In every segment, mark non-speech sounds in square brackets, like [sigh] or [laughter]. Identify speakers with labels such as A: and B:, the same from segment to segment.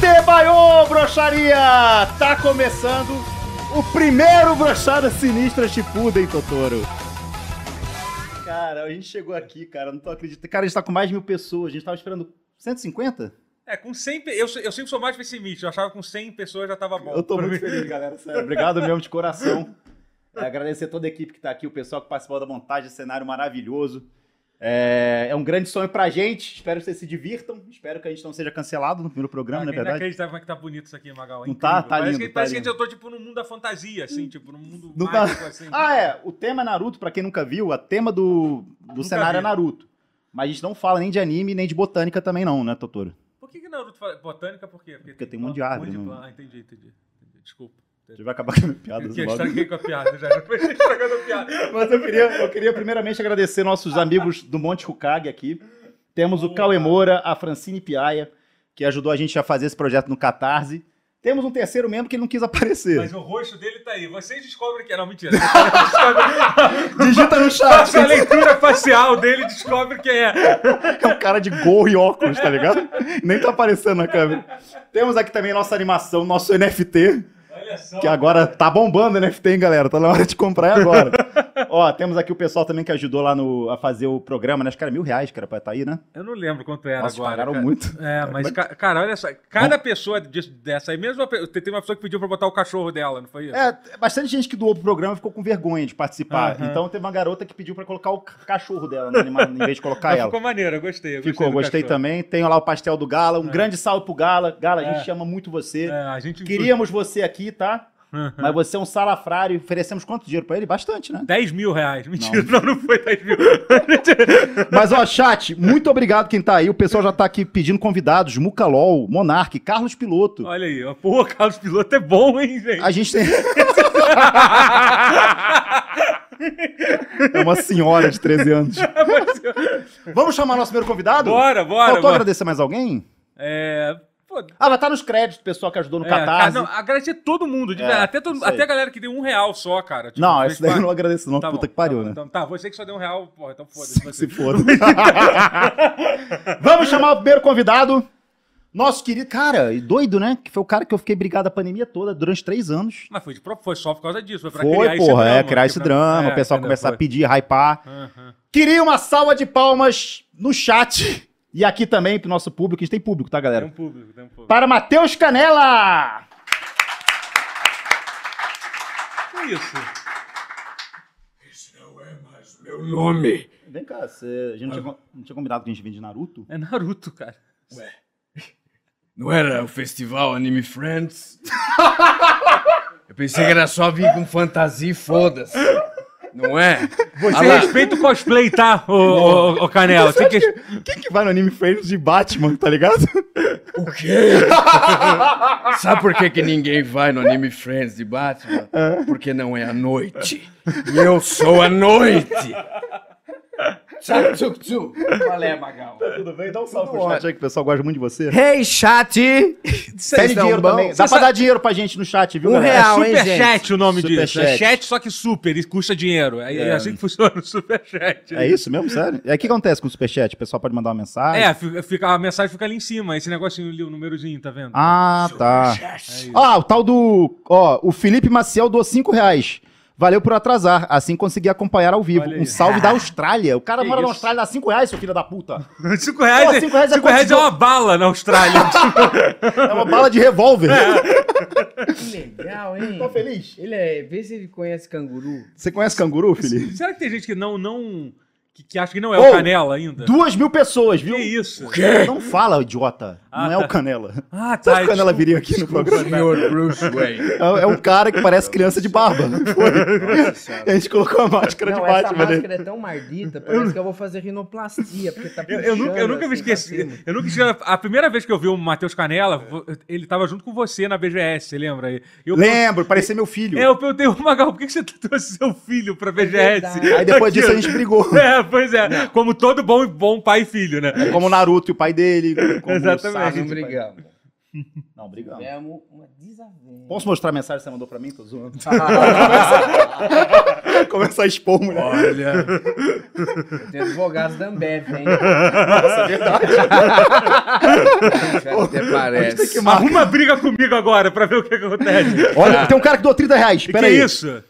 A: Tebaio Broxaria! Tá começando o primeiro Broxada Sinistra Chipuden, Totoro. Cara, a gente chegou aqui, cara, não tô acreditando. Cara, a gente tá com mais de mil pessoas, a gente tava esperando 150?
B: É, com 100. pe- Eu, eu sempre sou mais pessimista. Eu achava que com 100 pessoas já tava bom.
A: Eu tô
B: Pra
A: muito
B: mim.
A: feliz, galera, sério. Obrigado mesmo de coração. [laughs] É, agradecer toda a equipe que tá aqui, o pessoal que participou da montagem, cenário maravilhoso. É, é um grande sonho pra gente, espero que vocês se divirtam, espero que a gente não seja cancelado no primeiro programa,
B: Cara,
A: não é
B: é
A: verdade?
B: inacreditável como é que tá bonito isso aqui, Magal. É
A: Não tá?
B: incrível.
A: Tá
B: parece
A: lindo,
B: que,
A: tá
B: parece que
A: lindo. Hum.
B: eu tô, tipo, num mundo da fantasia, assim, tipo, num mundo
A: Não tá-
B: mágico, assim.
A: Ah, é. O tema é Naruto, pra quem nunca viu, a tema do, do cenário é
B: vi.
A: Naruto. Mas a gente não fala nem de anime, nem de botânica também não, né, Totoro?
B: Por que, que Naruto fala botânica? Por quê?
A: Porque tem um
B: planta-
A: monte de árvore,
B: monte
A: não-
B: planta. Ah, entendi, entendi. entendi. Desculpa.
A: A gente vai acabar [laughs] com a piada
B: Eu
A: logo.
B: estraguei com a piada já. [laughs] Estragando a
A: [laughs]
B: piada.
A: Mas eu queria, eu queria primeiramente agradecer nossos amigos do Monte Hokage aqui. Temos o Cauê Moura, a Francine Piaia, que ajudou a gente a fazer esse projeto no Catarse. Temos um terceiro membro que ele não quis aparecer.
B: Mas o rosto dele tá aí. Vocês descobrem que. Não, mentira. Descobre-
A: Digita no chat, [laughs]
B: Faça a leitura facial dele e descobre quem é.
A: É um cara de gorro e óculos, tá ligado? Nem tá aparecendo na câmera. Temos aqui também nossa animação, nosso NFT.
B: Olha só.
A: Que agora tá bombando o NFT, hein, galera? Tá na hora de comprar [laughs] agora. Ó, temos aqui o pessoal também que ajudou lá no, a fazer o programa, né? Acho que era mil reais, cara, pra tá aí, né?
B: Eu não lembro quanto era
A: Nossa,
B: agora.
A: pagaram
B: cara.
A: muito.
B: É, mas, ca- cara, olha só. Cada pessoa disso- dessa aí, mesmo a pe- tem tem uma pessoa que pediu pra botar o cachorro dela, não foi
A: [laughs]
B: isso?
A: É, bastante gente que doou pro programa ficou com vergonha de participar.
B: Aham.
A: Então teve uma garota que pediu pra colocar o ca- cachorro dela no animal, em vez de colocar [laughs]
B: Mas
A: ela.
B: ficou maneiro, eu gostei. eu
A: Ficou,
B: do
A: gostei
B: cachorro.
A: também. Tem lá o pastel do Gala. Um grande salve pro Gala. Gala, a gente
B: É.
A: chama muito você.
B: É, a gente
A: Queríamos você aqui, tá?
B: Aham.
A: Mas você é um salafrário. Oferecemos quanto dinheiro pra ele? Bastante, né?
B: 10 mil reais. Mentira, não, não, foi 10 mil. [laughs]
A: Mas, ó, chat, muito obrigado quem tá aí. O pessoal já tá aqui pedindo convidados. Muca LOL, Monark, Carlos Piloto.
B: olha aí, ó. Pô, Carlos Piloto é bom, hein, gente? [laughs]
A: A gente tem... [laughs] É uma senhora de 13 anos. Vamos chamar nosso primeiro convidado?
B: bora, bora.
A: Faltou
B: bora.
A: agradecer mais alguém?
B: É. Pô,
A: Ah, vai estar nos créditos, o pessoal que ajudou no
B: é, cara,
A: Catarse.
B: não, agradecer todo mundo, de
A: É,
B: verdade. até, todo-
A: isso aí.
B: até a galera que deu um real só, cara. Tipo,
A: Não,
B: fez
A: esse daí eu
B: parte-
A: não agradeço não,
B: Tá
A: puta
B: bom,
A: que pariu,
B: tá, bom,
A: né?
B: então, tá, você que só deu um real, porra, então foda-se.
A: Se, se
B: você.
A: foda. [laughs] Vamos chamar o primeiro convidado. Nosso querido... Cara, e doido, né? Que foi o cara que eu fiquei brigado a pandemia toda durante três anos.
B: Mas foi, de prop- foi só por causa disso. Foi pra
A: Foi, porra,
B: criar esse drama.
A: é, criar
B: que
A: esse
B: pra-
A: drama,
B: é,
A: o pessoal
B: entendeu?
A: começar a
B: Foi.
A: pedir, hypar.
B: Aham.
A: Queria uma salva de palmas no chat e aqui também pro nosso público. A gente tem público, tá,
B: Tem
A: galera?
B: um público, tem um público.
A: Para Matheus Canela!
B: Que isso?
C: Meu nome.
A: Vem cá, você... a gente não tinha, não tinha combinado que a gente vinha de Naruto?
B: É Naruto, cara.
C: Não era o festival Anime Friends? Eu pensei que era só vir com fantasia e foda-se. Não é?
B: Você
C: Olha lá.
B: respeita o cosplay, tá, ô, ô, ô, Canela?
A: é
B: Tem que...
A: Quem [laughs] que vai no anime Friends de Batman, tá ligado?
C: O quê? Sabe por que, que ninguém vai no Anime Friends de Batman? Porque não é a noite. E eu sou a noite. Tchau, tchau, tchau. Qual é, Magal?
A: Tudo bem? Dá um salve pro chat aí que o pessoal gosta muito de você.
D: Hey, chat!
A: Pede
D: Vocês
A: dinheiro também. Dá pra dar dinheiro pra gente no chat, viu,
D: Um
A: galera?
D: real. hein,
B: é Superchat o nome
A: Superchat.
B: disso. É chat, só que super, e custa dinheiro. É, é assim que funciona o superchat.
A: É isso mesmo, sério? E aí o que acontece com o superchat? O pessoal pode mandar uma mensagem?
B: É, fi- fica, a mensagem fica ali em cima, esse negocinho ali, o númerozinho, tá vendo?
A: Ah, tá.
B: isso.
A: Ah, o tal do. Ó, o Felipe Maciel doou 5 reais. Valeu por atrasar, assim consegui acompanhar ao vivo.
B: Olha aí.
A: Um salve
B: [laughs]
A: da Austrália. O cara
B: Que
A: mora na
B: isso.
A: Austrália, dá 5 reais, seu filho da puta.
B: 5 reais,
A: Pô,
B: é-
A: cinco reais é
B: [laughs] cinco reais é
A: quanto-
B: uma bala na
A: [laughs]
B: Austrália.
A: É uma bala de revólver.
B: É.
D: Que
E: [laughs]
D: legal, hein?
A: Tá feliz?
D: Ele é. Vê se ele conhece canguru.
A: Você conhece canguru, Felipe?
B: Será que tem gente que não, não, que, que acha que não é
A: Ô,
B: o Canela ainda?
A: Duas mil pessoas,
B: Que
A: viu?
B: isso?
A: Não fala, idiota.
B: Ah,
A: não é
B: tá.
A: o Canela.
B: Ah,
A: Sabe
B: tá.
A: o Canela viria aqui no programa?
C: Senhor Bruce Wayne.
A: É é um cara que parece criança de barba. Foi.
C: Nossa senhora.
A: A gente colocou a máscara
D: Não,
A: de
D: essa
B: né?
A: Batman
D: máscara
A: nele.
D: é tão mardita, parece que eu vou fazer rinoplastia, porque tá
B: [laughs] Eu, eu nunca, eu
D: puxando,
B: nunca me
D: assim, pra
B: esqueci.
D: cima.
B: Eu nunca esqueci. A primeira vez que eu vi o Matheus Canela, vo- ele tava junto com você na BGS, você lembra aí? Eu,
A: Lembro, parecia meu filho.
B: é, eu perguntei, ô Magal, por que que você [laughs] trouxe seu filho pra BGS?
D: verdade.
A: É Aí depois disso a
B: Aquilo.
A: gente brigou.
B: É, pois é. Como todo bom e bom pai e filho, né?
A: Como o Naruto e o pai dele. como o
B: Exatamente.
A: Sasuke
D: Não
A: e o pai-
D: brigamos.
A: Não,
B: Tá.
A: obrigado.
D: Tivemos uma desavença.
A: Posso mostrar a mensagem que você mandou pra mim? Tô [laughs] zoando. Começa a expor, mulher.
C: Olha,
D: [laughs] Tem advogados da Ambev,
B: [laughs]
D: hein?
A: Nossa, é verdade.
C: já até parece.
B: Arruma uma briga comigo agora pra ver o
A: [laughs]
B: que acontece.
A: Olha, tem um cara que é doou 30 reais.
B: E
A: Pera
B: que
A: aí.
B: isso?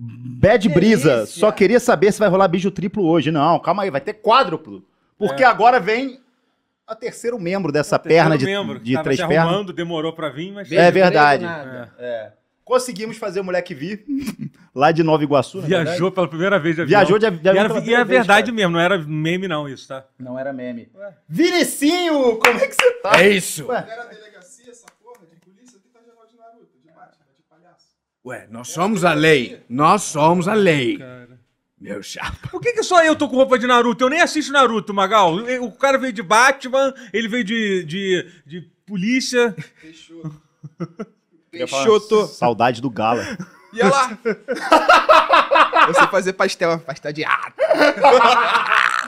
A: Bad
D: Que
A: Brisa,
D: delícia.
A: só queria saber se vai rolar bicho triplo hoje. Não, calma aí, vai ter quádruplo. Porque agora vem a É. terceiro membro dessa perna
B: Terceiro membro,
A: de,
B: que
A: de
B: tava
A: três
B: se
A: pernas.
B: arrumando, demorou pra vir, mas...
A: É verdade.
D: Nada.
B: É.
A: Conseguimos fazer o moleque vir [laughs] lá de Nova Iguaçu. né?
B: Viajou pela primeira vez de avião.
A: Viajou de avião.
B: E era, e era verdade mesmo, não era meme não isso, tá?
A: Não era meme.
B: Ué.
A: Vinicinho, como é que você tá?
C: É isso.
A: Ué.
E: Era delegacia, essa porra, de polícia, que tá jogando de Naruto, de Batman, de palhaço.
C: Ué, nós somos a lei. Nós somos a lei.
B: Cara.
C: Meu chapa.
B: Por que, que só eu tô com roupa de Naruto? Eu nem assisto Naruto, Magal. O cara veio de Batman, ele veio de, de, de polícia.
E: Peixoto.
A: Nossa,
E: Peixoto.
A: Saudade do [laughs] Gala.
E: E olha lá. Eu sei fazer pastel, pastel de ar.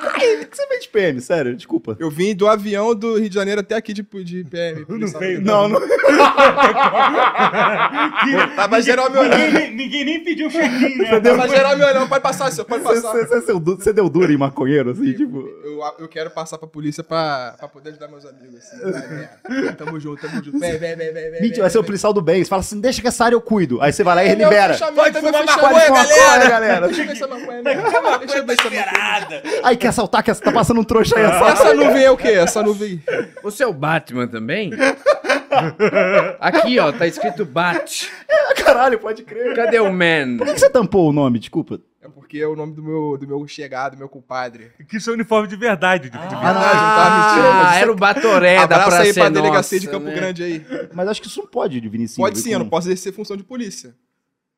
A: Por que você vem de PM? Sério, desculpa.
E: Eu vim do avião do Rio de Janeiro até aqui de, de PM. Não veio,
A: Não, não.
B: Ah,
E: Tava geral me olhando.
B: Ninguém, ninguém nem pediu check-in, né? [laughs]
E: Tava geral me olhando. Pode passar, senhor, pode
A: Você,
E: passar.
A: você- você deu du- você deu duro em maconheiro, assim, tipo.
E: Eu, eu quero passar pra polícia pra, pra poder ajudar meus amigos. Assim, Vai, vai. tamo junto, tamo junto. Vem, vem, vem, vem. vem,
A: Mentira, vai ser o policial do bem. Você fala assim, deixa que essa área eu cuido. Aí você vai lá e
E: vem. Meu
A: libera.
E: fechamento,
B: Pode
E: meu
B: fumar
E: fechamento.
B: maconha,
E: Olha,
A: Olha, galera.
E: Deixa eu ver essa maconha. né? Deixa eu ver essa maconha.
A: [laughs] Aí quer assaltar, quer tá passando um trouxa aí, assalta.
E: Essa nuvem é o quê? Essa nuvem.
C: Você é o Batman também? [laughs] Aqui, ó, tá escrito Bat.
A: Caralho, pode crer.
C: Cadê o Man?
A: Por que, que você tampou o nome, desculpa?
E: É porque é o nome do meu, do meu chegado, meu compadre.
B: Que isso é uniforme de verdade. de- de-
E: Ah, não, tá mentindo.
C: Ah, era o Batoré da
E: Abraço
C: Praça
E: aí pra
C: é
E: delegacia de
C: Nossa,
E: Campo
C: né?
E: Grande aí.
A: Mas acho que isso não pode, de Vinicius.
E: Pode sim, eu não posso exercer função de polícia.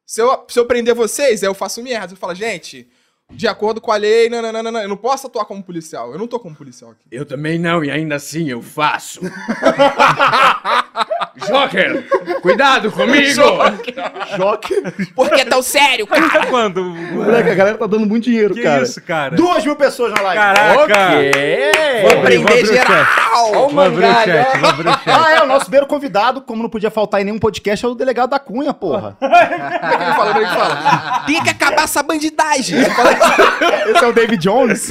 E: Se eu, se eu prender vocês, aí eu faço merda. Eu falo, gente, de acordo com a lei, não, não, não, não, não, eu não posso atuar como policial. Eu não tô como policial aqui.
C: Eu também não, e ainda assim eu faço.
E: [laughs]
C: Joker, cuidado comigo!
A: Joque.
E: Por que tão sério, cara?
B: Até é [laughs] quando? o-
A: [laughs] Moleque, a galera tá dando muito dinheiro,
B: Que
A: cara.
B: isso, cara?
A: Duas mil pessoas na live.
B: Caraca!
C: Ok!
B: Vou abrir, vou abrir o chat.
E: geral!
B: Vou abrir o chat, vou abrir o chat.
A: Ah, é, o nosso primeiro convidado, como não podia faltar em nenhum podcast, é o delegado da Cunha, [laughs] porra.
E: Como é que ele fala? Como é que ele fala? Tem que acabar essa bandidagem. Ele fala
A: Esse é o David Jones.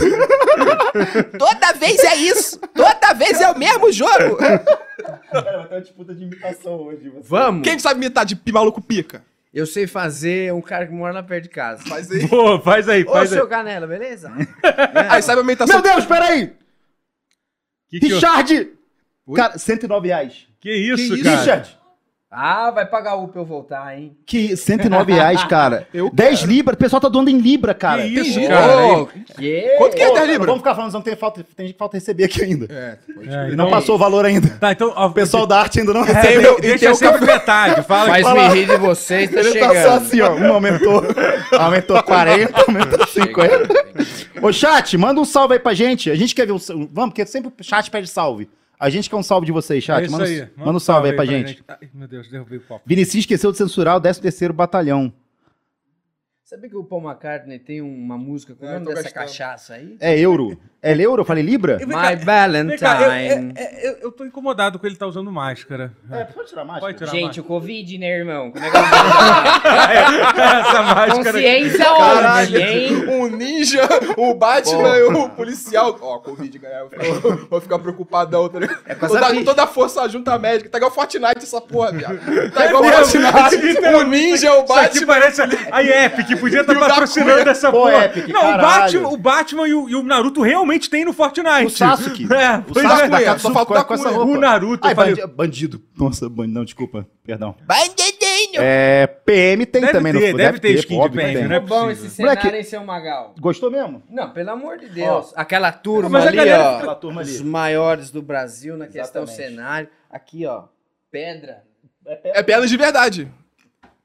E: que toda vez é isso. Toda vez é o mesmo jogo.
A: Cara, vai ter É uma disputa de imitação hoje.
C: Vamos!
E: Quem sabe imitar de pi maluco pica?
D: Eu sei fazer um cara que mora lá perto de casa.
E: Faz aí.
B: Pô, faz aí,
D: Ô,
B: faz aí.
D: seu Canela, beleza?
E: Aí sabe a imitação.
A: É. Meu Deus, peraí!
B: Que, que,
A: Richard! Cara, 109 reais.
B: que isso,
A: Isso,
B: cara?
A: Richard!
D: Ah, vai pagar o pra eu voltar, hein?
A: Que 109 reais, cara.
E: Eu
A: 10 libras, o pessoal tá doando em libra, cara.
B: Que
A: Tem
B: isso,
E: Tem
B: cara?
E: jeito.
D: Que?
E: Quanto que é
A: Ô,
E: 10
A: Não
E: libras?
A: vamos ficar falando, não tem, falta, tem gente que falta receber aqui ainda.
E: É,
B: É,
A: Não
B: então-
A: passou o valor ainda.
B: Tá, então... ó,
A: O pessoal da arte ainda não
B: de-
A: recebeu.
E: meu- e tem
B: Deixa
E: o
B: sempre metade. Fala
C: Faz
A: Fala.
C: me rir de vocês,
B: [laughs]
C: tá
A: Ele tá só
C: chegando.
A: assim, ó. Um aumentou, aumentou 40, aumentou 50. Ô, chat, manda um salve aí pra gente. A gente quer ver um. sal- Vamos, porque sempre o chat pede salve. A gente quer um salve de vocês,
B: É
A: chat.
B: isso
A: manda, um-
B: aí.
A: manda um salve aí pra, gente.
B: Ai, meu Deus, derrubei o copo.
A: Vinicius esqueceu de censurar o 13º Batalhão.
D: Sabe que o Paul McCartney tem uma música com o
B: É,
E: Não, eu
D: nome
E: tô
D: dessa
E: gastando.
D: cachaça aí?
A: É euro. É euro? Eu falei Libra?
B: E vem cá,
D: My
B: vem cá, eu,
D: Valentine.
B: é- é- eu- eu tô incomodado com ele tá
A: [laughs]
B: usando máscara.
A: É, pode tirar mais.
B: Pode tirar
D: Gente,
B: a
D: o Covid, né, irmão? Como é que eu
B: máscara. Essa máscara.
D: Consciência
E: Caralho,
D: hoje, né, hein?
E: um ninja, o Batman e o policial. Ó, Covid, galera. eu Vou ficar, vou ficar preocupadão, tá ligado?
D: É
E: toda, toda a força junta médica. Tá igual Fortnite essa porra, viado. Tá igual Fortnite. O ninja, o
B: Isso aqui
E: Batman.
B: parece a a Epic, que
A: [laughs]
B: podia estar
E: E o da
B: patrocinando
E: Cunha.
B: essa
A: Pô,
B: porra.
A: Epic,
B: Não, o
A: caralho.
B: Batman, o Batman e, o, e o Naruto realmente tem no Fortnite.
A: O Sasuke.
B: [laughs] É,
A: O
B: pois
A: Sasuke da
B: é.
E: Cunha,
A: Katsuki
E: só falta
A: com,
E: da
A: com essa
E: Cunha.
A: roupa.
B: O Naruto,
A: Ai,
B: eu falei-
A: bandi- bandido. Nossa, bandido. Não, desculpa. Perdão.
E: Bandidinho.
A: É, PM tem
B: Deve
A: também
B: ter,
A: no
B: deve ter skin de
A: óbvio que
B: PM,
A: tem.
B: né? Não é
D: Ficou bom
B: possível.
D: esse cenário,
A: Moleque-
D: hein, seu Magal?
A: Gostou mesmo?
D: Não, pelo amor de Deus. Aquela turma
B: Mas a
D: ali,
B: galera-
D: ó.
A: Aquela turma ali.
D: Os maiores do Brasil na questão
A: Exatamente.
D: cenário. Aqui, ó. Pedra.
E: É pedra de verdade.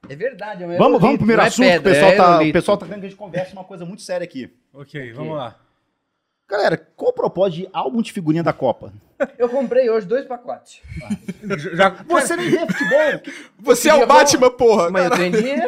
D: É verdade, é um
A: Vamos, vamos pro
D: aerolito,
A: primeiro
D: não é
A: assunto, que
D: pedra,
A: o
D: é
A: pessoal, tá, o
D: aerolito.
A: pessoal tá vendo que a gente conversa uma coisa muito séria aqui.
B: Ok,
A: [laughs]
B: vamos lá.
A: Galera, qual o propósito de álbum de figurinha da Copa?
D: Eu comprei hoje dois pacotes.
B: Já-
A: Você não vê futebol? [laughs]
E: Você é o
D: Queria
E: Batman, porra.
D: Mas eu tenho dinheiro.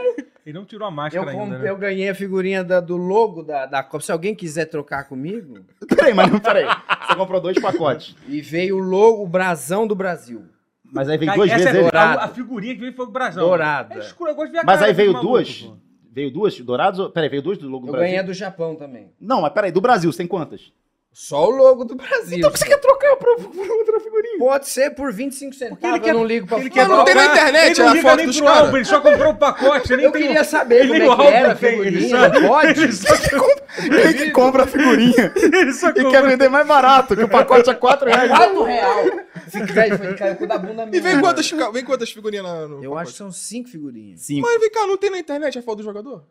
B: Ele não tirou a
D: Eu,
B: máscara ainda,
D: comprei-
B: né?
D: eu ganhei a figurinha da- do logo da, da Copa. Se alguém quiser trocar comigo,
A: peraí, mas não, peraí. Você comprou dois pacotes.
D: e veio o logo, o brasão do Brasil.
A: Mas aí veio
B: Cara,
A: duas vezes
B: é
A: ele.
B: a-
C: dourada.
B: a, figurinha que veio foi o brasão.
C: Dourada.
B: É escuro, eu gosto de ver a
A: Mas
B: cara
A: aí
B: desse
A: veio
B: maluco,
A: duas?
B: pô.
A: Veio duas? Dourados? ou- Peraí, veio duas do logo do
D: Eu
A: Brasil?
D: ganhei a do Japão também.
A: Não, mas peraí, do Brasil, você tem quantas?
D: Só o logo do Brasil.
A: Então você quer trocar pra, pra outra figurinha?
D: Pode ser por 25
B: ele
D: centavos,
B: quer-
D: eu não ligo pra
B: Ele quer
E: Mas não tem na
B: trocar,
E: internet
B: ele não
E: a
B: liga
E: foto
B: nem
E: dos
B: pro
E: caras.
B: álbum, ele só comprou o pacote. Ele nem
D: Eu
B: tem o- [laughs]
D: queria saber
B: ele
D: como
B: nem
D: é que
B: o álbum
D: era a
B: tem, ele
D: figurinha,
B: só-
D: pode?
B: Ele só,
A: Quem que compra a figurinha
B: ele só
A: e
B: comprou-
A: quer vender mais barato, que o pacote é 4 reais.
D: 4 real. Se quiser, ele foi caiu com o da bunda
E: E
D: mesmo.
E: vem quantas, ca- vem quantas figurinhas na, no
D: Eu
E: pacote?
D: acho que são 5 figurinhas.
A: Cinco.
E: Mas vem cá, não tem na internet a foto do jogador?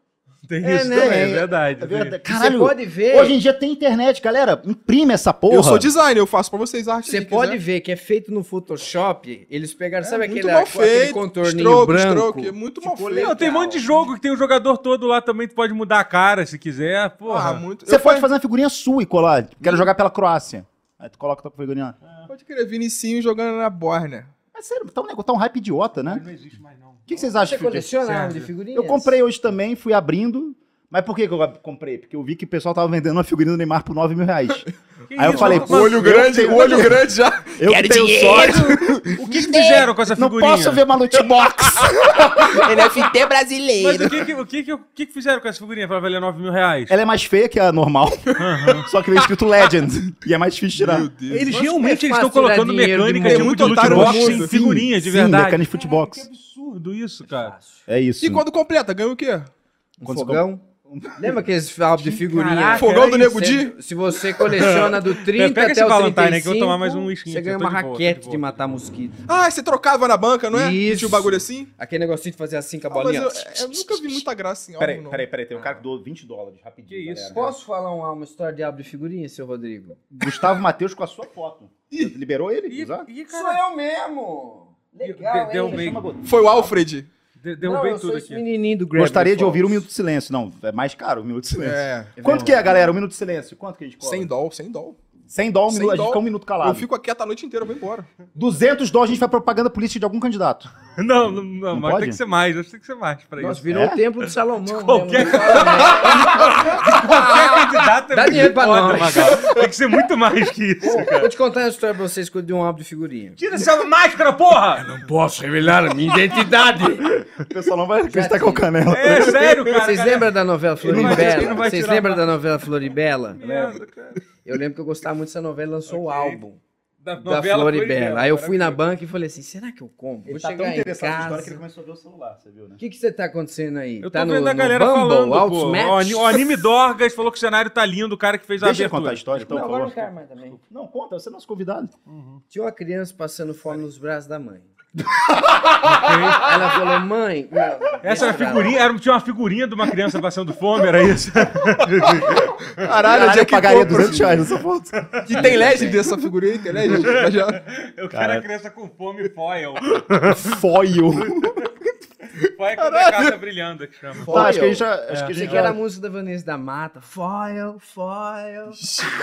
B: Tem
D: É,
B: isso
D: né?
B: também, é
A: É
B: verdade.
A: É verdade.
D: Você
A: Caralho,
D: pode ver,
A: hoje em dia tem internet, galera. Imprime essa porra.
E: Eu sou designer, eu faço pra vocês arte.
D: você
E: se
D: pode
E: quiser.
D: ver que é feito no Photoshop. Eles pegaram, sabe
E: muito
D: aquele,
E: mal
D: aquele
E: feito,
D: contorninho
E: stroke,
D: branco?
E: stroke, é muito mal
D: Ficou
E: feito.
D: legal.
B: Não, tem um monte de jogo que tem o jogador todo lá também, tu pode mudar a cara se quiser. Porra.
E: Ah, muito.
A: Você
E: eu
A: pode
E: fa-
A: fazer uma figurinha sua e colar. Quero jogar pela Croácia. Aí tu coloca tua figurinha lá.
E: Pode querer Vinicinho jogando na Bórnia.
A: É sério, tá um, negócio, tá um hype idiota, né?
B: Não existe mais, não.
A: O que, que vocês acham?
D: Você
A: filho?
D: coleciona de figurinhas?
A: Eu comprei hoje também, fui abrindo. Mas por que, que eu comprei? Porque eu vi que o pessoal tava vendendo uma figurinha do Neymar por 9 mil reais. Aí eu falei,
B: pô,
A: pô, olho grande, o olho
E: grande já.
A: Eu que tenho sorte.
B: o que, que fizeram com essa
A: Não
B: figurinha?
A: posso ver uma loot box.
E: NFT
B: Mas o
E: brasileiro.
B: que, que, o que, que, o que, que fizeram com essa figurinha pra valer 9 mil reais?
A: Ela é mais feia que a normal. [laughs] Só que vem escrito Legend. E é mais difícil tirar.
E: Meu Deus.
B: Eles
D: Nossa,
B: realmente
D: é
B: eles estão
D: fácil ganhar
B: colocando
D: dinheiro É
B: mecânica
E: demais.
B: de
E: Tem
B: muito
E: muito otário no
B: loot
E: mundo.
B: em figurinha, de
A: sim,
B: verdade.
A: mecânica de footbox.
B: Caraca, que absurdo isso, cara.
A: É isso.
E: [laughs] E quando completa, ganha o quê?
D: Um
A: Quando você
D: fogão. Lembra [laughs] aqueles álbuns de figurinha?
B: Caraca,
E: Fogão do Nego
D: Você- Se você
B: [laughs]
D: coleciona do 30
B: É, Pega esse
D: até o 35,
B: Valentine aí que eu vou tomar mais um whisky,
D: você
B: eu
D: ganha
B: tô
D: uma
B: de boa, tô de
D: raquete de,
B: boa, tô de
D: matar mosquito.
E: Ah, você trocava na banca, não é? E
D: Isso.
E: Tinha o bagulho assim?
D: Aquele negocinho de fazer assim com a
E: Ah, mas
D: bolinha.
E: eu, eu nunca vi muita graça em álbum, não.
A: peraí. Tem um cara que doou 20 dólares, rapidinho.
B: Que isso?
D: Posso falar um- uma história de álbum de figurinha, seu Rodrigo?
A: Gustavo Matheus com a sua foto.
E: Ih.
A: Liberou ele?
B: Ih,
A: usar?
B: ih,
D: Sou
B: cara,
D: eu mesmo! é Legal,
B: Deu- deu um
D: hein?
B: bem.
A: Chama Godinho.
E: Foi o Alfred.
B: de-
D: Não,
B: derrubei
D: eu sou
B: tudo
D: esse
B: aqui.
D: menininho do Gravity
A: Gostaria de
D: Falls.
A: ouvir um minuto de silêncio. Não, é mais caro um minuto de silêncio.
E: É.
A: Quanto que é, galera? Um minuto de silêncio. Quanto que a gente cobra?
E: Sem dó, sem dó.
A: 100 dólares, um
E: Sem
A: minuto, a gente
E: dó.
A: fica um minuto
E: Eu
A: calado.
E: fico quieto a noite inteira, eu vou embora.
A: 200 dólares a gente vai propaganda política de algum candidato.
B: [laughs] Não, não, não, mas
A: pode?
B: tem que ser mais, acho que tem que ser mais pra
D: Nossa,
B: isso.
D: virou
A: É?
D: o templo de Salomão.
B: Qualquer-
D: mesmo, não fala, né?
B: [laughs] Qualquer candidato é
D: Dá
B: muito
D: dinheiro pra
B: foda,
D: nós.
B: Magal. Tem que ser muito mais que isso.
D: Vou te contar uma história pra vocês de um álbum de figurinha.
B: [laughs] Tira essa máscara, porra!
C: Não posso revelar a minha
D: [laughs]
C: identidade.
A: [laughs] O pessoal não vai acreditar
D: tive.
A: que é o Canela.
B: É sério, cara.
D: Vocês
B: cara.
D: lembram da novela
B: não vai- ele
D: Floribela?
B: não vai
D: Vocês
B: tirar
D: lembram da novela Floribela?
B: Lembro.
D: Eu lembro que eu gostava muito dessa novela, lançou o
B: Ok.
D: álbum da
B: novela
D: Floribela. Aí eu fui na
B: maravilhoso.
D: banca e falei assim, será que eu compro?
A: tá
D: Vou chegar em casa.
A: começou a ver o celular, você viu, né?
D: O que que você tá acontecendo aí?
B: Eu tô
D: tá
B: vendo a galera falando, pô. O ani-
D: Outmatch?
B: O anime Dorgas falou que o cenário tá lindo, o cara que fez a
A: Deixa eu contar a
B: abertura.
A: história, então,
D: Não,
A: por
D: agora não
A: favor.
D: quero mais também.
A: Não, conta, você é nosso convidado.
D: Tinha uma criança passando fome nos braços da mãe. Ela falou, mãe... não, deixa
B: Essa era a
D: pra lá."
B: figurinha, era, tinha uma figurinha de uma criança passando fome, era [laughs] isso?
A: Caralho,
E: onde é
A: eu
E: que
A: pagaria
E: compra?
A: 200 reais nessa foto.
E: E tem legend dessa figurinha, aí, tem
A: [laughs]
E: legend. Mas já-
B: Eu quero
A: Cara.
B: a é criança com fome foil.
A: [laughs] Foil.
B: Foil quando a casa tá brilhando, que chama.
D: Foil.
A: Tá, acho que a gente já... Acho que a
D: Pensei
A: gente
D: que era a
A: já...
D: música da Vanessa da Mata. Foil, foil,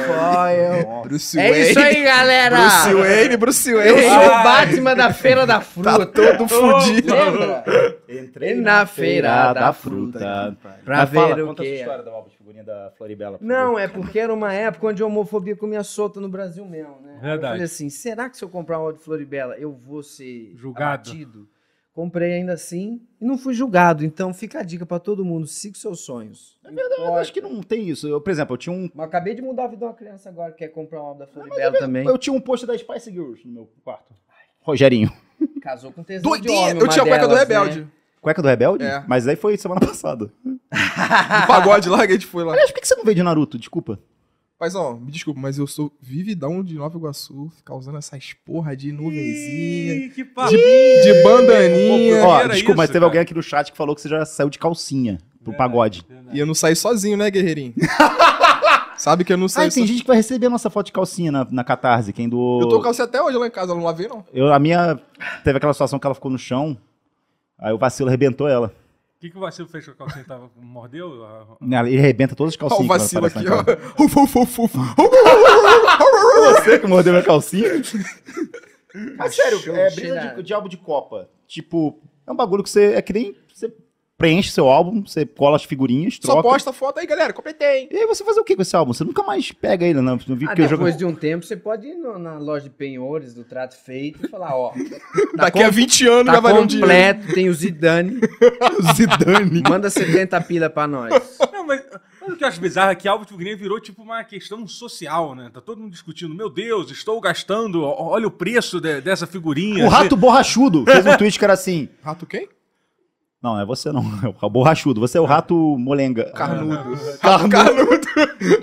D: foil.
E: Bruce
D: É isso aí, galera!
E: [laughs] Bruce Wayne, Bruce
D: Eu
E: Wayne.
D: sou o Batman da Feira da
E: Tá
D: Fruta.
E: todo fudido.
D: Lembra?
A: Entrei
D: na feira da fruta, pra
A: Mas fala,
D: ver o
A: conta
D: que
A: essa
D: é.
A: da obra de figurinha da Floribela. por favor.
D: Não, é porque era uma época onde a homofobia comia solta no Brasil mesmo, né? Aí
B: Verdade.
D: Eu falei assim, será que se eu comprar um de Floribela eu vou ser
B: Julgado.
D: abatido? Comprei ainda assim e não fui julgado. Então fica a dica pra todo mundo, siga os seus sonhos. É verdade,
A: Eu acho que não tem isso. Eu, por exemplo, eu tinha um...
D: Mas acabei de mudar a vida de uma criança agora que quer comprar um álbum da Floribela também.
A: Eu tinha um post da Spice Girls no meu quarto. Rogerinho.
D: Casou com tesão de
E: Doidinha.
D: homem,
E: Eu
D: uma
E: tinha a cueca do
D: delas,
E: Rebelde.
D: Né?
A: Cueca do Rebelde?
E: É.
A: Mas aí foi semana [laughs] passada.
D: [laughs]
E: Um pagode lá que a gente foi lá.
A: Aliás, por que que você não veio de Naruto? Desculpa.
E: Mas, ó, me desculpa, mas eu sou vividão de Nova Iguaçu, causando essas porra de nuvenzinha,
B: Ih, que papo.
E: de bandaninha.
A: Ó,
B: era
A: desculpa, mas teve
B: isso, cara.
A: alguém aqui no chat que falou que você já saiu de calcinha pro pagode.
E: E eu não saí sozinho, né, [laughs] guerreirinho? Sabe que eu não
A: Ah,
E: saí
A: e tem
E: sozinho.
A: gente que vai receber a nossa foto de calcinha na, na Catarse, quem do...
E: Eu tô com calcinha até hoje lá em casa, eu não lavei, não.
A: Eu, a minha. Teve aquela situação que ela ficou no chão. Aí o vacilo arrebentou ela.
B: O que, que o vacilo fez com a calcinha? Tava, mordeu? a-
A: Né, Ele arrebenta todas as
E: Ó,
A: calcinhas.
E: o vacilo
A: que
E: aqui,
A: ela
E: ó.
A: aparece né, na
E: [laughs] Uf, uf, uf, uf.
A: cara. Você que mordeu minha calcinha. [laughs] Mas sério,
D: Show,
A: é
D: cheirado.
A: briga de, de álbum de Copa. Tipo, é um bagulho que você. É que nem. Você preenche seu álbum, você cola as figurinhas,
E: Só
A: troca.
E: posta foto aí, galera, completei.
A: E aí você fazer o que com esse álbum? Você nunca mais pega ele, não. Não vi
D: Ah,
A: que eu jogo.
D: depois de um tempo, você pode ir no- na loja de penhores do trato feito e falar,
E: [laughs]
D: ó,
E: Daqui a 20 anos
D: tá
E: vai valer um dinheiro.
D: completo, tem o Zidane,
E: [laughs]
A: Zidane.
D: manda 70 pila pra nós.
B: Não, mas, mas o que eu acho bizarro é que Álvaro de Figueiredo virou tipo uma questão social, né? Tá todo mundo discutindo, meu Deus, estou gastando, ó- olha o preço de- dessa figurinha.
A: O rato borrachudo fez um tweet que era assim.
E: Rato quem?
A: Não, é você não, é o borrachudo. Você é o rato molenga.
E: Carnudo.
A: Carnudo.
E: Carnudo.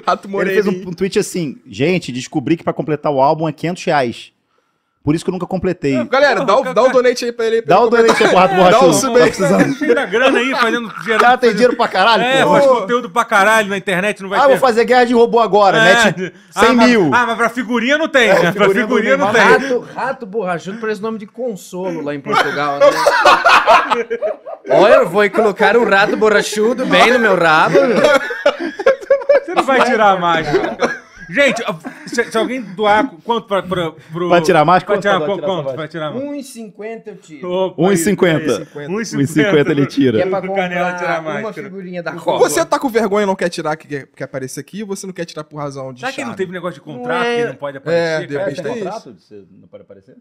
E: Rato
A: Ele
E: Moreira.
A: fez um, um tweet assim, gente, descobri que pra completar o álbum é 500 reais. Por isso que eu nunca completei.
E: Galera, dá, o- dá o donate aí pra ele. pra
A: Dá
E: ele
A: o donate aí pro rato
E: Dá o
A: borrachudo.
E: sub
A: tá
E: aí.
A: precisando.
B: Cheio da grana aí,
A: [laughs]
B: fazendo
A: O
B: gerando.
A: cara Ah, tem dinheiro pra caralho,
B: É,
A: pô.
B: faz
E: Pô.
B: conteúdo pra caralho na internet, não vai
A: Ah,
B: ter.
A: vou fazer guerra de robô agora,
B: É.
A: mete
B: Ah,
A: 100
B: mas-
A: mil. É,
B: ah, mas pra figurinha não tem, né? Pra
A: figurinha não
B: figurinha não,
A: tem.
B: tem.
D: Rato, rato borrachudo parece nome de consolo lá em Portugal, né? Olha, eu vou colocar um rato borrachudo bem no meu rabo.
B: Você não vai tirar a
A: é,
B: máscara. Gente, se, se alguém doar quanto pra, pra, pro...
A: Vai tirar a máscara?
B: Vai tirar
A: Quanto vai tirar
B: quanto?
A: essa
B: Vai tirar a máscara.
D: 1,50 eu tiro.
B: Opa, aí, um aí,
A: 1,50. 1,50 ele
D: Que é
A: tira.
D: pra
B: Do Canela tirar a
D: comprar uma
B: máscara.
D: figurinha da Copa.
E: Você tá com vergonha e não quer tirar, que quer, quer aparecer aqui, ou você não quer tirar por razão de
B: Será que não
E: charme?
B: teve negócio de contrato
D: é-
B: que não pode aparecer?
E: de repente
B: cara?
E: tem isso.
A: Não pode aparecer?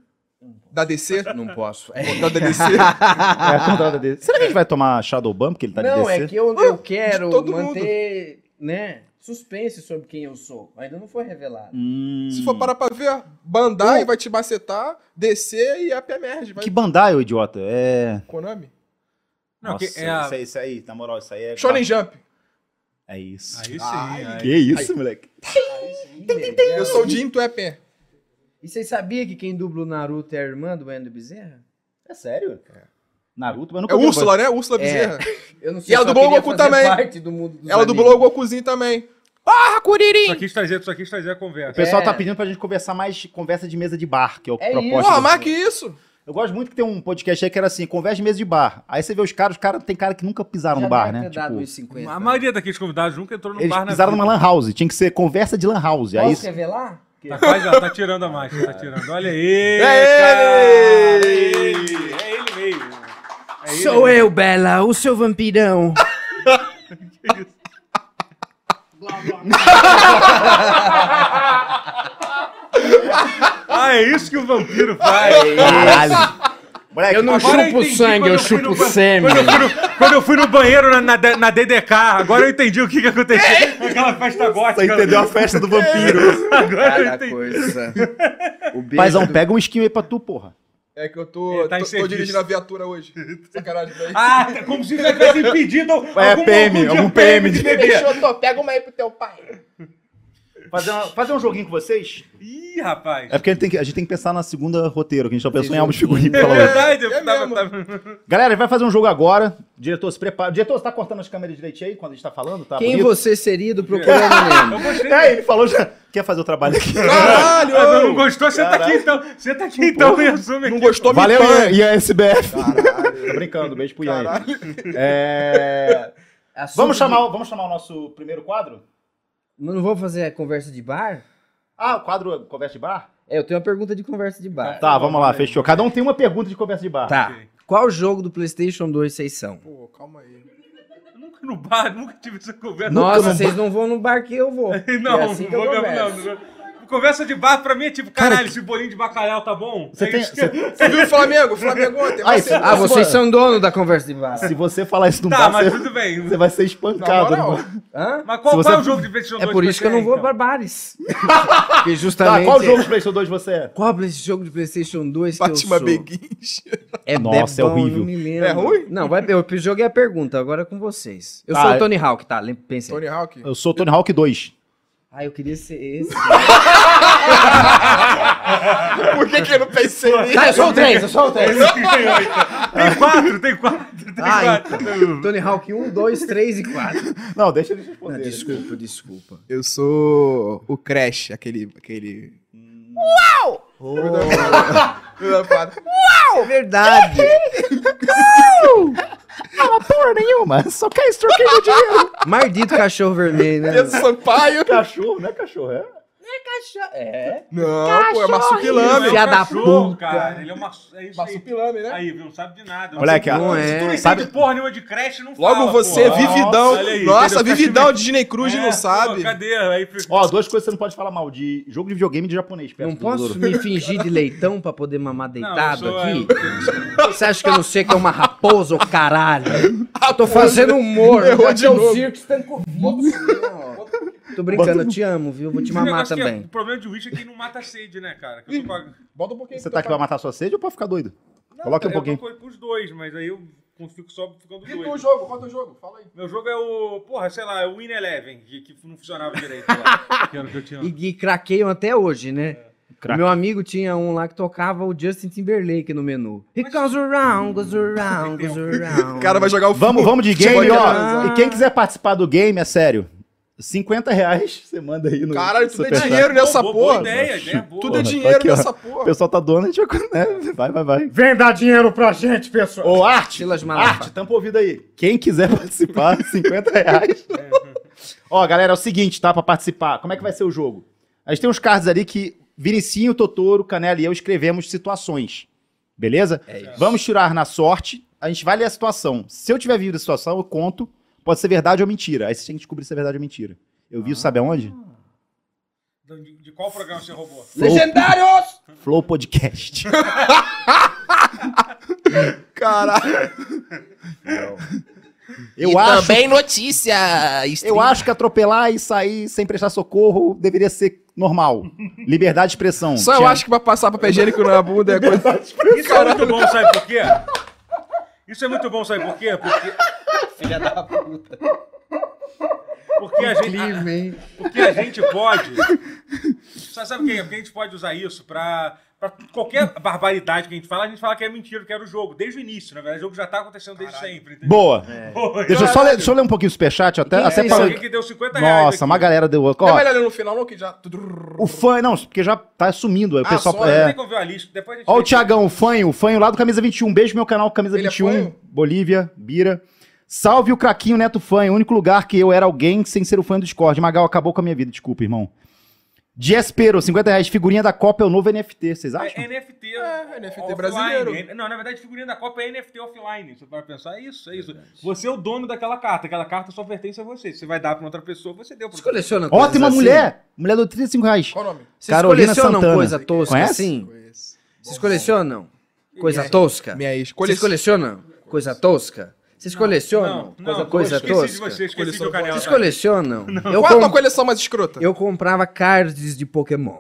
E: Da DC?
D: Não posso.
E: Da DC?
A: É a contrata dele. Será que a gente vai tomar Shadowban porque ele tá de
D: não,
A: DC?
D: é que eu, eu quero
E: todo
D: manter, né, suspense sobre quem eu sou. Ainda não foi revelado.
A: Hum.
E: Se for parar pra ver, Bandai vai te macetar, DC e a PMRG. Vai
A: Que Bandai, ô idiota. É...
E: Konami?
B: Não, que
A: Nossa,
B: é a...
A: isso, aí, isso aí, na moral, isso aí é...
E: Shonen Jump.
A: É isso.
B: Aí sim. aí.
A: que isso, moleque.
E: Eu sou o Jim, tu é Pen.
D: E vocês sabiam que quem dubla o Naruto é a irmã do Endo Bezerra?
A: É sério? Naruto, mas
E: É
A: nunca vi-
E: Úrsula, né? Úrsula Bezerra.
D: Eu não
E: E
D: só
E: ela dublou o
D: queria
E: Goku
D: fazer
E: também.
D: parte do mundo dos
E: Ela
D: animes.
E: dublou o Gokuzinho também. Porra,
B: Só
E: Kuririn!
B: quis trazer, só quis trazer a
A: O
B: conversa.
A: pessoal
D: É.
A: tá pedindo pra gente conversar mais conversa de mesa de bar, que é o
D: É
A: propósito.
D: isso.
E: Porra,
A: do-
E: mais que isso.
A: Eu gosto muito que tem um podcast aí que era assim, conversa de mesa de bar. Aí você vê os caras, os caras tem cara que nunca pisaram
D: Já
A: no bar,
D: deve ter
A: né?
D: dado
A: Tipo,
D: uns 50.
B: A maioria daqueles convidados nunca entrou no
A: eles
B: bar é na
A: pisaram
B: vida.
A: numa lan house, tinha que ser conversa de lan house. é Aí
D: Posso revelar?
B: Tá quase, ó, tá tirando a máscara, tá tirando. Olha aí!
E: É
B: cara,
E: ele!
B: É ele! É ele mesmo! É ele
D: Sou
B: mesmo.
D: eu, Bela, o seu
E: [laughs]
D: vampirão.
B: Ah, é isso que o vampiro faz!
A: Caralho. Moleque,
D: Eu não
A: agora-
B: Agora eu
D: chupo
B: entendi
D: sangue,
B: quando
D: eu
B: fui no
D: chupo
B: ba-
D: sêmen.
B: Quando eu fui no, quando eu fui no banheiro na, na, D- na DDK, agora eu entendi o que, que aconteceu. Aquela festa gótica.
A: Você entendeu a festa do vampiro.
B: [laughs] Agora eu
D: Cada
B: entendi.
D: coisa. O beijo
A: Paizão,
D: do-
A: pega um esquinho aí pra tu, porra.
E: É que eu
B: Ele
E: tô,
B: tá em
E: tô- tô
B: serviço.
E: dirigindo a viatura hoje. Sacanagem, velho.
B: Ah, tá como se já tivesse impedido algum,
A: É, PM,
B: dia
A: algum
B: um de
A: PM.
B: beber.
E: pega uma aí pro teu pai.
A: Fazer, um joguinho com vocês?
B: Ih, rapaz.
A: É porque a gente tem que, a gente tem que pensar na segunda roteiro, que a gente já pensou em
D: Esse
A: álbum de
D: joguinho.
A: figurinha.
B: É
A: falou.
B: [laughs] verdade, eu
E: É
B: tava-
E: mesmo.
B: tava-
A: Galera, a gente vai fazer um jogo agora. Diretor, se prepara. Diretor, você tá cortando as câmeras direitinho aí quando a gente tá falando? Tá
D: Quem
A: bonito?
D: você seria do Procurando Nemo?
B: Eu gostei.
A: É, ele falou já. Quer fazer o trabalho [laughs] aqui?
E: Caralho!
B: Ah, não, não gostou? Senta
A: Caralho.
B: aqui então. Senta aqui então e assume
E: Não
B: aqui.
E: gostou, me
A: Valeu,
E: põe.
A: Ian, Ian SBF. Tô brincando, beijo pro Ian.
E: Caralho.
A: É,
D: Assunto
A: [laughs] Vamos,
D: de-
A: chamar, o- vamos chamar o nosso primeiro quadro?
D: Mas Não vou fazer a conversa de bar?
A: Ah, o quadro é Conversa de Bar?
D: É, eu tenho uma pergunta de conversa de bar.
A: Tá, vamos lá, fechou. Cada um tem uma pergunta de conversa de bar.
D: Tá.
B: Ok.
D: Qual jogo do PlayStation 2 vocês são?
E: Pô, calma aí.
B: Nunca no bar, nunca tive essa conversa.
D: Nossa, vocês não vão no bar que eu vou.
B: [laughs] Não,
D: é assim que
B: não
D: eu
B: vou mesmo, não,
D: converso.
B: não vou. Conversa de bar pra mim é tipo, caralho, esse bolinho de bacalhau tá bom?
A: Você
B: é
A: tem-
B: isso que-
A: você-
E: Você viu o Flamengo? O Flamengo ontem.
A: Ai,
E: vacilou.
D: Ah, vocês são dono da conversa de bar.
A: Se você falar isso no
B: Tá,
A: bar,
B: mas
A: você,
B: tudo bem.
A: você vai ser
E: Na
A: espancado.
E: moral.
D: Hã?
B: Mas qual,
A: Se você-
B: qual é o jogo de PlayStation 2?
D: É por isso que eu não vou
B: então?
D: para [laughs] bares. Porque
A: Tá,
D: justamente...
A: qual jogo do PlayStation 2 você é?
D: Qual esse jogo de PlayStation 2 que eu
E: Fátima
D: sou?
E: Beguins.
D: É
A: Nossa, é
D: bebão,
A: horrível.
D: Não me lembro.
E: É ruim?
D: Não, vai, eu joguei a pergunta, agora é com vocês. Eu
A: Tá,
D: sou
A: é-
D: o Tony Hawk, tá? lem- Pensei.
E: Tony Hawk.
A: Eu sou Tony Hawk 2.
D: Ah, eu queria ser esse.
E: Por que que eu não pensei
D: [laughs]
E: nisso?
D: tá, eu sou o 3, eu sou o 3.
B: Tem quatro, tem quatro, tem
D: Ah, [laughs]
B: quatro.
D: então. Tony Hawk 1, 2, 3 e 4.
A: Não, deixa ele responder.
D: Desculpa, desculpa.
E: Eu sou o Crash, aquele. aquele... Uau!
D: É verdade.
A: Não, porra nenhuma. Só quer extorquir meu dinheiro.
D: Mardito cachorro vermelho, né?
E: Pedro Sampaio.
A: [laughs] Cachorro, não é cachorro, é?
E: Não, pô, é marsupilame.
D: Filha
B: é um
D: da
B: cachorro,
D: puta.
B: Cara. Ele é uma. É isso aí.
E: Marsupilame, né?
B: Aí, não sabe de nada.
A: Moleque,
B: Não
A: ó,
B: sabe- Se tu
A: sabe-
B: não sabe porra nenhuma de creche, não
E: É. Logo
B: fala,
E: você, é
B: porra.
E: vividão.
B: Olha aí,
E: Nossa,
B: entendeu?
E: vividão de Disney Cruz
B: É,
E: não sabe.
B: Pô, cadê? Aí, fica-
A: Ó, duas coisas que você não pode falar mal: de jogo de videogame e de japonês. perto
D: Não
A: do
D: posso
A: Douro.
D: me fingir de leitão pra poder mamar deitado
B: eu sou- um
D: aqui? Você acha que eu não sei que é uma raposa, ô caralho? Eu tô fazendo humor.
E: Errou
D: Aqui
E: de
D: é o
E: novo.
D: circo está com Tô brincando, eu te amo, viu? Vou te
B: Esse
D: mamar
B: negócio que é-
D: também.
B: o problema de Witch é que não mata a sede, né, cara? Que eu tô com a-
E: Bota um pouquinho.
A: Você tá aqui pra matar sua sede ou pra ficar doido?
B: Não,
A: Coloca um
B: eu
A: pouquinho.
B: tô com os dois, mas aí eu fico só ficando
E: E o
B: doido.
E: jogo? Bota o jogo, fala aí.
B: Meu jogo é o. Porra, sei lá, é o Win Eleven, que, que não funcionava direito lá. que era o que eu tinha.
D: E, e craqueiam até hoje, né?
A: Craque.
D: Meu amigo tinha um lá que tocava o Justin Timberlake no menu. He goes around, goes around, goes around.
E: O cara vai jogar o
A: Vamos, vamos de game,
E: Chegou
A: ó.
D: a-
A: E quem quiser participar do game, é sério. 50 reais você manda aí no.
E: Caralho, tudo é
A: Superchat.
E: dinheiro nessa
B: Boa,
E: porra.
B: Boa ideia, ideia boa.
E: Tudo é
A: Porra, tô
E: dinheiro
A: aqui, ó.
E: nessa
A: O
E: porra.
A: pessoal tá doando, a gente vai. Né? Vai, vai, vai.
C: Vem dar dinheiro pra gente, pessoal.
A: Ô, arte!
D: Silas Malafaia.
A: Arte, tampa o ouvido aí. Quem quiser [laughs] participar, 50
D: [laughs]
A: reais. Ó, galera, é o seguinte, tá? Pra participar, como é que vai ser o jogo? A gente tem uns cards ali que Vinicinho, Totoro, Canela e eu escrevemos situações. Beleza?
D: É isso.
A: Vamos tirar na sorte. A gente vai ler a situação. Se eu tiver vivido a situação, eu conto. Pode ser verdade ou mentira. Aí você tem que descobrir se é verdade ou mentira. Eu vi isso, sabe aonde?
D: Ah.
B: De, de qual programa você roubou?
D: Legendários!
A: Flow Podcast.
E: Caralho.
A: Eu acho
E: notícia.
A: Eu acho que atropelar e sair sem prestar socorro deveria ser
E: [laughs]
A: normal. Liberdade de expressão.
E: Só eu
A: Tinha-
E: acho que vai passar papel higiênico na bunda é coisa.
B: Isso é muito bom, sabe por quê? Isso é muito bom, sabe por quê? Porque,
D: Filha da puta.
B: porque, a, gente, a- porque a gente pode. Sabe, sabe por quê? Porque a gente pode usar isso pra. pra qualquer barbaridade que a gente fala, a gente fala que é mentira, que era o jogo. Desde o início, na verdade. O jogo já tá acontecendo desde sempre. entendeu?
A: Boa.
B: Pô,
A: Deixa eu só ler, deixa eu ler um pouquinho o superchat. Até, até
B: Tem
A: pra-
B: alguém É. que tá deu 50 reais.
A: Nossa,
B: aqui.
A: uma galera deu. Ó,
E: É melhor ler no final, não? Que já.
A: o fã, não, porque já tá sumindo. Aí o
E: Ah,
A: pessoal.
E: só,
B: Não
A: é.
B: tem como ver a lista. Depois a gente
A: Ó, o
B: vê.
A: Tiagão, o fanho, o fanho lá do Camisa 21. Beijo, meu canal Camisa
E: Ele é
A: 21.
E: fanho?
A: Bolívia, Bira. Salve o craquinho Neto Fanho, o único lugar que eu era alguém sem ser o fã do Discord. Magal, acabou com a minha vida, desculpa, irmão. Diespero, 50 reais. Figurinha da Copa é o novo NFT, vocês acham?
B: É NFT.
E: É, NFT
B: offline.
E: brasileiro.
B: É- Não, na verdade, figurinha da Copa é NFT offline. Você vai pensar, é isso, é isso. Você é o dono daquela carta. Aquela carta só pertence a você. Você vai dar pra outra pessoa, você deu pra
D: Vocês
B: outra pessoa.
D: colecionam
A: Ó,
D: coisas
A: tem uma
D: assim?
A: mulher. Mulher deu 35 reais.
E: Qual o nome?
D: Vocês
A: Carolina
D: colecionam
A: Santana.
D: coisa tosca
A: Conhece?
D: assim? Vocês
E: Bom,
D: colecionam coisa
E: Minha-
D: tosca?
E: Minha ex.
D: Vocês colecionam coisa tosca? Vocês colecionam coisa, coisa
B: esqueci
D: tosca?
B: de você, esqueci
E: Coleção
B: do canal.
D: Vocês colecionam? Eu,
E: Qual é a
D: com-
E: tua coleção mais escrota?
D: eu comprava cards de Pokémon.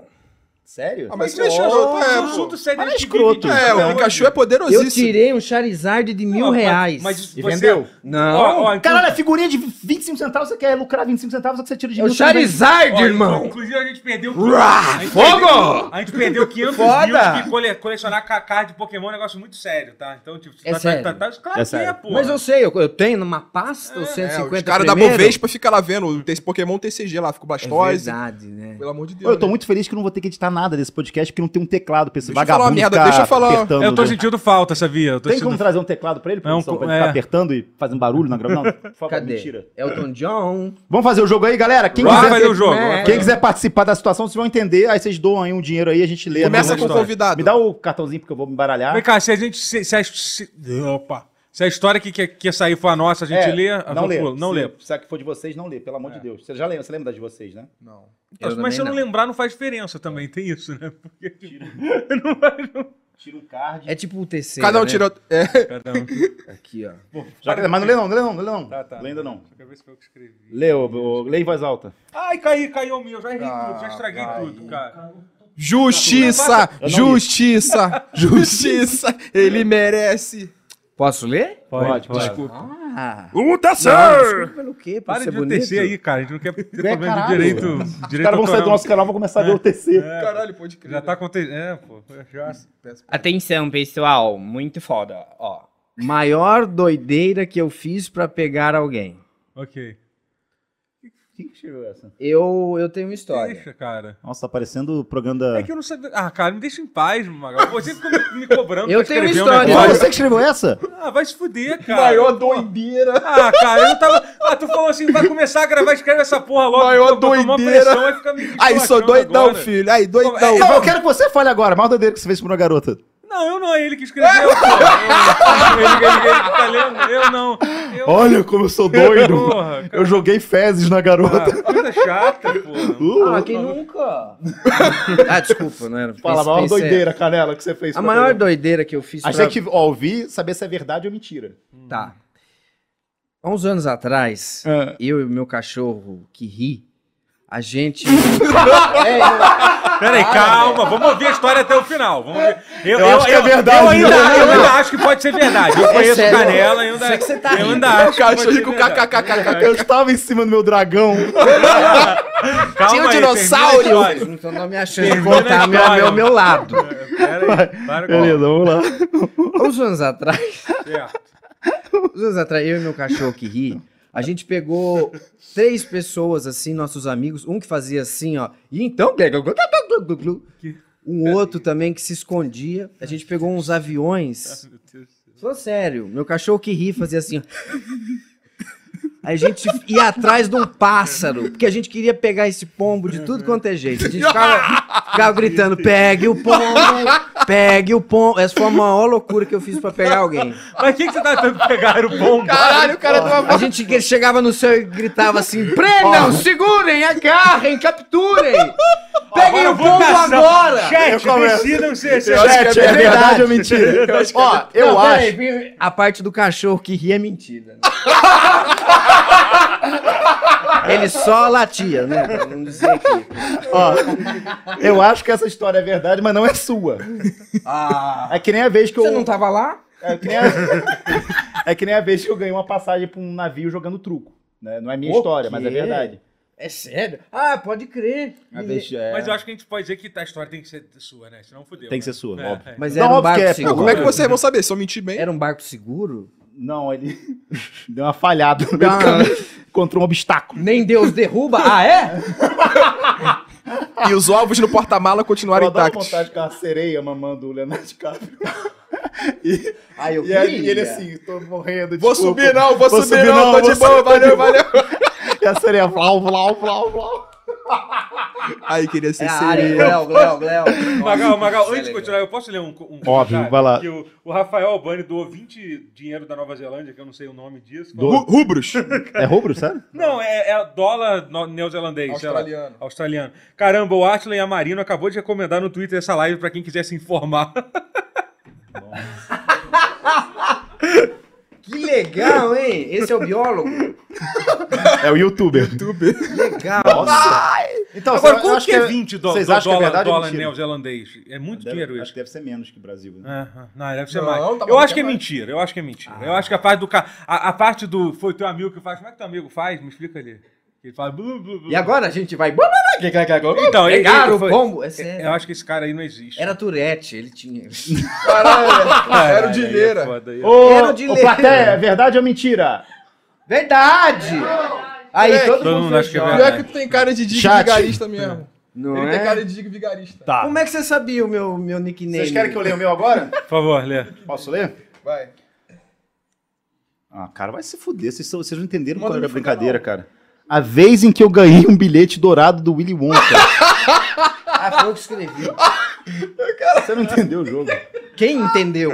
A: Sério?
E: Ah, mas isso não é escroto,
B: Cara.
E: é,
B: O assunto
E: pô.
B: sério
A: Mas é
B: desse
A: escroto,
B: vídeo,
E: É,
B: cara.
E: o Pikachu é
D: Eu
E: poderosíssimo.
D: tirei um Charizard de mil
B: Não, mas-
D: reais.
B: Mas
A: E
B: você-
A: vendeu?
D: Não.
B: Ó, ó, inclu-
A: Caralho, a figurinha é de 25 centavos, você quer lucrar 25 centavos, só que você tira de
D: é o
A: mil, você não vende.
D: Charizard,
B: ó,
D: irmão!
B: Inclusive, a gente perdeu...
D: Ruá,
B: a gente
D: fogo!
B: perdeu- A gente perdeu 500
D: Foda!
B: mil de cole- colecionar ca- card de Pokémon é um negócio muito sério, tá? Então, tipo...
D: É
B: tá- tá-
D: sério.
B: tá- tá-
A: É
B: Claro que é,
A: sério.
B: pô.
D: Mas eu sei, eu, eu tenho numa pasta os
E: É,
D: 150
E: os caras da
D: primeiro.
E: Bovespa ficam lá vendo tem esse Pokémon TCG lá, fica o
D: É
E: Blastoise.
D: verdade, né?
E: pelo amor de
A: Ô,
E: Deus.
A: Eu tô
E: né?
A: muito feliz que eu não vou ter que editar nada desse podcast, porque não tem um teclado pra esse
E: Deixa eu falar
A: vagabundo
E: uma merda,
A: ficar
E: deixa eu falar.
A: apertando.
B: Eu tô
A: né?
B: sentindo falta, sabia? Eu tô
A: Tem
B: sentindo
A: como trazer um teclado pra ele,
B: É um
A: produção,
B: co-
A: pra ele ficar
B: é.
A: apertando e fazendo barulho na gravação? Não, por favor,
D: Cadê?
A: mentira.
D: Elton John.
A: Vamos fazer o jogo aí, galera? Quem
B: Vai
A: quiser,
B: fazer o jogo.
D: né?
B: vai
A: quem
B: fazer.
A: quiser participar da situação, vocês vão entender, aí vocês doam aí um dinheiro aí, a gente lê. a
E: Começa
A: mesma
E: com o
A: história.
E: convidado.
A: Me dá o cartãozinho, porque eu vou me baralhar.
B: Vem cá, se a gente. Se, se a, se- opa. Se a história que quer que sair for a nossa, a gente
A: É,
B: lê. a-
A: não lê.
B: pula, Não
A: se,
B: lê. É.
A: Se a que for de vocês, não lê, pelo amor de Deus. Você já lembra, você lembra das de vocês, né?
E: Não.
D: Eu
B: Mas se eu não,
D: também não.
B: lembrar, não faz diferença também. Tem isso, né? Porque
A: Tira um card.
D: É tipo o terceiro.
E: Cada um
D: né?
E: tira. É,
A: [laughs]
B: cada um.
D: Aqui, ó.
A: Já que- mas não lê não, não lê não, não lê não.
B: Tá, tá.
A: Lê ainda não.
B: Quer ver se foi eu que escrevi.
A: Lê, ô, ô, lê em voz alta.
B: Ai, caiu, caiu o meu. Já errei tudo, já estraguei tudo, cara.
E: Justiça!
A: Eu não li.
E: Justiça! Justiça! Ele merece!
D: Posso ler?
A: Pode,
B: Desculpa.
D: Ah.
B: Luta,
D: Não, desculpa pelo quê? Por
B: Para
D: ser
B: de
D: bonito.
B: tercer aí, cara. A gente não quer ter
A: É,
B: problema de
A: caralho.
B: direito.
A: Os caras
B: direito
A: vão sair do
B: autoral.
A: nosso canal e vão começar a
B: É.
A: ver o TC.
E: Caralho, pode crer. né?
B: Já tá acontecendo. É, pô. Já.
F: Atenção, pessoal, muito foda, ó.
D: Maior doideira que eu fiz pra pegar alguém.
B: Ok. O que
A: Quem que tirou essa?
D: Eu, eu tenho uma história.
B: Deixa, cara.
A: Nossa, tá parecendo o programa da.
B: É que eu não sabia. Ah, cara, me deixa em paz, Magal. Você ficou me, me cobrando.
D: Eu
B: pra
D: tenho uma
B: escrever um
D: história.
A: Foi
B: negócio.
A: você que escreveu essa?
B: Ah, vai se fuder, cara.
E: Maior doideira.
B: Ah, cara, eu tava. Ah, tu falou assim, vai começar a gravar, escreve essa porra logo.
E: Maior
B: eu vou tomar uma
E: doideira. Ah,
B: pressão, Vai ficar me
E: Aí, sou
B: esculachando
E: doidão,
B: agora.
E: filho. Aí, doidão.
A: Não, Tá eu quero que você fale agora. Mal doideira que você fez pra uma garota.
B: Não, eu não, é ele que escreveu. porra. ele, ele, ele que tá lendo, eu não. Eu,
A: Olha como eu sou doido.
B: Porra,
A: eu joguei fezes na garota.
B: cara, coisa chata, porra.
A: Uh,
D: Ah, quem nunca? ah, desculpa, não era.
A: fala, a
D: Pense-
A: maior
D: pensei-
A: doideira, Canela, que você fez.
D: A
A: pra
D: maior
A: garota.
D: doideira que eu fiz
A: Achei
D: pra-
A: que ó, ouvi saber se é verdade ou mentira.
D: Tá. Há uns anos atrás,
A: Ah.
D: eu e o meu cachorro, que ri, a gente...
B: Peraí, calma, vamos ouvir a história até o final. Vamos ver.
A: é. Eu acho que é verdade.
B: Eu ainda, eu ainda acho que pode ser verdade. Eu conheço
D: É sério?
B: o Canela, eu ainda,
D: Será que você tá
B: eu
D: rindo?
B: ainda acho. que
E: Cara,
B: é, pode né? ser
E: Ah, com
B: verdade.
E: kkkk.
A: Eu estava em cima do meu dragão.
B: Calma
E: Tinha um
B: aí,
E: dinossauro.
B: termina a história.
D: Então não me achando de
B: Termina a
D: contar meu,
B: história.
D: meu, meu lado.
B: Peraí, para com
A: Beleza, vamos lá.
D: Há uns anos atrás,
B: Certo.
D: uns anos atrás, eu e meu cachorro que ri, a gente pegou três pessoas, assim, nossos amigos, um que fazia assim, ó, e então... Um outro também que se escondia. A gente pegou uns aviões Sou sério, meu cachorro que ri fazia assim. ó. Aí A gente ia atrás de um pássaro, porque a gente queria pegar esse pombo de tudo quanto é jeito. A gente ficava, ficava gritando: pegue o pombo, pegue o pombo. Essa foi a maior loucura que eu fiz pra pegar alguém.
B: Mas quem que você tá tentando pegar o pombo?
E: Caralho, o cara deu uma...
D: A gente que- chegava no céu e gritava assim: prendam, segurem,
A: [laughs]
D: agarrem, capturem, peguem o pombo
B: votação.
D: agora.
B: Chat,
A: é.
B: decidam se... se-
E: Eu acho que é
A: Gente, é verdade ou mentira? Ó, eu
D: Não,
A: acho. é
D: peraí, peraí. A parte do cachorro que ria é mentira.
A: [laughs]
D: né? Ele só latia, né? Pra não dizer que.
A: Ó, eu acho que essa história é verdade, mas não é sua.
D: Ah.
A: É que nem a vez que eu.
D: tava lá?
A: É que nem a, [laughs] é que nem a vez que eu ganhei uma passagem pra um navio jogando truco. né? Não é minha
D: O
A: história,
D: quê?
A: mas é verdade.
D: É sério? Ah, pode crer.
B: Mas eu acho que a gente pode dizer que a história tem que ser sua, né? Senão fudeu.
A: Tem que
B: né?
A: ser sua,
B: É,
A: óbvio.
B: é.
D: Mas
A: Não,
D: era um
A: óbvio que
D: barco
A: é, pô,
D: seguro.
E: Como é que vocês vão saber se eu mentir bem?
D: Era um barco seguro?
A: Não, ele. [laughs] Deu uma falhada no meio
D: Dá
A: do
D: uma-
A: caminho. Encontrou um obstáculo.
D: Nem Deus derruba? Ah, é?
E: E os ovos no porta-mala
A: Eu
E: continuaram
A: adoro
E: intactos.
A: vontade com a sereia mamando o Leonardo DiCaprio.
D: Ah, eu
A: E aí,
D: queria.
A: ele assim, tô morrendo.
E: Vou
A: desculpa.
E: subir não, vou, subir, não, tô
A: vou
E: de boa,
A: subir, tô de
E: valeu,
A: boa.
E: valeu.
A: [laughs] E a sereia, vlau, vlau, vlau, vlau.
E: Aí queria ser
D: É a área,
E: sereia.
D: Gleo, Gleo, Gleo.
B: Magal, Magal, antes
D: Isso é
B: de
D: legal.
B: continuar, eu posso ler um. um
A: Óbvio, vai lá.
B: Que o, o Rafael Albani doou 20 dinheiro da Nova Zelândia, que eu não sei o nome disso.
E: Ru- Rubros.
A: É rubro, sério?
B: Não, é, é dólar no- neozelandês. sei lá.
E: Australiano.
B: Australiano. Caramba, o Atlan e a Marino acabou de recomendar no Twitter essa live pra quem quiser se informar.
D: Que legal, hein? Esse é o biólogo?
A: É o youtuber.
D: Legal.
A: Então,
B: Agora,
A: eu
B: quanto
A: acho
B: que é 20 do,
A: vocês
B: do
A: acham que é
B: dólar,
A: verdade ou
B: dólar
A: mentira?
B: neozelandês? É muito dinheiro
A: Deve,
B: isso.
A: acho que deve ser menos que o Brasil. Né?
B: Ah, Não, deve ser
E: Não,
B: mais.
E: tá bom,
B: eu acho
E: quer
B: que é
E: mais.
B: mentira, eu acho que é mentira. Eu acho que a parte do. ca- A, a parte do. Foi teu amigo que faz. Como é que teu amigo faz? Me explica ali. Ele fala. Blu, blu, blu.
D: E agora a gente vai.
B: Então, ele-
D: Pegaram
B: ele
D: o
B: foi-
D: pombo? É sério.
B: Eu acho que esse cara aí não existe.
D: Era Turete, ele tinha.
E: Caralho, era o
B: Caralho, aí é
E: Dileira.
B: foda, aí é-
A: Ô,
D: Era o de
A: ô
D: letra.
A: plateia, é verdade ou mentira?
D: Verdade! Aí
E: Moleque,
D: todo,
B: todo
D: mundo
B: mundo acha que é
D: joga.
E: Pior que tu tem cara de digo
A: Chat.
E: vigarista mesmo.
D: Não
E: Ele tem
D: é?
E: cara de digo vigarista.
A: Tá.
D: Como é que você sabia o meu, meu nickname?
A: Vocês querem que eu leia o meu agora?
B: Por favor, lê.
A: Posso ler?
E: Vai.
A: Ah, cara, vai se fuder. Vocês, são- vocês não entenderam
E: Manda
A: qual era a
E: me
A: brincadeira, cara. A vez em que eu ganhei um bilhete dourado do Willy [laughs] Wonka.
D: Ah, foi eu que escrevi.
A: Você não entendeu o jogo.
D: Quem entendeu?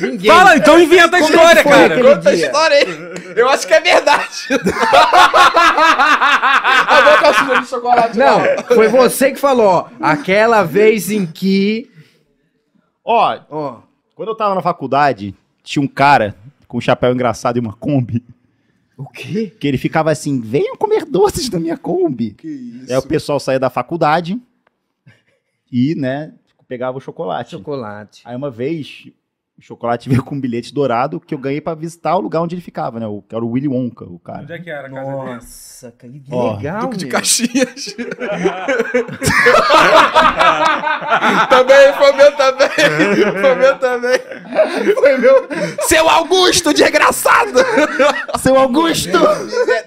D: Ninguém.
B: Fala, então inventa a história,
D: foi
B: cara.
D: aquele-
E: Conta a
D: dia.
E: história aí. Eu acho que é [laughs] verdade. Eu vou com a sua de chocolate.
D: Não, foi você que falou. ó, Aquela vez em que.
A: Ó,
D: Ó.
A: quando eu tava na faculdade, tinha um cara com um chapéu engraçado e uma Kombi,
D: O quê?
A: que ele ficava assim, venham comer doces na minha Kombi.
E: Que isso.
A: Aí É o pessoal saía da faculdade e, né, pegava o chocolate.
D: Chocolate.
A: Aí uma vez, chocolate [laughs] veio com um bilhete dourado que eu ganhei pra visitar o lugar onde ele ficava, né? O, que era o Willy Wonka, o cara.
B: Onde é que era a casa dele?
D: Nossa, cara, que
A: Ó,
D: legal,
E: Duque de
D: meu.
E: Caxias. [laughs] também, foi meu também. Foi meu também. Foi meu. Seu Augusto, desgraçado!
A: Seu Augusto!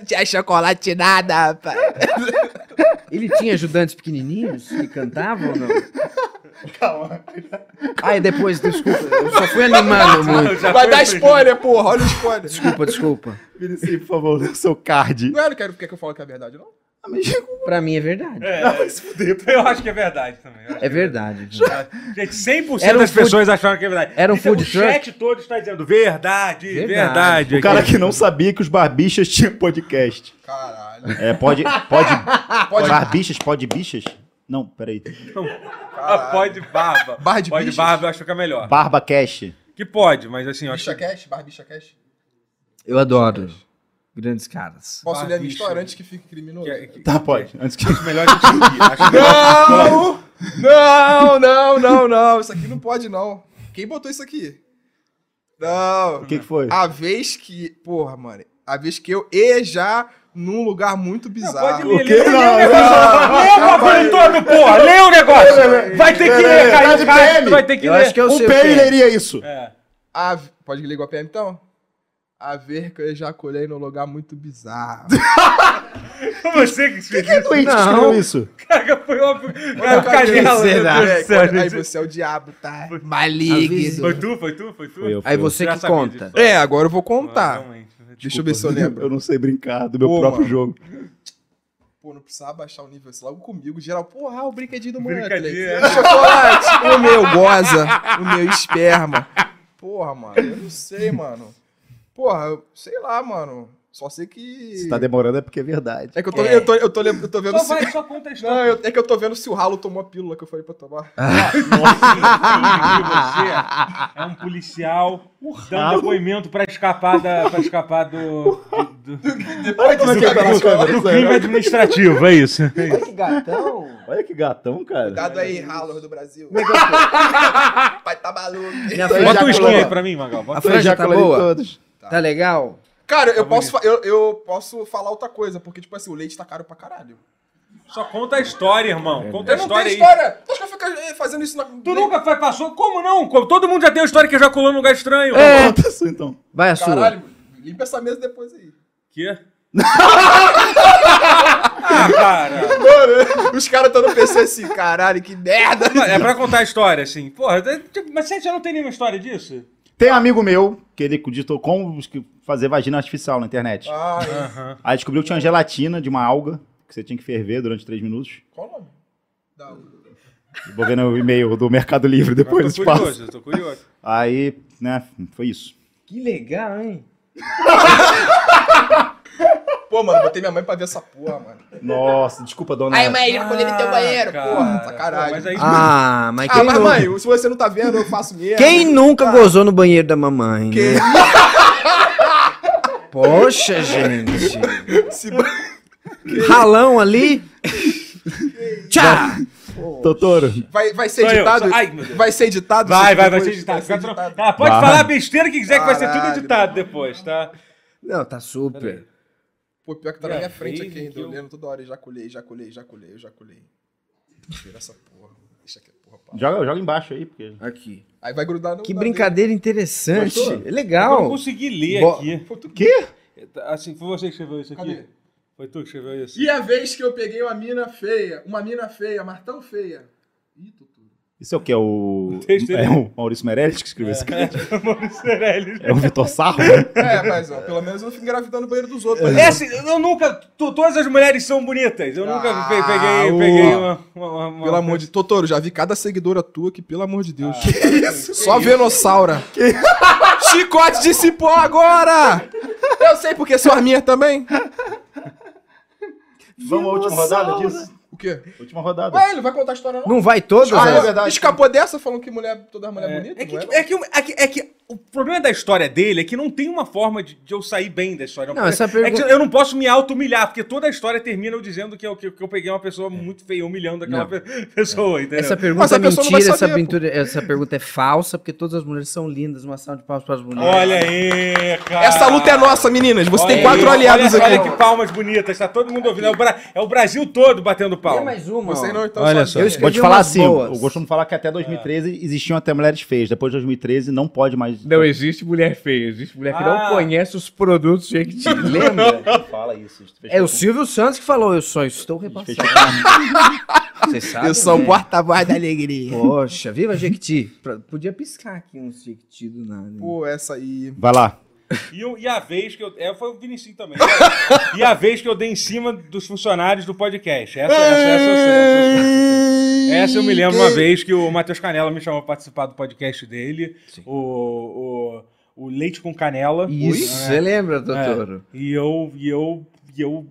E: Tinha chocolate nada, rapaz.
D: Ele tinha ajudantes pequenininhos que cantavam ou não? Calma. Ai, depois, desculpa. Eu só fui animando muito.
B: Já
E: Vai
B: foi
E: dar
B: pro-
E: spoiler, porra. Olha o spoiler.
D: Desculpa, desculpa.
A: Vinicius, [laughs] por favor, o seu card.
E: Não é, não quero quer que eu fale que é verdade, não?
D: Pra mim é verdade.
B: [laughs] Eu acho que é verdade também. eu acho que
D: É verdade. gente.
B: Gente, 100%
D: Era um
B: das
D: food-
B: pessoas acharam que é verdade.
D: Era um food
B: O chat todo está dizendo verdade, verdade.
D: Verdade.
A: O cara que não sabia que os barbichas tinham podcast.
E: Caralho.
A: É, pode. Pode.
E: Pode.
A: barbichas, pode bichas? Não, peraí.
B: Ah, pode
D: [laughs]
B: barba.
E: Barra de
B: pode
E: bichas?
B: barba, eu acho que é melhor.
A: Barba Cash.
B: Que pode, mas assim, eu acho
E: Bicha
B: que...
E: cash? Barbicha cash?
D: Eu adoro. Grandes caras.
E: Posso ler a minha
B: Barbicha.
E: história antes que fique criminoso?
B: que- que-
A: Tá, pode. Antes que.
B: Acho melhor a gente seguir. Acho melhor...
E: Não! Não, não, não, não. Isso aqui não pode, não. Quem botou isso aqui? Não.
A: O que, que foi?
E: A vez que. Porra, mano. A vez que eu e já num lugar muito bizarro.
B: Pode ler,
A: quê?
B: lê, lê,
A: Não,
B: o negócio. Lê o bagulho todo, porra. Lê o negócio. Vai ter que ler,
A: Tá
B: cara.
A: de
B: o cara
A: PM.
B: vai ter que
D: Eu
B: ler.
D: acho que eu
A: o
D: sei. o
A: Pedro
D: que é.
A: leria isso.
B: É.
E: A... Pode ligar o PM então? A vez que eu ejaculei num lugar muito bizarro.
B: Foi Você que fez
A: Quem é
B: isso.
A: doente que
D: Não.
A: escreveu isso?
B: Cara, foi óbvio. Cara,
E: Cara,
B: canela.
D: que
B: meu
D: será?
B: Deus do céu,
E: Aí
B: gente.
E: você é o diabo, tá?
D: Às vezes-
E: Maligno.
B: Foi tu, foi tu, foi tu?
A: Foi eu, foi
D: Aí
A: eu.
D: você
B: Já
D: que
B: sabia
D: conta.
B: disso.
E: É, agora eu vou
B: Ah,
E: contar.
B: realmente.
E: Deixa eu ver se eu lembro.
A: Eu não sei brincar do meu
E: Pô,
A: próprio
E: mano.
A: jogo.
E: Pô, não precisava baixar o nível isso logo comigo. Geral, porra, o brinquedinho do Mantle.
B: Brincadeira.
E: O chocolate, o meu goza, o meu esperma. Porra, mano, eu não sei, mano. Porra, eu, sei lá, mano. Só sei que.
A: Se tá demorando é porque é verdade.
E: É que eu tô, eu tô, eu tô, lem- eu tô vendo
B: Só
E: se. [laughs]
B: vai, só conta a história.
E: Não, eu- é que eu tô vendo se o ralo tomou a pílula que eu falei pra tomar.
B: Nossa, você é um policial dando depoimento pra escapar, da, pra escapar do, do, do-
A: Olha como é
E: tá
A: que é pelas câmeras,
B: do crime
E: né?
A: sério.
B: administrativo, é isso.
D: Olha que gatão.
A: Olha que gatão, cara.
E: Cuidado aí, ralo do Brasil. [laughs] Pai tá maluco.
D: Minha
A: Bota
B: Bota um
D: franja tá
B: skin aí
D: boa.
B: pra mim, Magal. Bota.
D: A franja tá
A: ejaculei
D: boa?
A: todos.
D: Tá legal?
E: Cara, eu
B: Tá
E: posso, fa- eu, eu posso falar outra coisa, porque, tipo assim, o leite tá caro pra caralho.
B: Só conta a história, irmão. Conta a
E: É Eu não
B: história
E: tenho
B: aí.
E: história. Tu acha que eu fico eh, fazendo isso na.
B: Tu nunca foi, passou? Como não? Como- Todo mundo já tem uma história que ejaculou num lugar estranho.
D: É.
A: Conta isso, então.
D: Vai a sua.
E: Caralho, limpa essa mesa depois aí.
B: Quê? ah, cara.
E: Mano, os caras estão no PC assim, caralho, que merda.
B: É pra contar a história, assim. Porra, é, tipo, mas você já não tem nenhuma história disso?
A: Tem um amigo meu que ele ditou como fazer vagina artificial na internet.
D: Ah.
E: Ai,
B: Aham.
A: Aí descobriu que tinha gelatina de uma alga que você tinha que ferver durante 3 minutos.
E: qual o nome? Da-
A: Vou ver no e-mail do Mercado Livre depois
B: Eu
A: do
B: tô
A: espaço.
B: curioso, eu tô curioso.
A: Aí, né, foi isso.
D: Que legal, hein?
E: Pô, mano, botei minha mãe pra ver essa porra, mano.
A: Nossa, desculpa, dona.
E: mãe, ele colheu no teu banheiro, porra,
B: Pô,
E: sacanagem.
B: Ah, Mas aí,
D: Ah,
B: É
D: mas quem
E: ah, mas
D: nunca,
E: mãe, se você não tá vendo, eu faço mesmo.
D: quem nunca gozou no banheiro da mamãe,
E: Que
D: né? Poxa, gente.
E: Se...
D: Ralão [laughs] ali. Tchau.
A: Totoro.
E: Vai, vai ser
B: Sou eu,
E: editado?
B: sou- Ai, meu Deus.
E: Vai ser editado?
B: Vai,
E: isso
B: vai, vai
E: depois?
B: ser editado.
E: Vai ser
B: Fica
E: editado.
B: tran- Ela pode
A: Vai.
B: falar a besteira que quiser, que vai ser tudo
E: Caralho.
B: editado depois, tá?
D: Não, tá super.
E: Pô, pior que tá na minha
B: Yeah,
E: frente
B: fez
E: aqui ainda,
B: que eu-
E: olhando toda hora, ejaculei, ejaculei, ejaculei, ejaculei. Tira essa porra, deixa aqui a porra, pá.
A: Joga, joga embaixo aí, porque.
D: Aqui.
E: Aí vai grudar no...
D: Que
E: na
D: brincadeira interessante. É
A: Gostou?
B: Eu não
D: Legal.
B: consegui ler
D: Bo-
B: aqui.
E: Foi tudo
A: Quê?
B: Assim, foi você que escreveu isso aqui?
E: Cadê?
B: Foi tu que escreveu isso? [laughs]
E: E a vez que eu peguei uma mina feia, uma mina feia, mas tão feia. Ih, Tutu.
A: Isso é o que? É o.
B: texto dele.
A: É o Maurício Meirelles que escreveu esse cara?
B: Maurício Meirelles.
A: É o Vitor Sarro? né?
E: É, mas ó, pelo menos eu não fico engravidando o banheiro dos outros. né?
B: É assim, eu nunca. tu- todas as mulheres são bonitas. Eu nunca
E: Ah,
B: pe- peguei,
E: o-
B: peguei uma, uma- uma-
E: Pelo amor de Totoro, já vi cada seguidora tua que, pelo amor de Deus. [laughs] Só Venossaura. Chicote de cipó agora! Eu sei porque sou a minha também.
A: Vamos à última rodada disso?
E: O quê?
A: Última rodada.
E: Ué, ele vai contar a história não?
D: Não vai todas?
E: Ah,
A: é
E: é
D: as-
A: verdade.
E: Escapou dessa falando que mulher, toda mulher é
B: É
E: bonita?
B: que,
E: não é?
B: é que, é que- é que O problema da história dele é que não tem uma forma de, de eu sair bem da história.
D: Não, essa
B: É que
D: pergunta.
B: eu não posso me auto-humilhar, porque toda a história termina eu dizendo que eu, que, eu- que eu peguei uma
E: É.
B: pessoa muito feia, humilhando aquela
D: Não.
B: pe- pessoa, entendeu?
D: Essa
E: Mas
D: pergunta
E: a
D: é
E: pessoa não vai
D: mentira, essa,
E: saber, pô.
D: pintura- essa pergunta é falsa, porque todas as mulheres são lindas, uma salva de palmas para as mulheres.
B: Olha aí, cara.
E: Essa luta é nossa, meninas. Você
B: Olha
E: tem quatro
B: aí,
E: aliados
B: olha,
E: aqui.
B: Olha que palmas bonitas, tá todo mundo ouvindo. É o, Bra- é o Brasil todo batendo
D: Tem
B: palma.
D: é mais uma.
E: Vocês
D: ó.
A: então,
E: não estão
G: Olha
E: sabendo.
D: só.
A: Vou
D: escrevi
A: te falar
D: umas
A: assim,
D: boas. É.
A: eu costumo falar que até 2013 existiam até mulheres feias. Depois de 2013 não pode mais.
C: Não
A: [laughs]
C: existe mulher feia, existe mulher que
B: Ah.
C: não conhece os produtos Jequiti.
B: [laughs]
D: Lembra? [laughs]
A: Fala isso. isso fez-
D: É o Silvio Santos que falou, eu só estou repassando. Vocês sabem?
E: Eu sou um o
D: né?
E: porta-voz da alegria.
D: Poxa, viva Jequiti. Pra- Podia piscar aqui uns Jequiti do nada. né?
E: Pô, essa aí.
A: Vai lá.
B: E, eu- e a vez que eu. É, foi o Vinicinho também. [laughs] e a vez que eu dei em cima dos funcionários do podcast. Essa, essa, essa, eu sei, essa, eu sei. Essa eu me lembro uma vez que o Matheus Canela me chamou pra participar do podcast dele. O, o, o Leite com Canela.
D: Isso,
E: é.
B: Né?
D: você lembra, doutor?
B: E eu. E eu. E eu.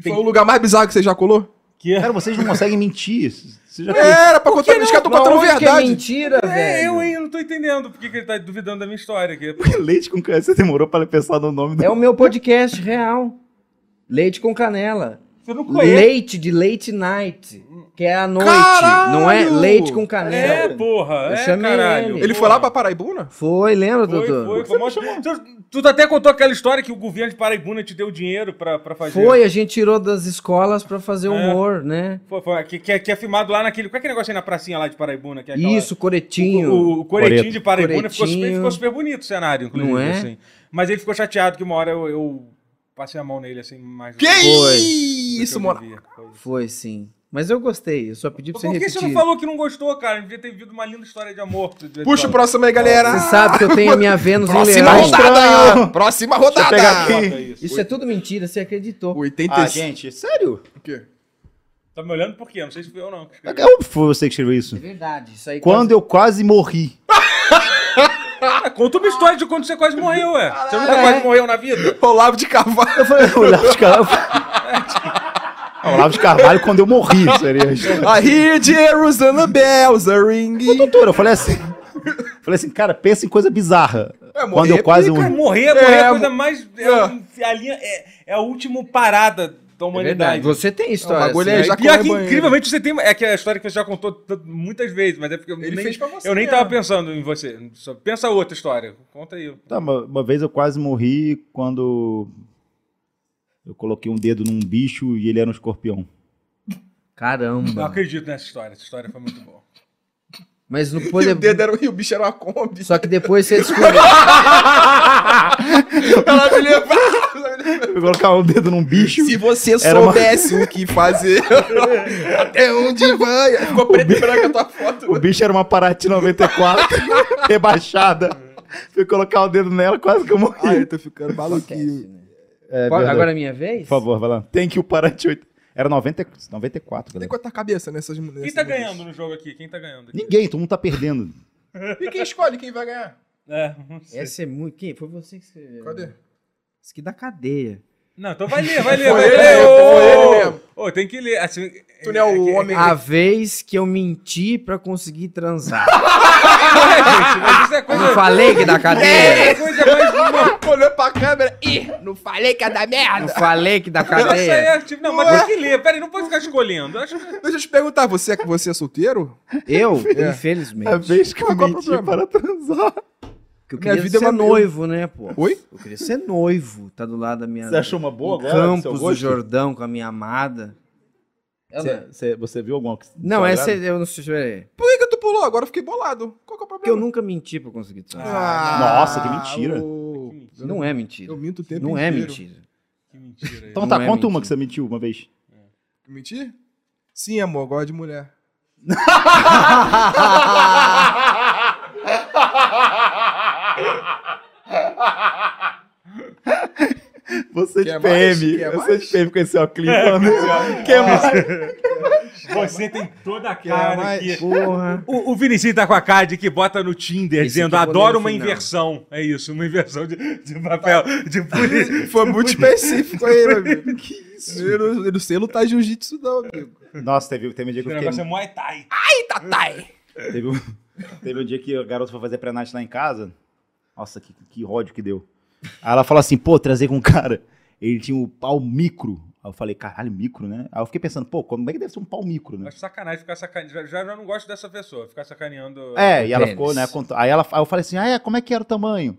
E: Foi um o lugar mais bizarro que você já colou?
B: Que...
A: Cara, vocês não conseguem mentir. Você já
E: É, era pra contar os caras estão
D: Da
E: contando
D: onde que é
E: verdade.
D: mentira,
B: É,
D: velho.
B: eu, hein? Eu não tô entendendo por que que ele tá duvidando da minha história aqui.
A: [laughs] leite com câncer. Você demorou pra pensar no nome [laughs] do.
D: É o meu podcast real. Leite com canela.
B: Você não conhece.
D: Leite de late night, que é a noite,
E: Caralho!
D: não é leite com
B: É,
D: canela.
B: porra.
D: Eu
B: é,
D: chamei
B: caralho.
D: ele.
E: Ele foi lá pra Paraibuna?
D: Foi, lembra,
B: Foi,
D: doutor?
B: foi, foi mó- tu, tu até contou aquela história que o governo de Paraibuna te deu dinheiro pra, pra fazer.
D: Foi, a gente tirou das escolas pra
B: É.
D: fazer humor, né?
B: Foi, foi, que, que, é- que é filmado lá naquele. Qual é aquele negócio aí na pracinha lá de Paraibuna? Que é aquela-
D: Isso, coretinho.
B: O, o coretinho
A: Coreto.
B: de Paraibuna ficou super,
D: Coretinho.
B: ficou super bonito o cenário, inclusive.
D: Não é?
B: assim. Mas ele ficou chateado que uma hora eu, eu passei a mão nele assim, mais.
E: Que
B: do do
D: Foi.
E: isso,
B: eu
E: mano.
B: devia. Foi.
D: Foi sim. Mas eu gostei, eu só pedi
B: Por
D: pra você
B: que
D: repetir.
B: você não falou que não gostou, cara? Devia ter vivido uma linda história de amor.
E: Puxa o próximo aí, galera.
D: Você sabe que eu tenho a minha Vênus em
E: Próxima
D: Leão.
A: volta.
E: rodada!
A: Estranho.
E: Próxima
A: eu
E: rodada!
A: pegar aqui.
D: Isso é tudo mentira, você acreditou.
E: 85.
A: Ah, gente, sério?
E: O quê?
B: Tá me olhando por quê? Não sei se foi eu não. que escrevi.
A: É óbvio que foi você que escreveu isso.
D: É verdade, isso aí.
A: Quando eu quase
D: [laughs]
A: morri.
B: Ah, conta uma história de quando você quase morreu, ué. Você nunca
D: é?
B: quase morreu na vida?
E: Olavo de Carvalho.
A: Eu falei, Olavo de
D: [laughs]
A: Carvalho. Olavo de Carvalho quando eu morri, seria
D: [laughs]
A: a história.
E: I hear Jerusalem bells are ringing.
A: Doutor, eu falei assim. Falei assim, cara, pensa em coisa bizarra.
E: É, morrer
A: quando eu quase
B: Cara,
A: morri.
B: morrer, morrer é, a
E: É,
B: coisa mais. É,
E: é.
B: um- a linha, é, é a última parada da
D: É verdade,
B: humanidade.
D: você tem
E: O
D: história.
E: bagulho
D: assim,
E: é
D: né?
E: já-
B: Pior
E: corre
B: que,
E: banheiro.
B: incrivelmente, você tem. É que a história que você já contou t- muitas vezes, mas é porque eu
E: Ele
B: nem,
E: fez pra você é.
B: eu nem
E: mesmo.
B: tava pensando em você. Só pensa outra história. Conta aí.
A: Tá, uma, uma vez eu quase morri quando eu coloquei um dedo num bicho e ele era um escorpião.
B: Não
D: Caramba.
B: acredito nessa história. Essa história foi muito
E: [laughs]
B: boa.
D: Mas no
B: [laughs]
E: E
D: poder...
E: o dedo era e o bicho era uma
B: é
E: Kombi.
D: Só que depois você descobriu.
E: Ela me levava.
A: Eu colocar um dedo num bicho.
E: Se você
A: Era uma-
E: soubesse o que [laughs] fazer, até onde vai? Ficou preto e branco a tua
A: [laughs]
E: foto.
A: O bicho era uma Paraty 94, [laughs] rebaixada. Fui colocar o dedo nela, quase que eu morri.
E: Ai, eu tô ficando maluquinho.
A: É
D: Pode-
A: verdade.
D: Agora é minha vez?
A: Por favor, vai lá. Tem que o Paraty 8. Era 90, 94,
E: Tem
A: galera.
E: quanto a cabeça nessas mulheres.
B: Quem tá ganhando no jogo aqui? Quem tá ganhando? aqui?
A: Ninguém, todo mundo tá perdendo.
E: E quem escolhe quem vai ganhar?
B: É, não sei.
D: Essa é muito. Quem? Foi você que escreveu.
E: Cadê?
D: Isso aqui da cadeia.
B: Não, então vai
E: [laughs]
B: ler, vai ler. vai
E: ele
B: ler.
E: mesmo,
B: Ô,
E: foi ele
B: ô,
E: mesmo.
B: ô, tem que ler. assim,
E: Tu não é o homem.
D: A vez que eu menti pra conseguir transar.
B: é, gente, mas isso é
D: Eu
B: coisa.
D: não falei que da
B: isso
E: [laughs]
D: cadeia?
B: é coisa mais.
E: Olhou pra câmera. Ih, não falei que ia dar
D: Eu
E: merda.
D: falei que da
B: Isso aí é
D: cadeia?
B: ativo. Não, mas tem que ler. Pera aí, não pode ficar escolhendo. Acho que-
E: Deixa eu te perguntar, você, é- você é solteiro?
D: Eu,
E: [laughs] É.
A: A
D: infelizmente.
A: vez que eu
E: Mas qual o
A: menti para
E: problema?
A: transar.
D: Porque eu
E: Minha
D: queria
E: vida é
D: ser
E: uma mesma.
D: noivo, né, pô?
E: Oi?
D: Eu queria ser noivo. Tá do lado da minha.
A: Você achou uma boa agora? do seu
D: Campos do
A: gosto?
D: Jordão com a minha amada.
E: É, né?
A: Você, você- você viu alguma coisa?
E: tá
D: Não, essa
A: é.
D: eu não sei. Peraí.
E: Por que, que tu pulou? Agora eu fiquei bolado. Qual que é o
D: Porque eu
E: problema?
D: nunca menti pra conseguir transar.
E: Ah,
A: Nossa, que mentira.
E: ô,
D: Não é mentira.
E: Ah, Eu minto o tempo
D: Não é
E: inteiro.
D: mentira.
B: Que
E: [laughs]
B: mentira.
A: Então
D: Não
A: tá,
D: é
A: conta uma
D: mentira.
A: que você mentiu uma vez.
E: Mentir? Sim, amor, gosto de mulher.
A: Você
E: Quer
A: de
E: mais?
A: PM,
E: Quer
A: você
E: mais?
A: de PM com esse óculos. mano. Quer mais?
B: Você tem toda a
E: Quer
B: cara
E: mais?
B: que.
D: Porra.
B: O, o Vinicius tá com a CAD que bota no Tinder
D: Esse
B: dizendo:
A: é
D: aqui eu vou ler
B: adoro
D: no
B: uma
D: final."
B: inversão. É isso, uma inversão de, de papel
A: [laughs]
B: de [laughs] polícia.
E: Foi muito específico aí,
B: né,
E: meu amigo. [laughs] que isso? Eu não, eu não sei lutar jiu-jitsu, não, amigo.
A: Nossa, teve, teve um dia que
B: O
A: eu
B: negócio é
A: fiquei.
B: Muay Thai.
E: Tatai!
A: Teve um, teve um dia que a garota foi fazer pré-night lá em casa. Nossa, que, que ódio que deu. Aí ela falou assim, pô, trazer com um cara. Ele tinha um pau micro. Aí eu falei, caralho, micro, né? Aí eu fiquei pensando, pô, como é que deve ser um pau micro, né?
B: Acho sacanagem ficar sacaneando. Já, já não gosto dessa pessoa, ficar sacaneando.
A: É, e ela
C: Pênis.
A: ficou, né? cont- Aí, ela, aí eu falei assim, ah, é, como é que era o tamanho?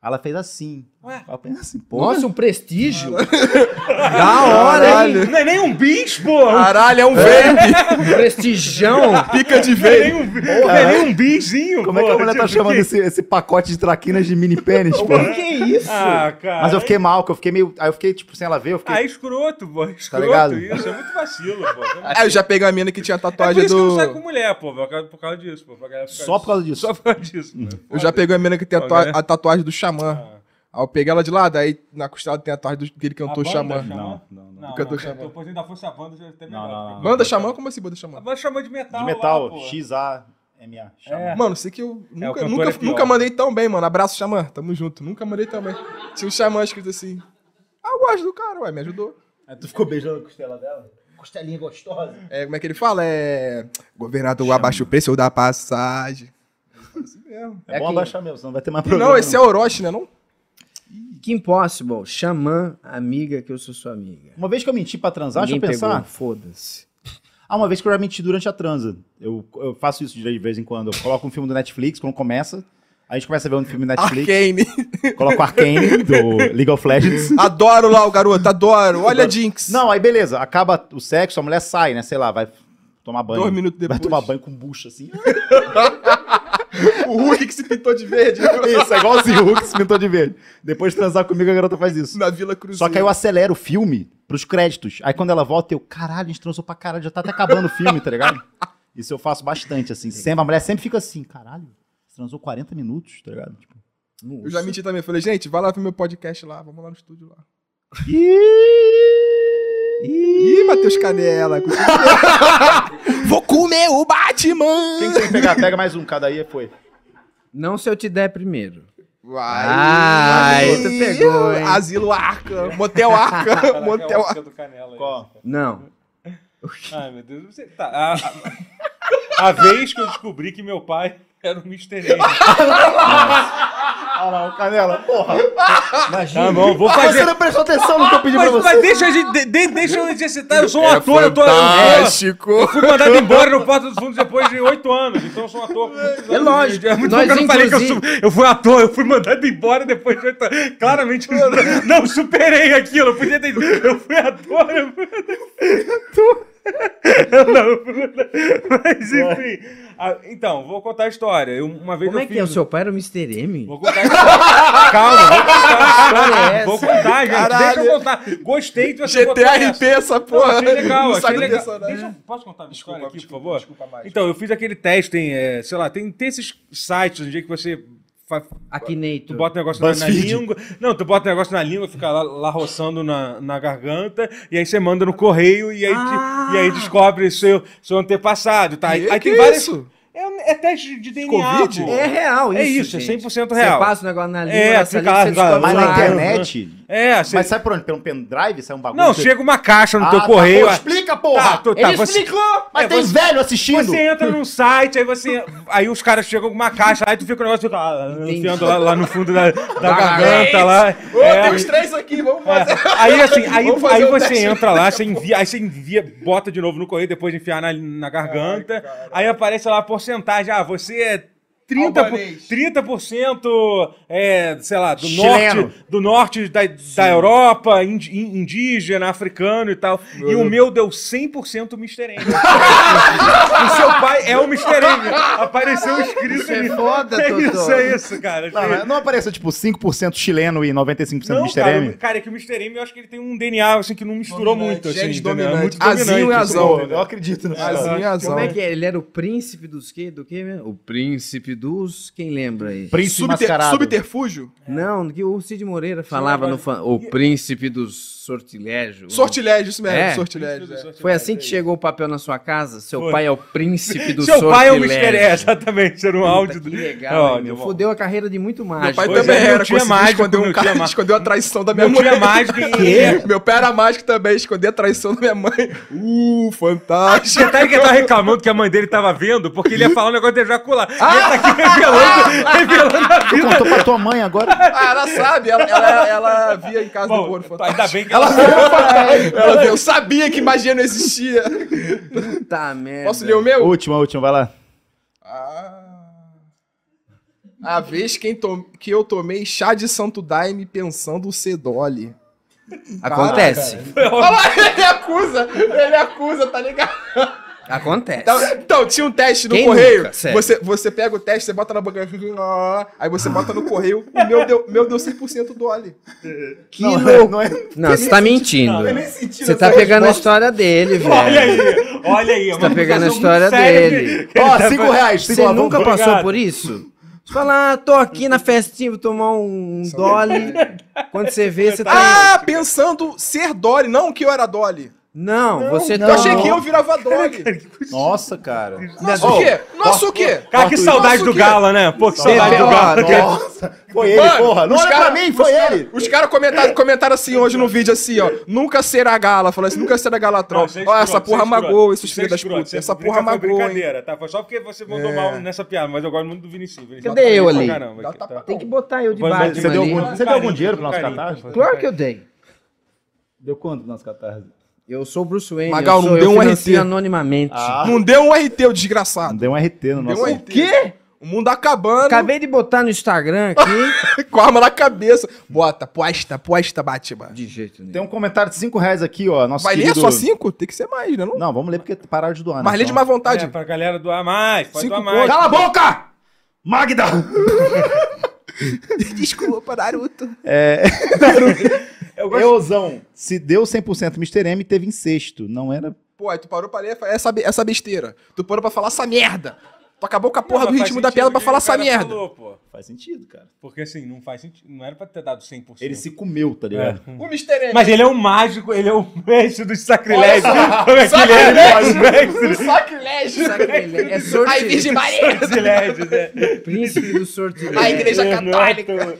A: Aí Ela fez assim.
B: Ué?
A: Aí eu pensei assim, pô.
C: Nossa, um
E: [laughs]
C: prestígio.
D: Da hora, hein?
B: Não é nem um bis, pô!
A: Ah,
E: Caralho, é um vape.
D: Um prestigião.
E: Pica de
B: Não é
E: vape.
B: nem um, não é nem um bizinho,
A: Como é que a
B: pô.
A: mulher tá
B: Tipo,
A: chamando
B: que-
A: esse, esse pacote de traquinas de mini pênis, pô?
D: Que isso?
B: Ah, cara.
A: Mas eu fiquei mal, que eu fiquei meio. Aí eu fiquei, tipo, sem ela ver, eu fiquei.
B: Ah, é escroto, pô. É escroto
A: ligado?
B: isso. É muito vacilo,
A: [laughs]
B: pô. É muito-
E: Ah, eu já peguei a mina que tinha
B: É por
E: tatuagem
B: isso que eu não
E: do.
B: saio com mulher, pô. Por causa, por causa disso, pô. Pra galera ficar-
A: Só por causa Hum. disso.
B: Só por causa disso, [laughs] né? pô.
E: Eu já peguei a mina que tem a,
B: Ó,
E: tua-
B: galera.
E: a tatuagem do Xamã.
B: Ah.
E: Aí eu peguei ela de lado, aí na costela tem a tatuagem do que ele cantou
B: A banda
E: Xamã.
B: chama-
A: Não, não, não.
B: Não,
E: Cantor
B: não,
E: Xamã.
B: Depois ainda fosse a banda, já até melhor.
A: não, não.
B: porque-
E: Banda Xamã? Como assim, banda
B: A
E: Xamã?
B: banda chama de metal.
A: De metal,
B: lá, pô.
A: X-A-M-A. chama.
B: É.
E: Mano, sei que eu
B: É, o
E: nunca,
B: cantor
E: nunca,
B: é pior.
E: nunca mandei tão bem, mano. Abraço, Xamã. Tamo junto. Nunca mandei tão bem. Tinha um Xamã escrito assim. Ah, eu gosto do cara, ué. Me ajudou.
A: Aí tu ficou beijando a costela dela? Costelinha gostosa.
E: É, como é que ele fala? É... Governador, abaixa o preço da passagem. Assim mesmo.
A: É, bom
D: quem-
A: abaixar mesmo, senão vai ter mais
E: E
A: problema.
E: não, esse é Orochi, né? Não?
D: Que impossible. Xamã, amiga, que eu sou sua amiga.
A: Uma vez que eu menti pra transar,
D: Ninguém
A: deixa eu
D: pegou,
A: pensar.
D: Foda-se.
A: Ah, uma vez que eu já menti durante a transa. Eu, eu faço isso de vez em quando. Eu coloco um filme do Netflix, quando começa. A gente começa a ver um filme do
E: tá
A: Netflix.
E: Arcane.
A: Coloco o Arcane, do League of Legends.
E: [laughs] Adoro lá o garoto, adoro. Olha a Jinx.
A: Não, aí beleza. Acaba o sexo, a mulher sai, né? Sei lá, vai tomar banho.
E: Dois minutos
A: Vai
E: depois.
A: tomar banho com bucha, assim.
E: O Hulk que se pintou de
A: [laughs]
E: verde
A: Isso, é igualzinho o Hulk se pintou de verde. Depois de transar comigo, a garota faz isso.
E: na Vila Cruzeiro.
A: Só que aí eu acelero o filme pros créditos. Aí quando ela volta, eu, caralho, a gente transou pra caralho, já tá até acabando o filme, tá ligado? Isso eu faço bastante, assim. Sempre, a mulher sempre fica assim, caralho, você transou 40 minutos, tá ligado? Tipo,
E: Eu já menti também. Eu Falei, gente, vai lá ver meu podcast lá. Vamos lá no estúdio lá. Ih, Matheus Canela.
A: [laughs]
E: Vou comer o Batman.
A: Quem tem que pegar, pega mais um, cada aí foi.
D: Não se eu te der primeiro.
E: Vai.
D: Ai,
E: Asilo-
D: tu pegou, hein?
E: Asilo Arca. Motel Arca.
B: Caraca, é a
E: Motel Arca.
B: música do Canela aí.
A: Qual?
D: Não.
B: Ai, meu Deus. Você... Tá, a, a- a vez que eu descobri que meu pai era um Mr. Name.
A: Ah lá, o Canela, porra.
D: Imagina.
B: Tá bom, vou
A: Ah, você
B: fazer...
A: não prestou atenção no que eu pedi pra
B: Mas,
A: você.
B: mas deixa, a gente, de- de- deixa eu exercitar, eu sou um
C: É
B: ator, eu tô... eu- Eu fui mandado embora no Porta dos Fundos depois de oito anos, então eu sou um ator. com muitos anos.
D: lógico,
B: É muito
D: nós,
B: bom que eu não falei que eu,
D: inclusive-
B: sou- eu fui ator, eu fui mandado embora depois de oito anos. Claramente eu não, não superei aquilo, eu podia ter dito, eu fui ator, eu fui ator. [laughs] Eu não, eu fui mandado- mas enfim. Ah, então, vou contar a história. Eu- uma vez
D: Como
B: eu
D: é que
B: fiz-
D: é? O seu pai era o Mr. M?
B: Vou contar a
D: [laughs]
B: história. Calma, vou contar a
D: Olha
B: história.
D: essa.
B: Vou contar, gente.
E: Caralho.
B: Deixa eu contar. Gostei de você contar essa.
E: GTRP essa
B: Não,
E: porra.
B: achei legal,
E: Não sai
B: achei
E: do
B: legal.
E: personagem.
B: Deixa eu, posso contar a minha
E: Desculpa,
B: história aqui,
E: desculpa,
B: por favor?
E: desculpa mais.
B: Então, eu fiz aquele teste, tem, é, sei lá, tem, tem esses sites onde é que você fa-
D: Aqui,
B: Tu
D: Neito.
B: bota o negócio na, na
A: BuzzFeed.
B: língua. Não, tu bota o negócio na língua, fica lá, lá roçando na, na garganta, e aí você manda no correio e aí, te-
D: Ah!
B: e aí descobre seu, seu antepassado, tá?
E: Que-
B: aí
E: que isso?
B: É, um- é teste de DNA.
E: Covid?
B: pô.
D: É real isso,
B: É isso, é
D: gente.
B: 100% real.
D: Você passa o negócio na língua,
B: É,
D: na saliva,
B: fica lá,
D: você
B: fica lá.
D: descobre
A: Mas na
D: lá. né?
A: internet...
B: É, você-
A: Mas sai por onde? Pelo pendrive? Sai um bagulho?
B: Não, chega uma caixa no
A: Ah,
B: teu
A: tá,
B: correio.
A: pô,
B: ah,
A: explica, porra!
B: Tá, tu- tá,
D: Ele
B: você-
D: explicou!
A: Mas
B: É,
A: tem
B: você-
A: velho assistindo!
B: Você entra num site, aí você. Aí os caras chegam com uma caixa, aí tu fica o negócio fica, ah,
D: Entendi.
B: enfiando lá, lá no fundo da, da garganta lá.
E: Ô,
B: É.
E: tem os três aqui, vamos fazer.
B: Aí assim, aí,
E: Vamos fazer
B: aí
E: um
B: você
E: teste.
B: entra lá, você envia, aí você envia, bota de novo no correio, depois de enfiar na, na garganta. aí aparece lá a porcentagem. Ah, você é 30%, por-
E: Albanês.
B: 30% é, sei lá, do
A: Chileno.
B: norte, do norte da, da Europa, indi- indígena, africano e tal. e o meu deu 100% Mr. M. [laughs] o seu pai é o Mr. M. Apareceu escrito
D: é
B: ali.
D: foda,
B: É
D: Totoro.
B: isso, é isso, cara.
A: Não, mas não apareceu tipo 5% chileno e 95%
B: Não,
A: Mr.
B: cara,
A: M?
B: eu- cara, é que o Mr. M eu acho que ele tem um DNA assim que não misturou
E: Dominante,
B: muito. Assim,
E: genes
B: entendeu? É
E: dominantes.
B: Muito dominante,
E: Azinho e
B: assim.
E: Azão. né?
A: eu acredito nisso.
E: Azul e azul.
D: Como é que é? Ele era o príncipe dos quê? Do quê mesmo? O príncipe dos... Quem lembra aí?
A: Príncipe
E: Subter-
A: mascarado.
E: Subterfúgio?
D: Não, que o Cid Moreira falava no... Fan... O príncipe dos sortilégios.
E: Sortilégio, isso mesmo.
D: É.
E: Sortilégio. é.
D: Foi assim que chegou o papel na sua casa? Seu
B: Foi.
D: pai é o príncipe dos
B: Seu pai é o Mr.
C: sortilégio.
B: É, exatamente. Era um áudio do.
D: [laughs] Que legal,
B: Ó,
D: hein, meu.
B: bom.
D: Fudeu a carreira de muito
E: Meu
D: mágico.
E: pai
B: Pois
E: também
B: é, meu
E: era,
B: tio é
E: conseguia
B: mágico,
E: esconder um
B: meu tio é
E: cara,
B: mágico.
E: escondeu a traição da minha
B: Meu tio é
E: mãe.
B: mágico
E: [laughs]
B: e.
E: Meu, pai era mágico também, esconder a traição da minha mãe. Uh, fantástico.
B: Detalhe tá que ele tava reclamando que a mãe dele tava vendo, porque ele ia falar um negócio de ejacular. Ele tá aqui revelando, revelando a
A: Tu
B: vida.
A: Ah, contou pra tua mãe
E: [laughs]
A: agora?
E: Ah, ela sabe, ela, ela, ela via em casa do Boro
B: ainda
E: Fantástico.
B: bem que tá ela.
E: Ela via, eu sabia que magia não existia.
D: Puta merda.
E: Posso ler o meu?
A: Última, última, vai lá.
E: Ah. A vez quem tom- que eu tomei chá de santo daime pensando o sedole.
D: Acontece.
E: Olha lá, [laughs] ele acusa, ele acusa, tá ligado?
D: Acontece.
E: Então, então, tinha um teste no
D: Quem
E: correio.
D: nunca, sério?
E: você, você pega o teste, você bota na banca, [laughs] aí você bota no correio, o meu deu, meu deu 100% dole.
D: que
A: Não,
D: louco.
A: não é-
D: Não, você tá mentindo. Você tá pegando a história dele, velho.
B: Olha aí, olha aí. é uma
D: tá pegando a
B: acusação
D: história
B: muito séria
D: dele.
B: que- que ele
A: [laughs] Ó,
B: tá
A: cinco
B: fazendo.
A: reais. Cinco
D: Você
A: reais,
D: nunca
A: vamos-
D: passou
B: Obrigado.
D: por isso? Você fala, ah, tô aqui na festinha, vou tomar um dole. Quando você vê, você tá.
E: Ah, pensando ser dole, não que eu era dole.
D: Não, você
A: não.
E: Eu
D: tá.
E: achei que eu virava dole.
A: Nossa, cara.
E: Nossa, o quê? Nossa, o quê?
B: Cara, que saudade
E: Nossa,
B: do
E: que-
B: Gala, né? Pô, que saudade do
D: Pepe, ó,
B: Gala.
D: Nossa.
A: Foi ele,
E: Mano,
A: porra. Não
E: os
A: olha
E: cara-
A: pra mim, foi ele.
E: Os caras comentaram, comentaram assim hoje no vídeo, assim, ó. Nunca será gala. Falaram assim, nunca será
B: Não,
E: galatrão.
B: isso é
E: Ó,
B: escroto,
E: essa
B: isso
E: porra
B: é escroto.
E: magoa esses
B: Isso é
E: filhos das
B: escroto,
E: putas.
B: isso é
E: Essa
B: brinca-
E: porra
B: foi
E: magoa, hein.
B: brincadeira, tá? Foi só porque você mandou mal nessa piada, mas eu gosto muito do Vinicius. Vinicius
D: Cadê
B: tá
D: eu
B: bem pra
D: ali?
B: caramba aqui, tá?
D: Tem que botar eu de
B: Vai, vai,
D: baixo.
A: Você deu,
D: ali.
A: algum, você deu algum dinheiro pro nosso
B: Carinho, É,
A: catarse?
D: Claro que eu dei.
A: Deu quanto pro nosso catarse?
D: Eu sou o Bruce Wayne.
E: Magal,
D: eu
E: não
D: sou,
E: deu
D: eu
E: um
D: financio
E: RT.
D: anonimamente.
A: Ah,
E: Não deu um RT, o desgraçado.
A: deu um RT no
E: Deu
A: nosso.
E: um RT. O mundo acabando.
D: Acabei de botar no Instagram aqui.
E: [laughs] Com a arma na cabeça. Bota, posta, posta, Batman.
D: de jeito nenhum.
A: Tem um comentário de 5 reais aqui, ó. Nosso
E: Vai ler
A: querido...
E: só cinco? Tem que ser mais, né? Não?
A: Não, vamos ler porque pararam de doar. né?
E: Mas lê de
A: Então-
E: má
B: É,
E: vontade.
B: pra galera doar mais, pode
E: Cinco
B: doar mais.
A: Cala a boca! Magda!
B: É, [laughs]
E: Desculpa, Naruto.
B: Eu gosto-
A: Eusão, se deu 100% Mr. M, teve em sexto. Não era.
E: Pô, aí tu parou pra ler essa, essa besteira. Tu parou pra falar essa merda. Tu acabou com a porra
B: Não,
E: do
B: mas faz
E: ritmo da
B: sentido
E: piada
B: o
E: pra
B: que
E: falar
B: o
E: essa
B: cara tá
E: merda.
B: falou, pô.
A: Faz sentido, cara.
B: Porque assim, não faz sentido. Não era pra ter dado 100%.
A: Ele se comeu, tá ligado?
B: É.
E: O Mr. M.
B: Mas ele é um mágico, ele é o mestre dos sacrilégios. é? Como é que ele
E: Sacrilégio.
B: é? O mestre
E: Sacrilégio.
D: Sacrilégio. É
E: um [laughs] Ai, Virgem
D: sortilégio.
E: Maria.
B: dos sacrilégios, né?
D: Príncipe do
E: A
D: sortilégio.
E: igreja católica.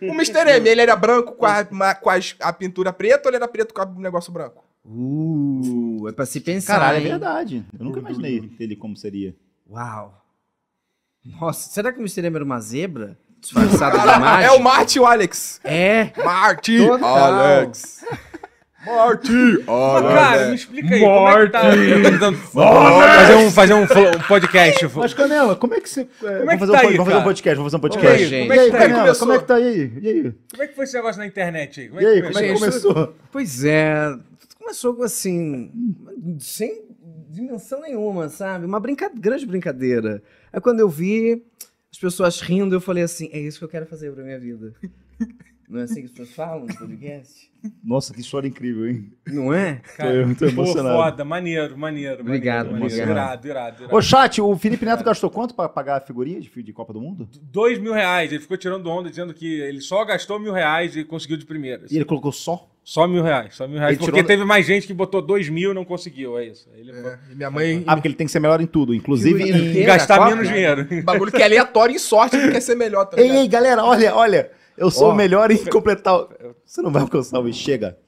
E: O Mr. M, ele era branco com, a, ma- com as- a pintura preta ou ele era preto com o negócio branco?
D: Uh, é pra se pensar.
A: Caralho, é
D: hein?
A: verdade. Eu nunca imaginei ele como seria.
D: Uau. Nossa, será que o Mr. M era uma zebra? Disfarçada de
E: [laughs] É
D: mágico?
E: o Marty e o Alex.
D: É.
E: Marty.
D: Total.
E: Alex. Marty.
B: Cara, me
E: Alex.
B: explica aí. Como é que tá? Fazer um, fazer um, flo- um podcast.
A: Mas, Canela, como é que você. é,
B: que
A: vamos, fazer
B: tá
A: um, po-
B: aí,
A: vamos fazer um
B: cara?
A: podcast, vamos fazer um
D: Como é que-
A: podcast.
D: como
A: e
D: é
A: aí,
E: que tá aí?
A: Canela, como é que tá aí? E aí?
B: Como é que foi esse negócio na internet aí? Como é
A: E
B: que
A: aí,
B: foi
A: como é que
B: isso?
A: começou?
D: Pois é. Começou assim, sem dimensão nenhuma, sabe? Uma brinca... grande brincadeira. Aí quando eu vi as pessoas rindo, eu falei assim, é isso que eu quero fazer pra minha vida. [laughs] Não é assim que as pessoas falam no podcast?
A: Nossa, que história incrível, hein?
D: Não é?
B: Cara,
A: Eu tô
B: pô,
A: emocionado.
B: foda, maneiro, maneiro.
D: Obrigado,
B: maneiro, maneiro.
D: obrigado.
B: Irado, irado, irado.
A: Ô, chat, o Felipe Neto gastou quanto pra pagar a figurinha de, fi- de Copa do Mundo?
B: Dois mil reais, ele ficou tirando onda, dizendo que ele só gastou mil reais e conseguiu de primeira. assim.
A: E ele colocou só?
B: Só mil reais, só mil reais.
A: Ele
B: porque
A: tirou-
B: teve mais gente que botou dois mil e não conseguiu, é isso. Ele
E: É, e minha mãe.
A: Ah, porque ele tem que ser melhor em tudo, inclusive em
B: E gastar menos
A: né?
B: dinheiro. [laughs]
E: Bagulho que é aleatório em sorte, ele quer ser melhor, tá
A: Ei,
E: ligado?
A: ei, galera, olha, olha. Eu sou
B: Ó.
A: o melhor em completar. o- Você não vai alcançar o chega.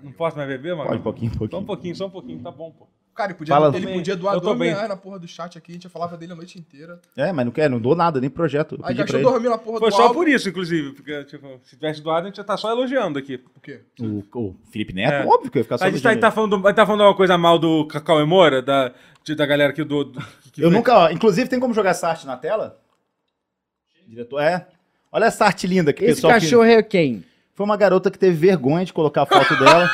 B: Não posso mais beber, mano?
A: Pode um pouquinho, um
B: Só um
A: pouquinho.
B: pouquinho, só um pouquinho, tá bom, pô.
E: Cara, ele podia,
A: Fala.
E: ele podia doar
B: Eu tô
E: 2 mil
B: bem.
E: reais na porra do chat aqui, a gente falava dele a noite inteira.
A: É, mas não quer, não dou nada, nem projeto. Eu
E: Aí
A: pedi pra
E: gastou
A: ele.
E: 2 mil na porra
B: Foi
E: do
B: só
E: álbum.
B: por isso, inclusive. Porque, tipo, se tivesse doado, a gente já tá só elogiando aqui.
E: O quê?
A: O, o Felipe Neto,
B: É.
A: óbvio que eu ia ficar só
B: A gente tá,
A: elogiando
B: tá
A: ele.
B: falando, do- tá falando uma coisa mal do Cacau e Moura, da, de- da galera aqui né? do. do que
A: Eu
B: foi-
A: nunca, ó, inclusive, tem como jogar essa arte na tela? Diretor, é. Olha essa arte linda que o
D: Esse
A: pessoal. que-
D: cachorro é quem?
A: Foi uma garota que teve vergonha de colocar a foto dela.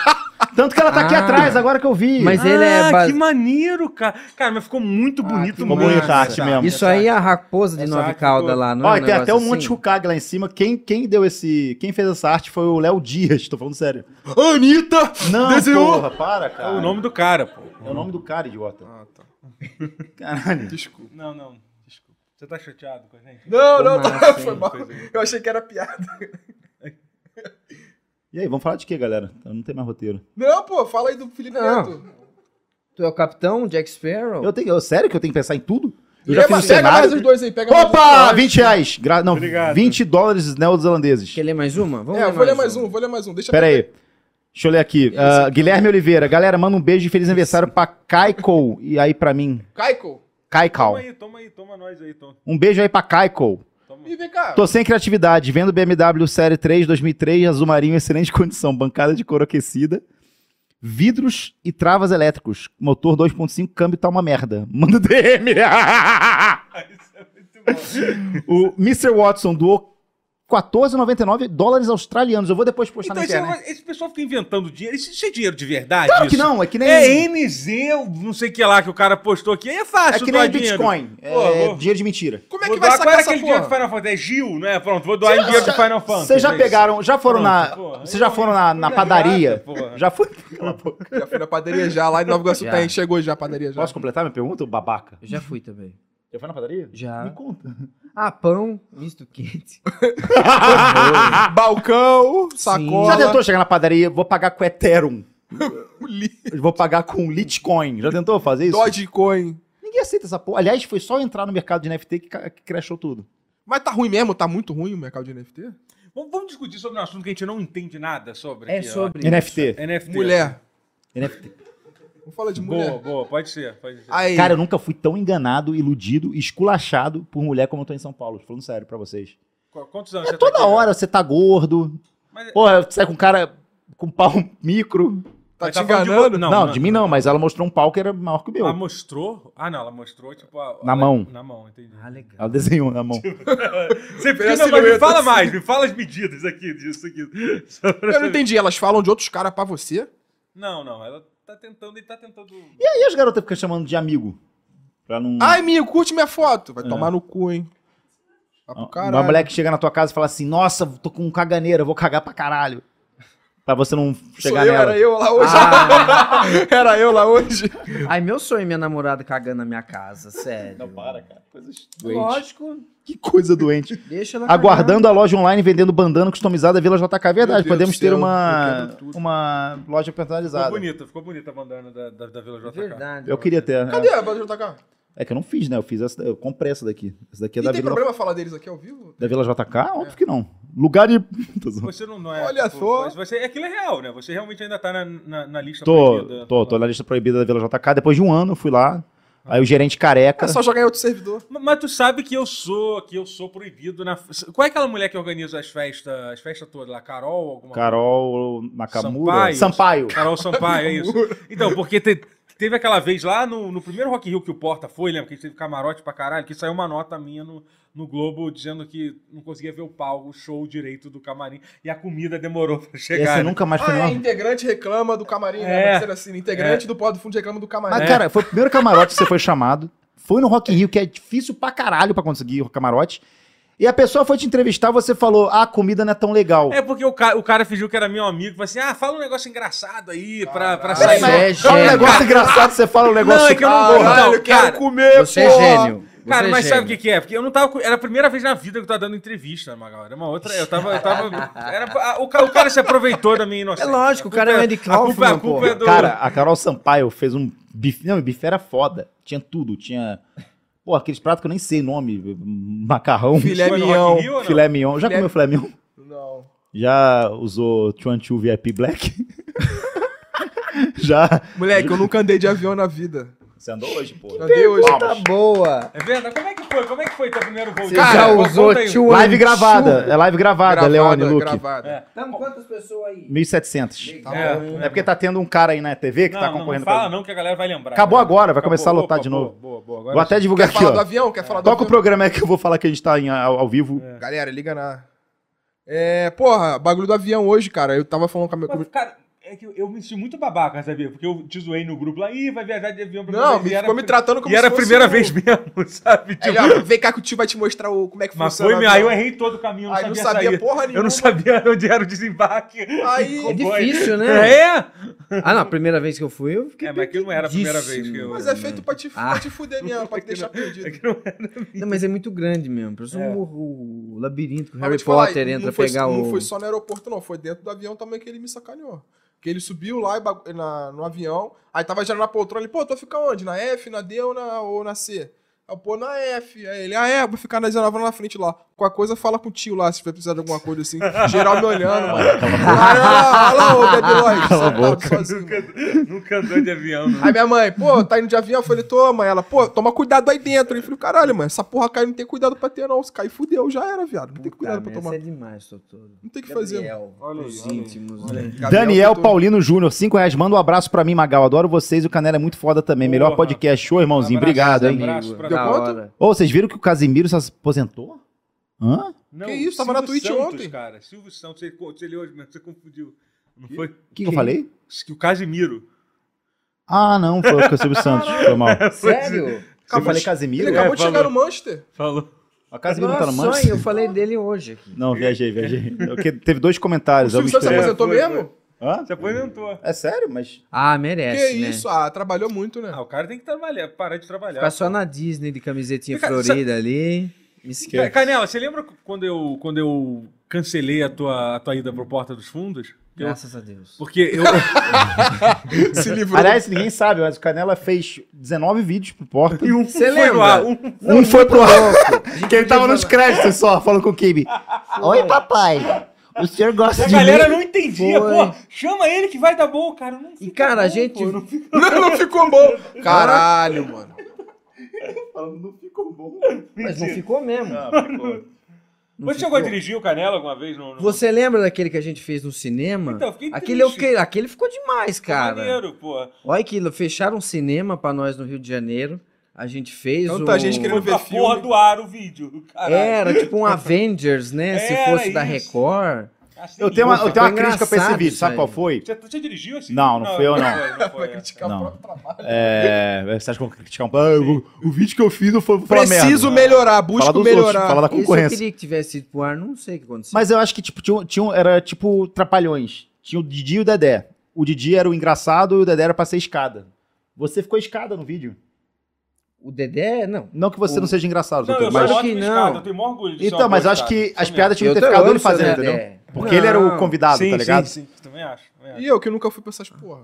A: Tanto que ela tá aqui
D: Ah.
A: atrás, agora que eu vi.
D: Mas ele é...
B: Ah,
D: ba-
B: que maneiro, cara. Cara, mas ficou
E: Ah,
B: muito bonito,
A: ficou
B: mano.
A: bonita a arte
B: Essa-
A: mesmo.
D: Isso aí é a raposa de
B: Essa
D: nove
B: arte
D: caudas
B: ficou-
D: lá, não é?
A: Olha,
D: um
A: tem até
D: negócio
A: um monte de
D: assim?
A: Hokage lá em cima. Quem, quem deu esse. Quem fez essa arte foi o Léo Dias, tô falando sério.
E: Anitta!
A: Não,
E: Desenhou.
A: porra, para,
B: É
A: cara.
B: o nome do cara, pô.
A: É o nome do cara, idiota.
E: Ah, tá.
A: [laughs] Caralho.
E: Desculpa.
B: Não, não. Desculpa. Você tá chateado com a gente?
E: Não,
D: Foi
E: não,
D: massa,
E: tá, [laughs]
D: hein?
E: foi mal.
B: Pois é.
E: Eu achei que era piada.
A: E aí, vamos falar de quê, galera? Eu não tenho mais roteiro.
E: Não, pô, fala aí do Felipe
D: Não.
E: Neto.
D: Tu é o capitão, Jack Sparrow?
A: Eu tenho. eu- sério que eu tenho que pensar em tudo? Eu já fiz o
E: pega mais os
A: cenário.
E: dois aí, pega mais
A: Opa!
E: os dois.
A: 20 reais. Gra- Não,
B: Obrigado.
A: 20 dólares neozelandeses.
D: Quer ler mais uma? Vamos
E: É, eu vou ler mais um, vou ler mais um. Deixa
A: Pera aí. Deixa eu ler aqui. Ah, Guilherme Oliveira. Galera, manda um beijo e feliz aniversário pra Kaiko. E aí pra mim.
E: Caico.
A: Kaikal.
B: Toma aí, toma aí, toma nós aí, toma.
A: Um beijo aí pra Kaiko.
E: E vem cá.
A: Tô sem criatividade. Vendo BMW Série 3 2003, azul marinho, excelente [laughs] condição. Bancada de couro aquecida. Vidros e travas elétricos. Motor 2.5, câmbio tá uma merda. [laughs] Manda DM.
B: Isso é muito bom.
A: o Mr. Watson doou 14,99 dólares australianos. Eu vou depois postar
B: Então,
A: Tá na
B: esse,
A: internet.
B: negócio- esse pessoal fica inventando dinheiro. Isso, isso é dinheiro de verdade?
A: Claro que
B: isso?
A: não, é que nem...
B: É NZ, não sei o que lá que o cara postou aqui. Aí é
A: É
B: fácil,
A: que nem
B: doar dinheiro.
A: Bitcoin. É
B: Pô, vou-
A: dinheiro de mentira.
E: Como é
B: Vou
E: que vai
B: doar
E: sacar
B: agora
E: essa
B: aquele dinheiro do
E: porra?
B: Final Fantasy. É Gil, né? Pronto, vou doar em dinheiro do Final Fantasy.
A: Vocês já
B: é isso.
A: pegaram, já foram
B: Pronto,
A: na.
B: porra.
A: Vocês já foram na, na
B: Coisa
A: padaria?
B: gata, porra.
A: já foi. Cala a boca.
E: Já fui na padaria já, lá em Nova Iguaçu
D: Já.
E: tem, chegou já a padaria já.
A: Posso completar minha pergunta, ô babaca?
D: Eu já fui também.
A: Eu fui na padaria? Me
D: Já.
A: conta.
D: Ah, pão, misto quente.
E: Ah, Balcão,
A: Já
E: sacola.
A: tentou chegar na padaria? Vou pagar com Ethereum. Eu Vou pagar com Litecoin. Já tentou fazer isso?
E: Dogecoin.
A: Ninguém aceita essa porra. Aliás, foi só entrar no mercado de NFT que, ca- que crashou tudo.
E: Mas tá ruim mesmo? Tá muito ruim o mercado de NFT?
B: Vamos, vamos discutir sobre um assunto que a gente não entende nada sobre.
D: É
B: aqui, ó.
D: sobre.
A: NFT.
B: NFT.
E: Mulher.
A: NFT.
E: Vamos falar de mulher.
B: Boa, boa, pode ser. Pode ser.
E: Aí. tá
A: Cara, eu nunca fui tão enganado, iludido, esculachado por mulher como eu tô em São Paulo. Tô Falando sério pra vocês.
B: Qu- Quantos anos
A: É
B: tá
A: toda
B: aqui,
A: hora você tá gordo.
B: Mas-
A: Porra, você sai com um cara com pau [laughs] micro.
E: tá
B: Mas
E: te
B: falando de
E: enganando?
B: outra-
A: Não, de mim não, mas ela mostrou um pau que era maior que o meu.
B: Ela mostrou? Ah, não, ela mostrou, tipo... a-
A: Na
B: a-
A: mão.
B: Na mão, entendi.
D: Ah, legal.
A: Ela desenhou na mão.
B: Você
E: É a
B: não, mas me
E: silhueta,
B: fala
E: assim.
B: mais, me fala as medidas aqui disso aqui. Só pra
E: Eu não
B: saber.
E: entendi. Elas falam de outros caras pra você?
B: Não, não, ela tá tentando, ele tá tentando...
A: E aí as garotas ficam chamando de amigo. Pra não.
E: Ai, amigo, curte minha foto.
A: É.
E: Vai tomar no cu, hein? Vai pro caralho.
A: Uma mulher que chega na tua casa e fala assim: Nossa, tô com caganeira, vou cagar pra caralho. Pra você não
E: Sou
A: chegar
E: eu,
A: nela.
E: era eu lá hoje. [laughs] era eu lá hoje.
D: Ai, meu sonho, é minha namorada cagando na minha casa, sério.
A: cara.
D: Lógico,
A: Que coisa doente.
D: deixa ela
A: [laughs]
D: cagar.
A: Aguardando a loja online vendendo bandana customizada Vila JK.
E: Meu
A: É Verdade,
E: Deus
A: podemos
E: do
A: ter
E: céu, eu
A: uma,
E: quero tudo.
A: uma loja
B: Ficou
A: personalizada.
B: bonita, ficou bonita a bandana da, da, da Vila JK.
D: Verdade.
A: Eu queria ter.
E: Cadê a Badalho JK?
A: É que eu não fiz, né? Eu fiz essa, eu comprei essa daqui. Essa daqui é
E: E
A: da
E: tem
A: Vila,
E: problema É. falar deles aqui ao vivo?
A: da Vila JK? Óbvio que não. Lugar de. [laughs] Tô zoando.
B: Você não, não é...
E: Olha só.
B: mas Você, aquilo é real, né? Você realmente ainda tá na, na, na lista
A: Tô,
B: proibida.
A: tô,
E: né?
A: tô na lista proibida da Vila JK. Depois de um ano, eu fui lá. Aí o gerente careca.
E: É só jogar em outro servidor.
B: Ma- Mas tu sabe que eu sou, que eu sou proibido na. Qual é aquela mulher que organiza as festas, as festas todas lá? Carol, alguma
A: Carol Nakamura.
B: Sampaio.
A: Sampaio.
B: Carol Sampaio, é isso. Então, porque te- teve aquela vez lá no, no primeiro Rock in Rio que o Porta foi, lembra? Que a gente teve camarote pra caralho, que saiu uma nota minha no, no Globo dizendo que não conseguia ver o palco, o show direito do camarim. E a comida demorou pra
A: E aí
B: chegar.
A: você
B: né?
A: nunca mais foi
E: Ah, é,
A: nenhuma-
E: integrante reclama do camarim,
B: É.
E: né? Vai ser assim, integrante do pó do fundo reclama do camarim.
A: Mas, cara, foi o primeiro camarote que você foi chamado. Foi no Rock in Rio, que é difícil pra caralho pra conseguir o camarote. E a pessoa foi te entrevistar, você falou, ah, a comida não é tão legal.
B: É porque o, ca- o cara fingiu que era meu amigo, falou assim: ah, fala um negócio engraçado aí pra, pra sair.
E: Caralho.
D: Você é
A: Só um
D: gênio.
A: negócio engraçado, você fala um negócio...
B: Não, é que eu não
A: Porra.
B: gosto.
E: Caralho,
B: então,
E: eu quero
B: cara,
E: comer,
D: Você é
E: porra.
D: gênio. Você
B: Cara,
D: é
B: mas sabe o
D: gênio.
B: que, que é? Porque eu não tava. com- Era a primeira vez na vida que eu tava dando entrevista, Magal. Era uma outra. Eu tava. Eu tava era, a- o, ca- o cara se aproveitou da minha inocência.
D: É lógico,
B: A
D: o cara
B: culpa
D: é Andy
B: A culpa, a
D: Kaufman,
B: culpa
D: pô.
B: é do.
A: Cara, a Carol Sampaio fez um bife. Não, o bife era foda. Tinha tudo. Tinha. Pô, aqueles pratos que eu nem sei o nome. Macarrão,
E: Filé
B: Foi no é Rock in
E: mignon.
B: Rio ou não?
A: filé mignon. Já
E: Filé-
A: comeu filé mignon?
E: Não.
A: Já usou Chuan Chu VIP Black? [laughs] Já.
E: Moleque, eu nunca andei de avião na vida.
A: Você andou hoje, pô.
E: Andei hoje.
D: Tá boa.
B: É verdade? Como é que foi? Como é que foi teu primeiro voo?
D: Você
E: Cara,
D: já
B: conta
D: usou
B: aí.
D: tio
A: Live gravada. É live gravada, Leone, Luke.
E: gravada.
B: É.
D: Estamos quantas pessoas aí?
A: 1700.
E: Tá
B: É.
E: bom.
A: É porque tá tendo um cara aí na TV que
B: Não,
A: tá
B: não, não
A: concorrendo.
B: fala
A: pra-
B: não que a galera vai lembrar.
A: Acabou agora, vai
B: Acabou.
A: começar a lotar
B: Opa,
A: de
B: boa,
A: novo.
B: Boa, boa,
A: Vou
B: Agora
A: até divulgar
E: Quer
A: aqui,
E: falar do
A: ó.
E: avião? Quer falar do
A: Toca o
E: avião?
A: programa aí que eu vou falar que a gente tá em- ao, ao vivo.
E: Galera, liga na... É, porra, bagulho do avião hoje, cara. Eu tava falando com a minha...
B: Mas, cara, é que eu- eu me senti muito babaca, sabia? Porque eu te zoei no grupo lá, ih, vai viajar de avião pra
E: Não,
B: Brasília",
E: me,
B: e era-
E: ficou me tratando como
B: E era a
E: fosse
B: primeira
E: um-
B: vez mesmo, [laughs] sabe?
E: Aí,
B: Tipo,
E: ó, vem cá que o tio vai te mostrar o, como é que
B: mas
E: funciona.
B: foi,
E: o
B: meu, aí eu
E: avião.
B: errei todo o caminho, eu não
E: Aí
B: sabia
E: não sabia
B: sair.
E: porra
B: Eu
E: nenhuma.
B: não sabia onde era o desembarque.
E: Aí-
D: É
B: Em Congonhas.
D: difícil, né?
B: É?
D: Ah, não, a primeira vez que eu fui, eu fiquei...
B: É, mas aquilo não era a primeira
D: perdidíssimo.
B: vez que eu-
E: Mas é feito pra te, pra
D: Ah.
E: te fuder mesmo, pra te
B: [laughs]
E: deixar perdido.
D: Não, mas é muito grande mesmo. Parece um-
B: É.
D: o, o labirinto que o
E: Ah, Mas vou
D: Harry
E: te falar,
D: Potter
E: não
D: entra
E: foi-
D: pegar
E: Não
D: o...
E: foi só no aeroporto, não. Foi dentro do avião também que ele me sacaneou. Porque ele subiu lá e bagu- na, no avião, aí tava já na poltrona, ele, pô, tu vai ficar onde? Na F, na D ou na, ou na C? Aí o pô, na F. Aí ele, ah, é, vou ficar na 19 lá na frente lá. Qualquer coisa, fala com o tio lá, se vai precisar de alguma coisa
B: [laughs]
E: assim. Geral me olhando, mano. Olha lá, olha lá, ô, Gabiloide. Cala a boca. tá Sozinho,
B: [laughs]
E: mano.
B: Nunca andou de avião, não.
E: Aí minha mãe, pô, tá indo de avião? Eu falei, tô, mãe. Ela, pô, toma cuidado aí dentro. Eu falei, caralho, mano, essa porra cai, não tem cuidado pra ter, não. Se cair, fudeu, já era, viado. Não tem cuidado pra tomar.
D: é demais, doutor.
E: Não tem o que fazer, mano.
D: Gabriel,
B: Olha aí,
D: os
B: olha aí.
D: íntimos,
E: Olha aí,
D: né?
E: Gabriel,
A: Daniel
E: doutor.
A: Paulino Júnior, 5 reais. Manda um abraço pra mim, Magal. Adoro vocês. O Canela é muito foda também. Melhor
B: Porra. Um
A: podcast. Show, irmãozinho.
B: Abraço,
A: Obrigado, hein?
B: abraço pra-
E: Deu
D: Da
E: conta?
D: hora.
A: Ô, vocês viram que o Casimiro se aposentou? Hã?
B: Não,
E: Que isso, tava na
B: Silvio
E: Twitch
B: Santos,
E: ontem.
B: cara. Silvio Santos, você, você leu hoje, mas você confundiu. Não foi?
A: O que, que eu falei?
B: Que o Casimiro.
A: Ah, não. Foi o Silvio Santos. Foi mal.
D: Sério?
A: Eu falei
E: Ele
A: Casimiro?
E: acabou de
B: falou.
E: chegar no Manchester.
B: Falou.
A: O Casimiro não tá no
D: Nossa,
A: Manchester?
D: eu falei dele hoje aqui.
A: Não, viajei, [laughs] viajei. Eu que- Teve dois
E: O
A: comentários. Eu
E: Silvio Santos se
A: misturei.
B: aposenta-
E: aposentou
B: É, foi,
E: mesmo?
A: Hã?
B: Se aposentou.
A: É sério, mas.
D: Ah,
E: Que
D: merece, né?
E: isso? Ah, trabalhou muito, né? [laughs]
B: Ah, o cara tem que trabalhar, parar de trabalhar.
D: Ficar só na Disney de camisetinha
B: Fica-
D: florida ali. Me esquece.
B: Ca- Canela, você lembra quando eu, quando eu cancelei a tua, a tua ida pro Porta dos Fundos? Eu-
D: Graças a Deus.
B: porque
D: [laughs]
B: eu.
E: Se livrou.
A: Aliás, ninguém sabe, mas o Canela fez 19 vídeos pro Porta.
B: e um
D: Você
B: foi
D: lembra?
B: no ar, um-
A: Um foi pro ar. que ele tava nos créditos só, falando com o Kibi. Oi, papai. O senhor gosta
B: A
A: de.
B: galera não entendia,
D: Foi.
B: pô. Chama ele que vai dar bom, cara. Não
D: E
B: fica
D: cara, a
B: bom,
D: gente.
B: pô, não fica-
E: Não, não ficou bom. Caralho, mano.
D: Mas não ficou mesmo. Não
B: Você
D: ficou.
B: chegou a dirigir o Canela alguma vez? No, no...
D: Você lembra daquele que a gente fez no cinema?
B: Então, eu fiquei
D: aquele, eu
B: triste.
D: fiquei- aquele ficou demais, cara.
B: Maneiro, pô.
D: Olha aquilo, fecharam um cinema pra nós no Rio de Janeiro. A gente fez
E: Tanta
D: o...
E: gente querendo
B: Foi
E: ver
B: pra
E: filme.
B: porra do ar o vídeo. Caralho.
A: É,
D: Era tipo um Avengers, né? Se
B: Era
D: fosse da
B: isso.
D: Record.
B: Assim,
A: Eu tenho uma, eu tenho uma
D: Foi
A: crítica pra esse
D: engraçado
A: vídeo,
D: isso
A: sabe
D: aí.
A: qual foi?
B: Você, você dirigiu esse
A: Não,
B: vídeo?
A: não fui eu, não.
B: foi, não foi, é.
E: Criticar
A: Não.
E: o próprio trabalho.
A: É. Você acha que eu vou criticar um. Ah, eu- o vídeo que eu fiz não foi. foi uma merda.
E: Preciso melhorar,
A: Fala
E: busco
A: dos outros,
E: melhorar.
A: fala da
D: Esse eu
A: concorrência.
D: queria que tivesse ido pro ar, não sei o que aconteceu.
A: Mas eu acho que, tipo, tinha, um- tinha, um- era tipo trapalhões. Tinha o Didi e o Dedé. O Didi era o engraçado e o Dedé era pra ser escada. Você ficou escada no vídeo.
D: O Dedé, não.
A: Não que você
D: O-
A: não seja engraçado,
B: Não,
A: doutor,
B: eu sou
A: mas...
D: acho
B: ótimo
D: que
B: de
D: não.
B: escada, Eu tenho maior orgulho de ser
A: Então,
B: uma
A: mas eu
B: boa
A: acho que
B: escada,
A: as
B: isso
A: piadas tinham que ter
D: Eu
A: ficado ele
D: ouço o
A: fazendo,
D: Dedé.
A: entendeu? Porque ele era
D: Não.
A: o convidado,
B: mesmo.
A: tá
B: Sim,
A: ligado?
B: Sim, sim, também acho. também acho.
E: E eu que nunca fui pra essas porra.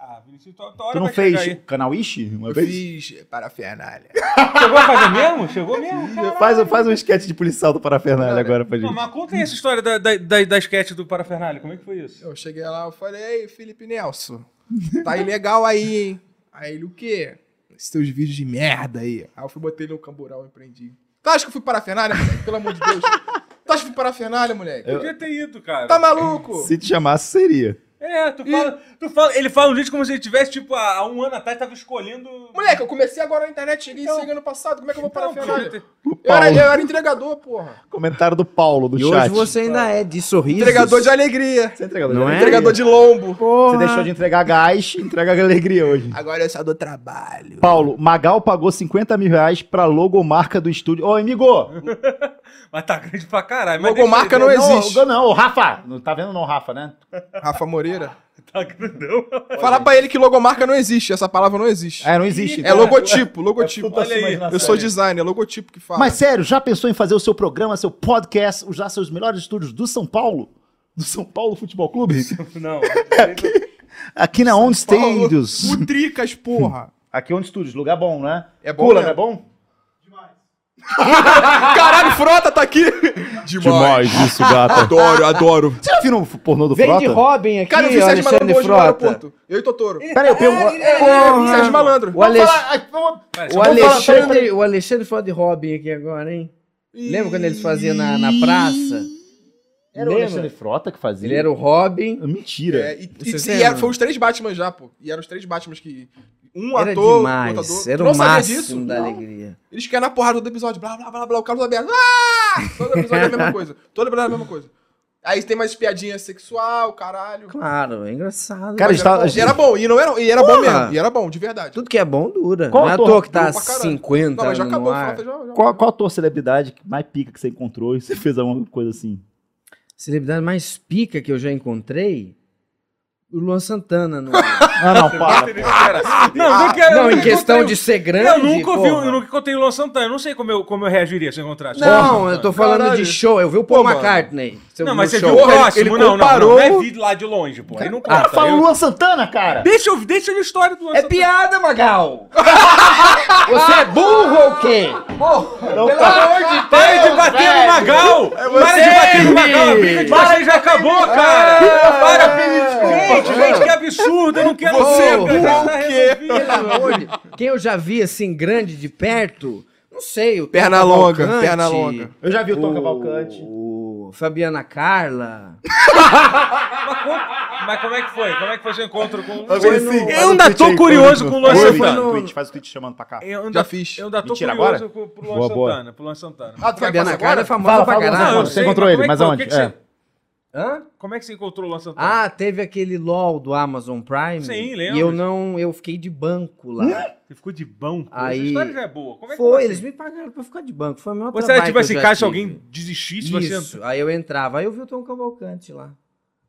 B: Ah, Vinicius, tua, tua hora
A: Tu não
B: vai chegar
A: fez
B: aí.
A: canal Ishi uma
E: Eu
A: vez?
E: fiz parafernália.
B: Chegou a fazer mesmo? Chegou mesmo? Caralho.
A: Faz, faz um sketch de policial do Parafernália agora pra
B: Não,
A: gente.
B: mas conta aí essa história da, da, da, da sketch do Parafernália. Como é que foi isso?
E: Eu cheguei lá, eu falei, ei, Felipe Nelson, tá ilegal aí, hein? Aí ele, o quê? Esses teus vídeos de merda aí. Aí eu fui, botei ele no cambural e prendi. Tu acha que eu fui parafernália, moleque? Pelo amor de Deus. Tu acha que eu fui parafernália, moleque?
B: Podia ter ido, cara.
E: Tá maluco?
A: Se te chamasse, seria.
B: É, tu fala, tu fala. Ele fala um vídeo como se ele tivesse, tipo, há há um ano atrás, tava escolhendo.
E: Moleque, eu comecei agora na internet, cheguei
B: Então-
E: em ano passado, como é que eu vou
B: Não, podia
E: parafernália?
B: ter-
A: O
E: Eu
A: Paulo.
E: era, eu era entregador, porra.
A: Comentário do Paulo, do
D: E
A: chat.
D: hoje você ainda é de sorriso.
E: Entregador de alegria.
A: Você é entregador
D: Não
A: de
D: é?
A: alegria?
E: Entregador de lombo.
A: Você deixou de entregar gás, entrega alegria hoje.
E: Agora eu só dou trabalho.
A: Paulo, Magal pagou 50 mil reais pra logomarca do estúdio. Ô, amigo!
B: Mas tá grande pra caralho. Mas
E: Logomarca
B: deixa
E: não
A: Não,
E: existe.
A: Não, não, o Rafa! Não tá vendo não, Rafa, né?
E: Rafa Moreira.
B: ele- Tá grandão.
E: Falar pra ele que logomarca não existe, essa palavra não existe.
A: É, não existe.
E: É logotipo, logotipo.
B: Olha aí,
E: assim, Eu sou designer, é logotipo que fala.
A: Mas sério, já pensou em fazer o seu programa, seu podcast, usar seus melhores estúdios do São Paulo? Do São Paulo Futebol Clube?
B: Não.
A: Aqui na On
E: Paulo,
A: Studios.
E: O Tricas,
D: [laughs]
E: porra.
A: Aqui On Studios, lugar bom, né?
E: É bom
A: Cula,
E: mesmo.
A: não é bom?
E: Caralho, Frota tá aqui.
A: isso, gata.
E: Adoro, adoro.
A: [laughs] Você já viu um pornô do
D: Vem de
A: Frota?
D: Robin aqui,
E: Cara, eu vi Sérgio Malandro
D: Alexandre
E: hoje no
D: Frota.
E: aeroporto. Eu e Totoro.
A: Peraí, eu pergunto...
E: é, Porra. Sérgio Malandro.
D: O, Ale... o,
B: Parece-
D: Alexandre, o Alexandre falou de Robin aqui agora, hein? Lembra quando eles faziam na, na praça?
A: Era o
D: Lembra?
A: Alexandre Frota que fazia?
D: Ele era o Robin.
A: Mentira.
E: É, e, e,
D: Você
E: e
D: lembra?
E: era- foi os três Batman já, pô. E eram os três Batman que. Um
D: Era
E: ator,
D: demais.
E: outro ator.
D: Era
E: Tu não
D: o
E: sabia
D: máximo
E: disso?
D: da
E: Não.
D: alegria.
E: Eles querem na porrada do episódio. Blá, blá, blá, blá. O Carlos Alberto. Ah! Todo episódio é a mesma coisa. Todo episódio é a mesma coisa. Aí tem mais piadinha sexual, caralho.
D: Claro, é engraçado.
A: Cara,
D: Mas
E: Mas era
A: está-
E: bom. E era bom, e não era, e era bom
D: Porra!
E: mesmo. E era bom, de verdade.
D: tudo que é bom dura.
A: Qual
D: não é à
A: ator?
D: toa que tá
E: Bom pra caralho.
D: 50
E: Não, mas já
D: no
E: acabou,
A: é.
D: ar.
E: Frota, já, já-
A: Qual, qual a tua celebridade mais pica que você encontrou e você fez alguma coisa assim?
D: Celebridade mais pica que eu já encontrei. o Luan Santana
E: [laughs]
D: no.
A: Ah, não, para. pô.
B: Não, não quero.
D: Não, em questão
E: um-
D: de ser grande.
B: Eu nunca vi,
D: porra.
B: eu nunca encontrei o Luan Santana. Eu não sei como eu, como eu reagiria se eu encontrasse.
D: Não, eu tô falando
E: Caralho.
D: de show. Eu vi o
E: Pô,
D: Paul
E: mano.
D: McCartney. seu-
B: Não,
D: no
B: mas você
D: show.
B: viu o
E: Ele-
B: próximo?
E: ele
B: não, não, não,
E: comparou-
B: não é vídeo lá de longe, pô. Aí não conta.
A: Ah, fala o
B: Eu-
A: Luan Santana, cara.
B: Deixa eu deixa a história do Luan
D: É
B: Santana.
D: piada, Magal! [laughs] Você é burro ou quê?
A: Então,
B: Para de bater no Magal!
A: é
B: Para de bater no Magal! A briga de vocês já acabou,
A: Ah,
B: cara! Para, gente, gente, que absurdo! Eu não quero
E: Você é
B: briga,
E: burro
B: já
E: ou
B: tá
E: quê?
B: resolvido.
D: Pelo amor de... Quem eu já vi assim, grande de perto, não sei. O
E: Perna
D: Tom
E: longa,
D: Cavalcante,
E: perna longa.
A: eu já vi o Tom Cavalcante.
D: O Fabiana Carla.
B: Mas como- Mas como é que foi? Como é que foi seu encontro com o
A: Agora esse- faz
B: Eu ainda
A: um tweet
B: tô
A: aí,
B: curioso
A: faz
B: com o
A: um
B: Luan
A: tweet,
B: Santana.
A: Faz um tweet, faz um tweet chamando pra cá.
B: Eu ainda,
E: Já fiz.
B: Eu ainda tô
A: Mentira,
B: curioso com- pro Luan
A: Boa, boa.
B: Santana. Pro Luan Santana.
E: Ah, tu vai
D: Fabiana
E: passar
D: Carla é
E: agora?
D: famosa
A: Fala, fala,
D: pra
A: fala,
D: caralho.
A: fala. Ah, Você encontrou
B: mas
A: ele, mas
B: como é que-
A: aonde?
B: que que
A: É.
B: você-
D: Hã?
B: Como é que você encontrou o Luan Santana?
D: Ah, teve aquele LOL do Amazon Prime.
B: Sim, lembro.
D: E eu não, eu fiquei de banco lá.
B: Você ficou de bom. pô.
D: Aí-
B: Essa história já é boa. Como é que
D: Foi,
B: assim?
D: eles me pagaram pra ficar de banco. Foi o meu
B: Você
D: trabalho
B: era tipo
D: que eu
B: assim,
D: já
B: cara, se
D: tive.
B: alguém desistisse, você...
D: Isso, aí eu entrava, aí eu vi o Tom Cavalcante lá.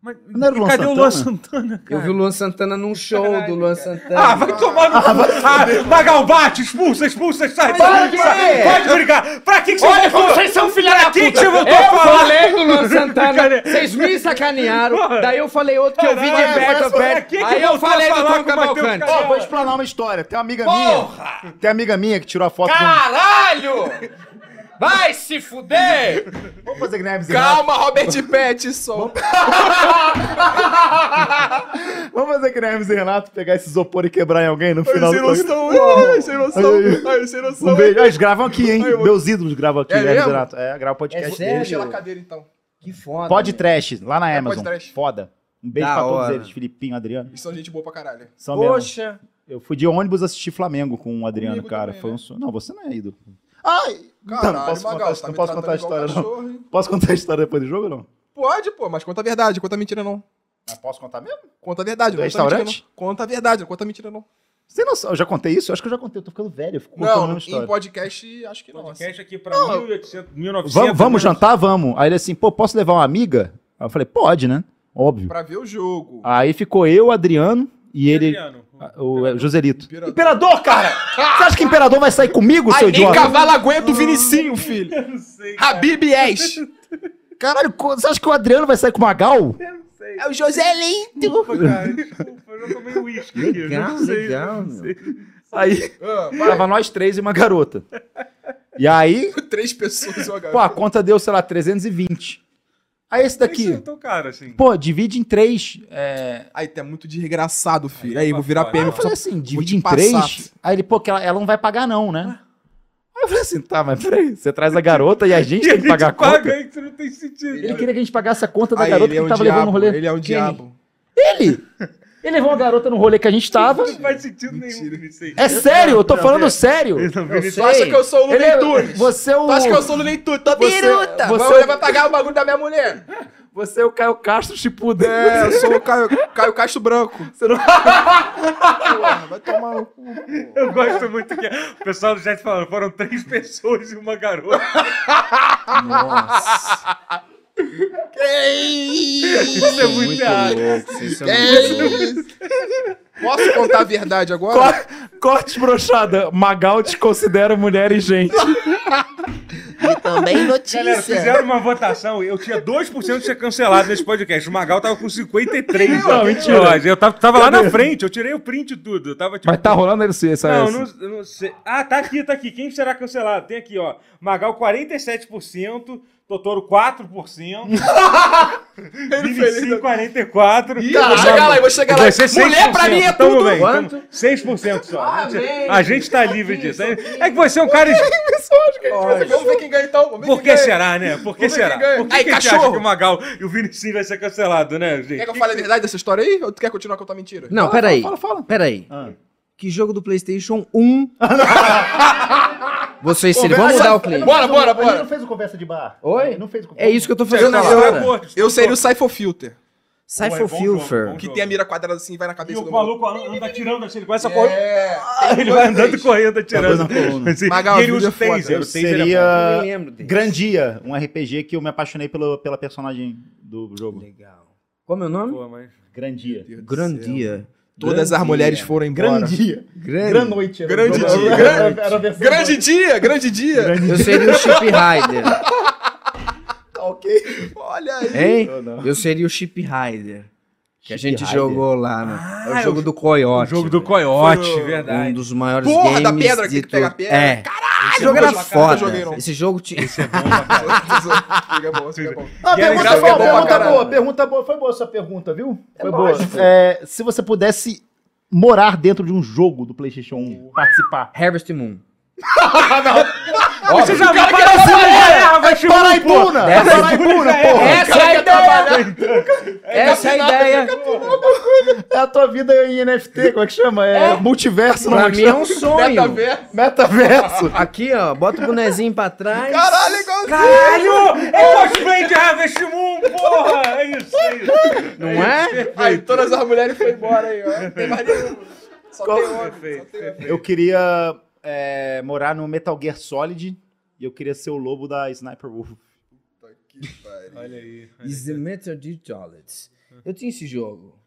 B: Mas,
A: Não era o Luan
B: cadê o
A: Santana?
B: Luan Santana, cara?
D: Eu vi o Luan Santana num show
B: sacanagem,
D: do Luan
B: cara.
D: Santana.
B: Ah, vai tomar no cu. Ah, Magal, bate, expulsa, expulsa, sai.
A: Para
B: sai,
A: de
B: sai.
A: bater.
B: Pode brigar. Pra que que você
A: Olha,
B: voltou?
A: vocês são filha da
B: Pra que que
A: puta.
B: você voltou a
D: Eu
B: falar?
D: falei
B: [laughs]
D: do Luan Santana,
B: Brincadeira.
D: vocês me sacanearam,
B: Porra.
D: daí eu falei outro que eu vi de
A: Caralho,
D: perto,
A: mas
D: a perto,
B: pra que que
D: aí eu
B: voltou a
D: falei do
B: falar
D: Tom
B: que bateu o
D: Cavalcante.
B: cara?
A: Ó, vou explanar uma história. Tem uma amiga minha. Tem uma amiga minha que tirou a foto do.
F: Caralho! Vai se fuder!
A: Vamos fazer Guilherme Zinato.
E: Calma, Robert Pattinson.
A: Vamos fazer Guilherme Renato pegar esse isopor e quebrar em alguém no final
E: Sem
A: do programa.
E: noção, ai, sem noção,
A: Ai,
E: ai, sem noção.
A: Um beijo. Ah, Eles gravam aqui, hein?
E: Ai, eu-
A: Meus ídolos gravam aqui,
E: É
A: Guilherme
E: mesmo?
A: Zinato. É, grava podcast.
D: É
A: deles.
E: Deixa ela a
D: Sério?
E: cadeira, então.
D: Que foda.
A: Pod
D: meu.
A: Trash, lá na
E: É,
A: Amazon.
E: Podtrash.
A: Foda. Um beijo
D: Da
A: pra todos
D: hora.
A: eles, Filipinho, Adriano.
E: Eles são gente boa pra caralho.
A: São mesmo.
D: Poxa,
A: Eu fui de ônibus assistir Flamengo com o Adriano,
E: Comigo
A: cara.
E: também,
A: Foi
E: né?
A: um sonho. Não, você não é ídolo.
E: Ai, caralho,
A: não posso
E: Magal,
A: contar-
E: você tá
A: não
E: me
A: posso
E: tratando
A: contar a
E: igual
A: história, não.
E: cachorro, hein?
A: Posso contar a história depois do jogo ou não?
E: Pode, pô, mas conta a verdade, conta mentira não.
A: Ah, posso contar mesmo?
E: Conta a verdade,
A: Do
E: não conta mentira
A: restaurante?
E: não. Conta a verdade, não conta mentira não.
A: Você não eu já contei isso? Eu acho que eu já contei, eu tô ficando velho, eu fico contando a
E: Não,
A: mesma
E: em
A: história.
E: podcast, acho que não. assim.
B: Podcast aqui pra 1800, 1900.
A: Vamos, vamos
B: 1900.
A: jantar? Vamos. Aí ele assim, pô, posso levar uma amiga? Aí eu falei, pode, né? Óbvio.
E: Pra ver o jogo.
A: Aí ficou eu, Adriano e ele,
B: Adriano.
A: o é, Joselito.
E: Imperador.
A: Imperador, cara! Você acha que imperador vai sair comigo, seu
E: nem
A: idiota?
E: cavalo aguenta o Vinicinho, filho.
B: Não sei.
E: Habib És.
A: Caralho, co- você acha que o Adriano vai sair com o Magal?
E: É o José Lindo.
B: Desculpa, cara. Desculpa, eu já tomei uísque aqui. eu
D: legal,
B: não sei,
D: legal,
B: não
D: meu.
B: sei.
A: Aí,
E: Ah, [laughs] vai,
A: tava nós três e uma garota. E aí,
E: três pessoas, ó,
A: pô,
E: galera.
A: a conta deu, sei lá, 320. Aí esse
B: Por que você
A: daqui,
B: sentou, cara, assim?
A: pô, divide em três.
E: Aí tu é muito desgraçado, filho.
B: Aí,
E: Aí, vou virar
B: papai.
E: PM.
A: Eu
E: Só...
A: falei assim, divide
E: te
A: em
E: passar.
A: três? Aí ele, pô, que ela, ela não vai pagar não, né? Aí eu falei assim, tá, mas peraí, você traz a garota e a
B: [laughs]
A: gente tem que pagar a
B: paga
A: conta?
B: aí, isso não tem sentido.
A: Ele queria que a gente pagasse a conta da
E: Aí,
A: garota
E: ele é
A: que
E: um
A: tava levando no
E: diabo.
A: rolê.
E: Ele é um
A: Quem?
E: diabo.
A: Ele! Ele levou a garota no rolê que a gente tava.
B: Não faz sentido nenhum,
E: Mentira.
B: Vinicius.
A: É sério, eu tô falando sério.
B: Não,
D: eu
B: Vinicius,
E: Tu acha
D: sei.
E: que eu sou o
A: Ele
E: Looney
A: é,
E: Tunes?
A: você é o.
E: Tu acha que eu sou o Looney Tunes? Tô
A: Você-
E: biruta.
A: você- é
E: Você vai pagar o bagulho da minha mulher.
A: Você é o Caio Castro tipo, Chipuda.
E: É, eu sou o Caio, Caio Castro Branco.
A: Você não-
E: Porra, vai tomar no cu.
B: Eu gosto muito que o pessoal do chat falando, foram três pessoas e uma garota. Isso é muito, errado. É,
E: Posso contar a verdade agora?
A: Cor- Corte brochada. Magal te considera mulher e gente.
E: Também notícia.
B: [laughs] Galera, fizeram uma votação, eu tinha 2% de ser cancelado nesse podcast. O Magal tava com 53.
A: Não,
B: ó.
A: mentira.
B: Ó, Eu tava, tava lá na frente, eu tirei o print e tudo. Eu tava tipo.
A: Mas tá rolando isso, essa
B: Não,
A: essa.
B: não, eu não sei. Ah, tá aqui, tá aqui. Quem será cancelado? Tem aqui, ó. Magal 47%, Totoro 4%,
E: [laughs] Ele feliz.
B: Vinicius 44%.
E: Ih, vou chegar lá, eu vou chegar lá.
B: Vai ser
E: Mulher pra mim é
B: Tamo
E: tudo.
B: bem,
D: Quanto?
B: tamo- 6% só. A gente- a gente tá livre disso. É que você é um cara.
E: Vamos ver quem ganha então. Vamos ver
B: Por
E: quem
B: que
E: ganha.
B: será, né? Por que
E: Vamos ver
B: será?
E: quem ganha.
B: Por que,
E: Aí,
B: que a gente
E: cachorro.
B: acha que o Magal e o Vinicius vai ser cancelado, né, gente?
E: Quer que eu fale a verdade dessa história aí? Ou tu quer continuar a contar mentira?
D: não, peraí,
A: Fala, fala.
D: peraí.
A: Ah.
D: Que jogo do Playstation
B: [laughs]
D: 1? Vocês se vamos
E: Conversa-
D: mudar o clima.
E: Bora, bora,
A: Ele não
E: bora.
A: fez o conversa de bar.
D: Oi?
A: Não fez o
D: É isso que eu tô
B: Eu
D: fazendo
B: não,
D: agora.
B: eu-
E: Eu seria o Cypher Filter,
D: Sai
B: tá Pô, é bom
D: for Filfer.
B: jogo, bom
E: que tem a mira quadrada assim e vai na
B: E
E: cabeça
B: o
E: do maluco.
B: maluco anda tirando assim, ele começa a correr.
E: É.
B: [laughs] Ele vai andando correndo, atirando.
A: Tá dois na coluna.
B: Assim,
E: Magal,
B: e ele
E: a
B: usa
E: vida é
B: o taser.
E: foda.
B: O taser é foda.
D: Eu
A: Seria
D: nem lembro dele.
A: Grandia, um RPG que eu me apaixonei pelo, pela personagem do jogo.
D: Legal. Como é o nome?
B: Pô, mas...
G: Grandia.
D: Grandia.
E: Todas as mulheres foram embora.
G: Grandia.
D: Grande.
G: Gran noite. era o
E: Grande
G: nome.
E: dia.
G: Era- era a versão
E: Grande dia, grande dia.
D: Eu seria o
B: [laughs]
D: Chip Rider,
G: da- Ok.
E: Olha aí.
G: É.
D: hein?
G: Não, não.
D: Eu seria o Chip Rider. Que a gente
G: Rider?
D: jogou lá, né? é
B: Ah,
D: o
B: é
D: jogo
B: o
D: do Coyote.
B: O jogo do
D: velho.
B: Coyote,
E: Foi o-
D: Um
B: [laughs] verdade.
D: dos maiores
E: Porra,
D: games
E: da pedra que
D: de
E: pega
D: tu-
E: pedra.
D: É. Esse jogo
E: nunca
D: era
E: joguei, nunca
D: foda.
E: joguei, não.
D: Esse jogo tinha...
E: Fica é bom, fica bom.
G: Ah,
B: E era
E: engraçado que
G: pergunta boa,
E: é bom pra
G: pergunta
E: caralho.
G: boa, pergunta boa. Foi boa essa pergunta, viu? Foi boa.
E: lógico.
G: É, se você pudesse morar dentro de um jogo do PlayStation 1, participar.
D: [laughs] Harvest Moon.
B: Você já vai
G: era
B: pra terra, vai te
G: Paraibuna!
A: né?
D: Dessa-
G: Paraibuna, porra!
D: Essa é a ideia! Essa é a ideia!
G: É a tua vida em NFT, como é que chama? É, multiverso,
D: Pra
G: não
D: mim é um
E: tá
D: sonho.
E: Metaverso.
G: Metaverso!
D: Aqui, ó, bota o bonezinho pra trás.
E: Caralho, é igualzinho.
B: Caralho! É cosplay de Harvest Moon, porra! É isso, é isso.
D: Não é?
E: Aí, todas as mulheres foram embora aí, ó. Não Tem mais nenhum. Só tem homem. só tem homem.
G: Eu queria é, morar no Metal Gear Solid e eu queria ser o lobo da Sniper Wolf.
E: Puta que pariu.
B: Olha aí.
D: Is the Metal Gear Solid.
G: Uhum.
D: Eu tinha esse jogo.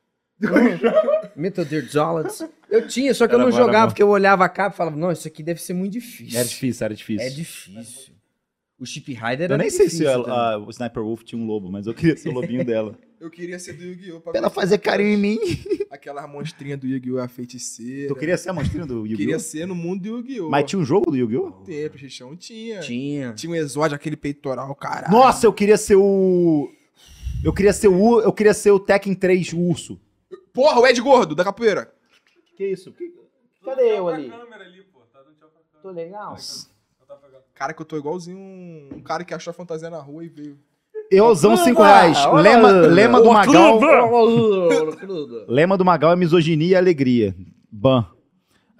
D: Metal Gear Solid. Eu tinha, só que eu
G: Era
D: não
G: bom, era
D: jogava,
G: bom.
D: porque eu olhava a capa e falava, não, isso aqui deve ser muito difícil.
G: Era difícil, era difícil.
D: É difícil. O Chip Rider era
G: Eu nem sei se
D: difícil
G: a-
D: também.
G: a- o Sniper Wolf tinha um lobo, mas eu queria ser o [laughs] lobinho dela.
E: Eu queria ser do Yu-Gi-Oh! pra
G: Pra
E: ver
G: ela fazer carinho em mim.
E: aquela monstrinha do Yu-Gi-Oh! a feiticeira.
G: Tu queria ser a monstrinha do
E: Queria
G: Yu-Gi-Oh?
E: ser no mundo do Yu-Gi-Oh!
G: Mas tinha um jogo do Yu-Gi-Oh?
E: Tem, Pichichão, tinha. tinha.
D: Tinha.
E: Tinha um exódio, aquele peitoral, caralho.
G: Nossa, eu queria ser o. Eu queria ser o. ur- Eu queria ser o Tekken 3 urso.
E: Porra, o Ed Gordo, da capoeira.
G: Que isso? Que...
D: Cadê eu ali?
B: câmera ali, pô. Tá dando tchau pra câmera.
D: Tô legal.
B: Eu tava pegando.
E: Cara, que eu tô igualzinho um, um cara que achou a fantasia na rua e veio.
G: Eusão 5 reais.
D: olha
G: Lema,
D: lá.
G: lema do Magal.
D: Clube!
G: Lema do Magal é misoginia e alegria. Ban.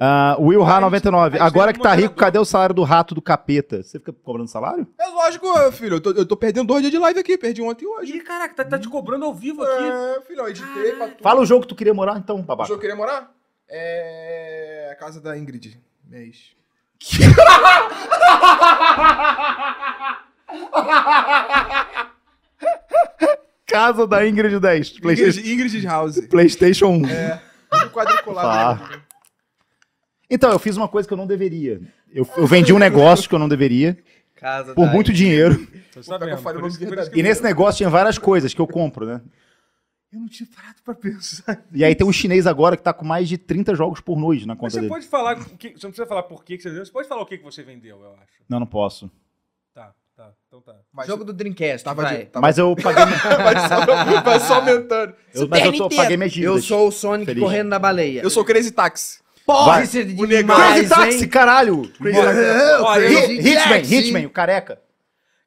G: Ah, Will Ha 99.
B: aí
G: Agora
B: tem
G: que
B: um
G: tá rico,
B: moderador.
G: cadê o salário do rato do capeta? Você fica cobrando salário?
E: É lógico, filho, eu tô, eu tô perdendo dois dias de live aqui, perdi ontem e hoje.
B: Ih, caraca, tá, tá te cobrando ao vivo aqui.
E: É, filho, eu editei pra tu.
G: Fala o jogo que tu queria morar então,
E: Onde
G: babaca.
E: eu queria morar? É. A casa da Ingrid. Mês.
G: [laughs] Casa da Ingrid É. 10. Playsta-
E: Ingrid, Ingrid House.
G: PlayStation 1.
E: Do quadriculado. né?
G: Então, eu fiz uma coisa que eu não deveria. Eu, eu vendi um negócio que eu não deveria,
D: Casa
G: por
D: da-
G: muito dinheiro.
B: Você
E: Puta, que eu falei o nome verdadeiro.
G: E nesse negócio tinha várias coisas que eu compro, né?
B: Eu não tinha parado pra pensar.
G: E aí tem um [laughs] chinês agora que tá com mais de 30 jogos por noite na
B: Mas
G: conta
B: você
G: dele.
B: pode falar. o que- você não precisa falar por que que você vendeu. Você pode falar o que que você vendeu, eu acho.
G: Não, não posso.
B: Tá, tá. Então tá.
E: Mas
D: Jogo do Dreamcast,
E: tava
D: vai.
E: de. Tava...
G: Mas eu paguei. minha-
E: Vai, só, [laughs] vai só aumentando.
G: eu, mas eu tô, paguei minhas dívidas.
D: Eu sou o Sonic
G: Feliz.
D: correndo na baleia.
E: Eu sou Crazy Taxi.
D: Porra,
G: Vai.
D: isso é
E: O negão.
G: Crazy
D: demais,
G: Taxi,
D: hein?
G: caralho! Crazy
B: Olha,
G: Hi-
B: eu-
D: Crazy
G: Hitman,
D: Taxi.
G: Hitman, o careca.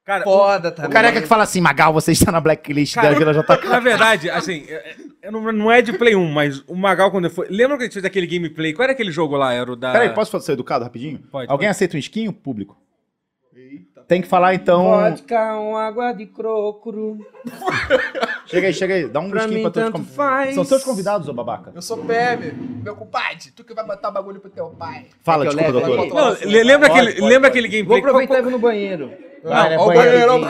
B: Cara,
D: Foda tá
G: O
D: também.
G: careca que fala assim, Magal, você está na blacklist
B: Cara,
G: da Vila JK.
B: Na verdade, assim, eu- eu não, não é de Play 1, mas o Magal, quando foi. Lembra que a gente fez aquele gameplay? Qual era aquele jogo lá? Era o da.
G: Peraí, posso ser educado rapidinho?
B: Ah. Pode,
G: Alguém aceita um esquinho? Público. Tem que falar então.
D: Vodka, um água de crocuro.
G: Chega aí, chega aí. Dá um
D: Pra
G: skin
D: mim,
G: pra todos.
D: tanto
G: os com-
D: faz.
G: São seus convidados, ô babaca.
E: Eu sou PM, meu compadre. Tu que vai botar bagulho pro teu pai.
G: Fala,
D: Quer que eu
G: desculpa,
D: leve
G: doutora.
D: aqui?
B: Não, le- lembra
G: Pode,
B: aquele,
G: pode,
B: lembra
G: pode.
B: aquele
D: Vou
B: gameplay? Qual-
D: aproveitar e vou no banheiro.
E: Ah,
D: né,
E: ó o banheirão.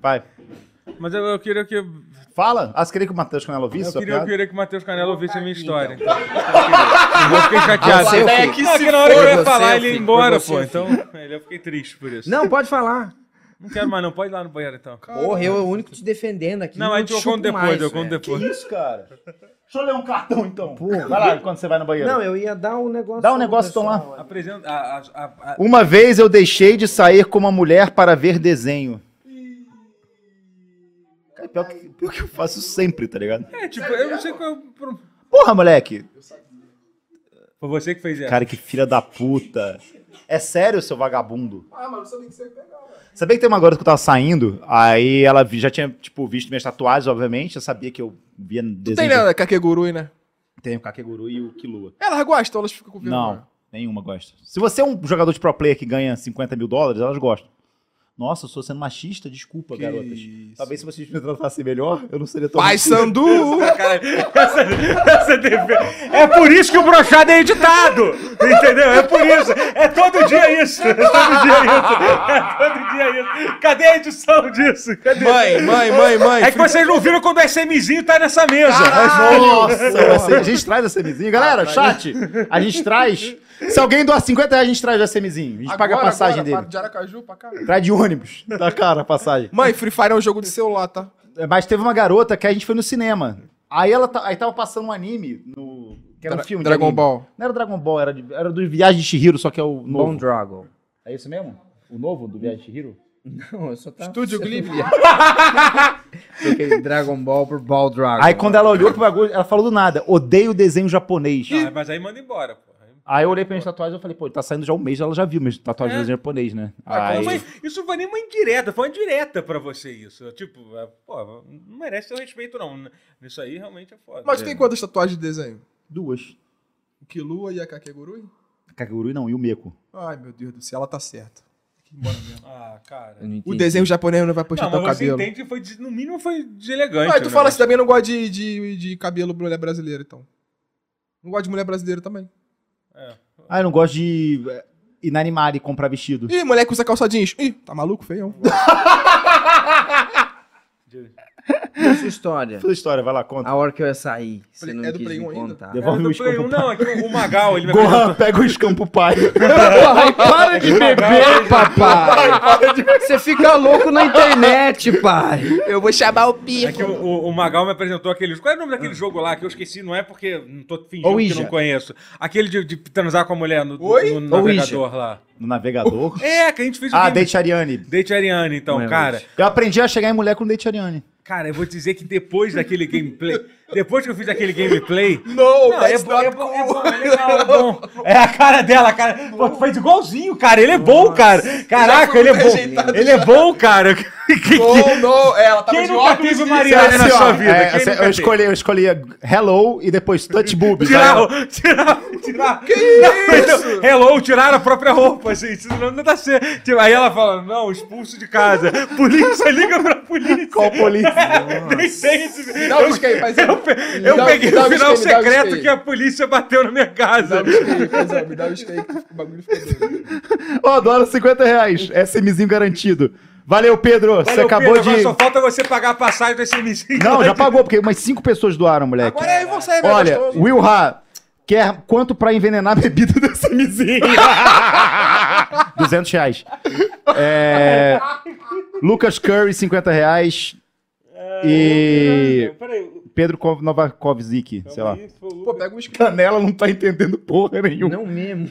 G: Vai.
B: qual- Mas eu, eu queria que. Eu
G: Fala. Ah, você queria que o Matheus Canela ouvisse? sua
B: queria, eu
G: piada?
B: queria que o Matheus Canelo ouvisse a minha história. Então. Eu fiquei chateado.
D: Você,
E: É
D: filho.
E: que
B: Não,
E: se
B: porque na hora que eu
D: Foi
B: ia falar,
D: você,
B: ele ia
D: filho.
B: embora,
D: Foi
B: pô.
D: você,
B: Então, velho, eu fiquei triste por isso.
D: Não, pode falar.
B: Não quero mais, não. Pode ir lá no banheiro, então.
D: Porra, eu é o único te defendendo aqui.
B: Não, mas eu
D: chupo
E: um
B: conto depois,
D: mais,
B: eu conto
D: velho.
G: Que
B: depois.
G: isso, cara? Deixa eu ler um cartão então.
D: Porra.
G: Vai lá quando você vai no banheiro.
D: Não, eu ia dar um negócio.
G: Dá um
D: pro
G: negócio, então,
D: pessoal, é. olha.
B: Apresenta. A, a, a- a-
G: Uma vez eu deixei de sair com uma mulher para ver desenho. Cara, pior que, pior que eu faço sempre, tá ligado?
B: É, tipo, eu não sei qual. é o pro-
G: Porra, moleque.
B: Foi você que fez essa. [laughs]
G: Cara, que filha da puta. É sério, seu vagabundo.
E: Ah, mas não sabia que você ia pegar, mano.
G: Sabia que tem uma garota que eu tava saindo, aí ela vi- já tinha, tipo, visto minhas tatuagens, obviamente, já sabia que eu via desenho.
E: Tem, né, Kakegurui, né?
G: Tem o Kakeguru e o Killua.
E: Elas gostam, elas ficam com vergonha.
G: Não, nenhuma gosta. Se você é um jogador de pro player que ganha 50 mil dólares, elas gostam. Nossa, eu sou sendo machista, desculpa,
E: Que
G: garotas.
E: isso.
G: Talvez se vocês me tratassem melhor, eu não seria tão.
E: Pai
G: [laughs]
E: Sandu!
B: Essa, essa defe- É por isso que o brochado é editado! Entendeu? É por isso. É todo dia isso. É todo dia isso. É todo dia isso. Cadê a edição disso? Cadê?
E: Mãe, mãe, mãe, mãe.
B: É que vocês não viram quando o SMzinho tá nessa mesa.
G: Nossa, vai ser- a gente traz a semizinha. Galera, chat, a gente traz. Se alguém doar 50 reais, a gente traz a semizinha. A gente paga a passagem dele.
E: De Aracaju pra cá.
G: Traz de ônibus. Tá cara a passagem.
E: Mãe, Free Fire é um jogo de celular, tá?
G: Mas teve uma garota que a gente foi no cinema. Aí ela ta- aí tava passando um anime no. Que era um
E: Dra-
G: filme de
E: Dragon
G: anime.
E: Ball.
G: Não era Dragon Ball, era, de- era do Viagem de Shihiro, só que é o novo.
D: Bom [laughs] Dragon.
G: É isso mesmo? O novo do Viagem de Shihiro?
D: Não, eu só tava...
E: Estúdio
G: um
D: [laughs]
E: Ghibli.
D: Troquei Dragon Ball por Ball Dragon.
G: Aí quando ela olhou pro bagulho, ela falou do nada: odeio desenho japonês.
B: Ah, mas aí manda embora, pô.
G: Aí eu olhei pra minhas tatuagens e falei, pô, tá saindo já um mês, ela já viu minhas tatuagens em japonês, né?
B: Ah,
G: Aí-
B: como é- Isso não foi nem uma indireta, foi uma direta pra você isso. Tipo, é, pô, não merece seu respeito, não. Isso aí realmente é foda.
E: Mas tem quantas tatuagens de desenho?
G: Duas.
E: O Kilua e a Kakegurui?
G: Kagurui não, e o Meco.
E: Ai, meu Deus do céu, ela tá certa. Tem que ir embora mesmo.
B: Ah, cara.
D: Eu não
E: O
D: entendi.
E: desenho japonês não vai
B: Não,
E: puxar
B: mas
E: teu
B: você
E: tá cabelo.
B: entende que foi, des- no mínimo foi deselegante.
E: Ah, tu
B: né?
E: fala assim, também não gosta de, de, de cabelo mulher brasileira, então. Não gosta de mulher brasileira também.
B: É.
G: Ah, eu não gosto de é, ir na Animari comprar vestido.
E: Ih, moleque usa calça jeans. Ih, tá maluco, feião.
B: De-
D: Conta sua história.
G: Toda história, vai lá, conta.
D: A hora que eu ia sair. Você
E: Play-
D: não
E: é do
D: quis
E: Play
D: me
E: 1 ainda? [laughs]
D: contar.
G: Devolve.
B: Cara,
G: Devolve o
B: do Play
G: escampo.
B: 1, não, é que o o Magal, ele me
G: Gohan, pega o escampo, pai. [laughs] para de beber!
D: Ei, papai! Você fica louco na [laughs] internet, pai!
E: Eu vou chamar o
B: É que o, o- o Magal me apresentou aquele. Qual é o nome daquele jogo lá que eu esqueci? Não é porque não tô fingindo que
D: Ouija.
B: não conheço. Aquele de, de transar com a mulher no,
E: Oi?
B: no navegador lá.
G: No navegador. [laughs]
B: É, que a gente fez
G: ah,
B: game-
G: Date Ariane.
B: Date Ariane, então,
D: Não é
B: cara.
D: Ouija.
G: Eu aprendi a chegar em mulher com Date Ariane.
B: Cara, eu vou dizer que depois daquele gameplay. Depois que eu fiz aquele gameplay.
E: No,
B: Não, é
E: that's
B: bom,
E: not
B: é bom, é bom,
E: cool.
B: é legal, é bom. [laughs] É a cara dela, cara. Pô, tu fez igualzinho, cara. Ele é bom, cara. Caraca,
E: foi
B: ele é
E: muito
B: bom.
E: rejeitado
B: Ele é bom, cara.
E: No, no, é, ela tava
B: Quem
E: de
B: nunca
E: óculos
B: teve
E: de-
B: Mariana na
G: Assim, ó,
B: sua vida?
G: é,
B: Quem nunca
G: assim, eu,
B: teve?
G: escolhi, eu escolhi Hello e depois Touch [laughs] Boobs. Aí eu-
B: Tiraram, tiraram, tiraram. Que isso? [laughs] hello, tiraram a própria roupa, assim, isso não não dá certo. Tipo, Aí ela fala, não, expulso de casa. Polícia, liga pra polícia.
G: Qual polícia?
B: [laughs] Nem sei esse...
E: Dá um biscoito, faz
B: Eu, pe- eu
E: Dá-
B: peguei
E: dá
B: o
E: um
B: final
E: biscoito, dá um
B: secreto
E: biscoito.
B: que a polícia bateu na minha casa.
E: um Me dá um skate, o bagulho fica doido.
G: Ó, doaram 50 reais. SMzinho garantido. Valeu, Pedro. Você
B: Valeu,
G: acabou
B: Pedro, agora
G: de.
B: Só falta você pagar a passagem do SMC.
G: Não, já pagou, porque umas 5 pessoas doaram, moleque.
E: Agora aí você, meu
G: Olha,
E: gostoso.
G: Will Ha, quer quanto pra envenenar a bebida do SMzinho? 200 reais. É, Lucas Curry, 50 reais. E
B: Peraí,
G: Pedro Kov- Novakovzik, sei lá.
E: Pô, pega um skate.
G: Canela não tá entendendo porra nenhuma.
D: Não mesmo.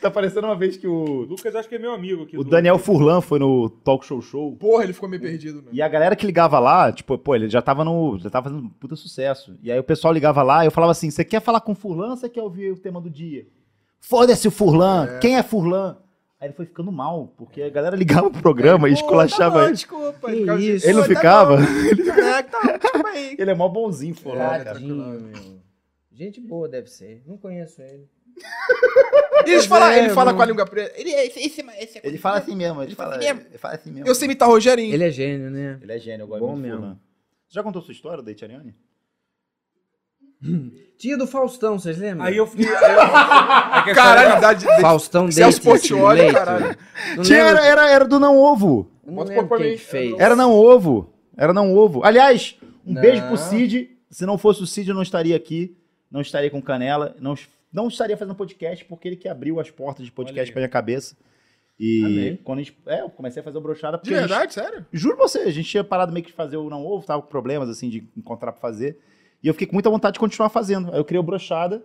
G: Tá parecendo uma vez que o,
B: Lucas acho que é meu amigo aqui.
G: o Daniel Furlan foi no Talk Show Show.
E: Porra, ele ficou meio perdido, né?
G: E a galera que ligava lá, tipo, pô, ele já tava no. Já tava fazendo um puta sucesso. E aí o pessoal ligava lá, eu falava assim: você quer falar com o Furlan ou você quer ouvir o tema do dia? Foda-se o Furlan, quem é Furlan? Aí ele foi ficando mal, porque a galera ligava pro programa e
E: tá
G: esculachava. ele.
E: desculpa.
D: Que isso?
E: tá
G: ele não ficava.
E: Caraca, tá, desculpa aí.
G: [laughs] ele é mó bonzinho, Furlan, cara.
D: Tadinho, meu. Gente boa deve ser. Não conheço ele.
E: Eles falam, [laughs] ele
D: É,
E: fala
D: não.
E: com a língua preta. Ele é esse, esse, esse é-
G: Ele fala assim mesmo, ele, fala,
E: assim mesmo.
G: ele fala assim mesmo.
E: Eu sei imitar o Rogerinho.
D: Ele é gênio, né?
G: Ele é gênio, eu gosto
D: Bom
G: muito do
D: mesmo.
G: Furlan. Você já contou sua história, da Itariane?
D: Tia do Faustão, vocês lembram?
B: Aí eu [laughs] fiquei. aí eu- é que a
E: Caralho,
B: história-
E: dá de... de-
G: é
D: Faustão dele.
E: Celso Portiolli, caralho.
G: Tinha, era, era, era do Não Ovo.
D: Não
E: Bota
D: lembro
E: pra
D: quem
E: mim.
D: que fez.
G: Era não ovo. Era não ovo. Aliás, um
D: Não.
G: beijo pro Cid. Se não fosse o Cid, eu não estaria aqui. Não estaria com canela. Não, não estaria fazendo podcast, porque ele que abriu as portas de
B: Olha
G: podcast
B: aí.
G: pra minha cabeça. E
D: Amém.
G: quando a gente. É, eu comecei a fazer o brochada.
E: De
G: Porque a gente-
E: verdade, sério?
G: juro pra você, a gente tinha parado meio que de fazer o não ovo, tava com problemas assim de encontrar pra fazer. E eu fiquei com muita vontade de continuar fazendo. Aí eu criei o brochada.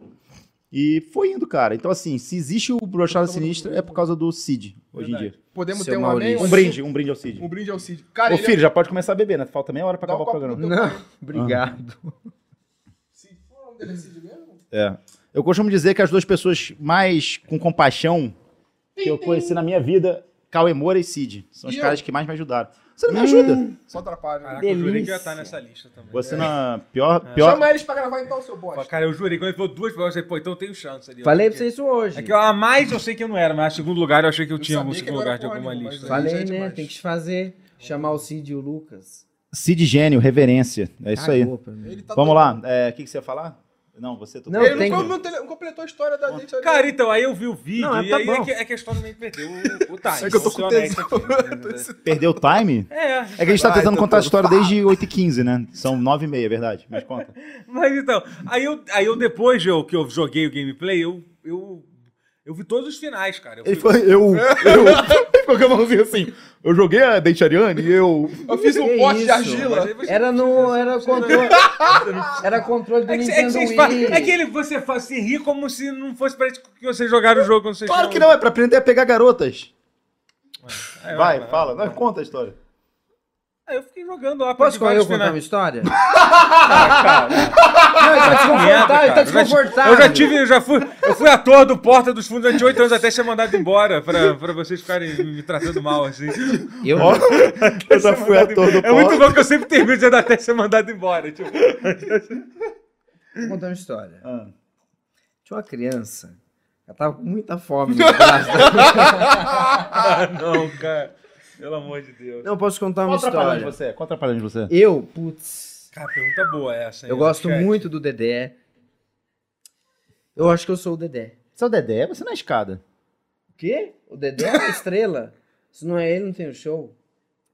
G: E foi indo, cara. Então, assim, se existe o Brochada Sinistra, é por causa do Cid, hoje em
B: Verdade.
G: dia.
E: Podemos
D: Seu
E: ter um amém?
D: Maurício.
G: Um brinde, um brinde ao Cid.
E: Um brinde ao Cid. Cara,
G: Ô,
E: ele é-
G: filho, já pode começar a beber, né? Falta meia hora pra
E: Dá um
G: acabar o
E: copo
G: programa.
E: no
A: é
D: Não,
B: Ah,
D: obrigado.
E: Cid. Qual o nome dele é Cid mesmo?
G: É. Eu costumo dizer que as duas pessoas mais com compaixão que eu conheci na minha vida, Cauê Moura e Cid. São os
E: E
G: caras que mais me ajudaram. Você não me
A: Hum.
G: ajuda.
E: Só atrapalha. né?
B: Caraca, eu jurei que eu ia
D: Delícia.
B: estar nessa lista também.
A: É.
G: Você na pior... pior...
E: Chama eles pra gravar então, seu bosta.
B: Cara, eu jurei. Quando ele falou duas palavras, eu falei, pô, então eu tenho chance ali. ó.
D: Falei pra
B: Porque-
D: você isso hoje.
B: É que eu- a mais eu sei que eu não era, mas a segundo lugar eu achei que eu tinha algum
E: sabia que
B: segundo
E: agora
B: lugar de
E: pode,
B: alguma
E: mas
B: lista.
E: aí-
D: Falei,
E: gente,
D: né?
E: demais.
D: Tem que te fazer. Chamar o Cid e o Lucas.
G: Cid gênio, reverência. É isso aí.
D: Cagou pra mim.
E: Ele tá
G: Vamos lá. É, O que, que você ia falar?
A: Não, você tocou.
D: Não,
E: Ele
D: tem-
E: não, com- não tele- não completou a história da gente.
B: Cara, então, aí eu vi o vídeo
D: Não, é,
B: e
D: tá
B: aí é
D: bom.
B: que, é que a história meio que perdeu
G: [laughs]
B: o, o time.
E: É que [laughs] eu tô com
B: vou ser
E: tesão.
B: honesto aqui, né?
A: Perdeu o time?
B: É,
A: É que a gente tá
E: Vai,
A: tentando
E: então,
A: contar a
E: pô,
A: história desde 8h15, né? São 9h30, é verdade. Mas [laughs] conta.
B: mas então, aí eu, aí eu depois de eu- que eu joguei o gameplay, eu, eu, eu vi todos os finais, cara. Eu
A: Ele
B: fui-
A: falou, eu. eu... [laughs] Ele ficou com a mãozinha assim. Eu joguei a Deichariane e eu.
E: Eu fiz um
D: Que
E: pote de
D: isso?
E: argila.
B: Mas aí você-
D: Era no. Era controle.
B: [laughs]
D: Era controle do
B: É que, é que
D: Nintendo
B: vocês
D: Wii.
B: fa- é que ele, você fa- se ri como se não fosse pra que vocês jogaram o jogo quando vocês
A: Claro que
B: jogam.
A: não, é pra aprender a pegar garotas.
B: É,
A: Vai,
B: é,
A: fala. Não, conta a história.
B: [laughs] Aí eu fiquei jogando lá
D: Posso
B: perdi
D: eu
B: vários
D: contar uma
B: finais. [laughs]
D: história?
B: Cara,
D: Não, ele tá desconfortável, ele tá
B: cara, eu já-
D: desconfortável.
B: Eu já tive, eu já fui, eu fui ator do Porta dos Fundos durante oito anos até ser mandado embora pra, pra vocês ficarem me tratando mal, assim.
D: Eu,
A: Eu já fui ator do
B: [laughs] É muito bom que eu sempre termino dizendo até ser mandado embora. Tipo,
D: Vou contar uma história.
A: Ah.
D: Tinha uma criança. Ela tava com muita fome
B: [laughs]
D: no braço.
B: ah, não, cara. Pelo amor de Deus.
D: Não, posso contar uma
A: Qual atrapalhando
D: história.
A: você é? Qual atrapalhando você é?
D: Eu, putz,
B: Cara, pergunta boa é essa. hein?
D: eu gosto
B: Chat.
D: muito do Dedé. Eu acho que eu sou o Dedé.
A: Você é o Dedé? Você não é escada.
D: O quê? O Dedé é uma estrela? Se não é ele, não tem o show.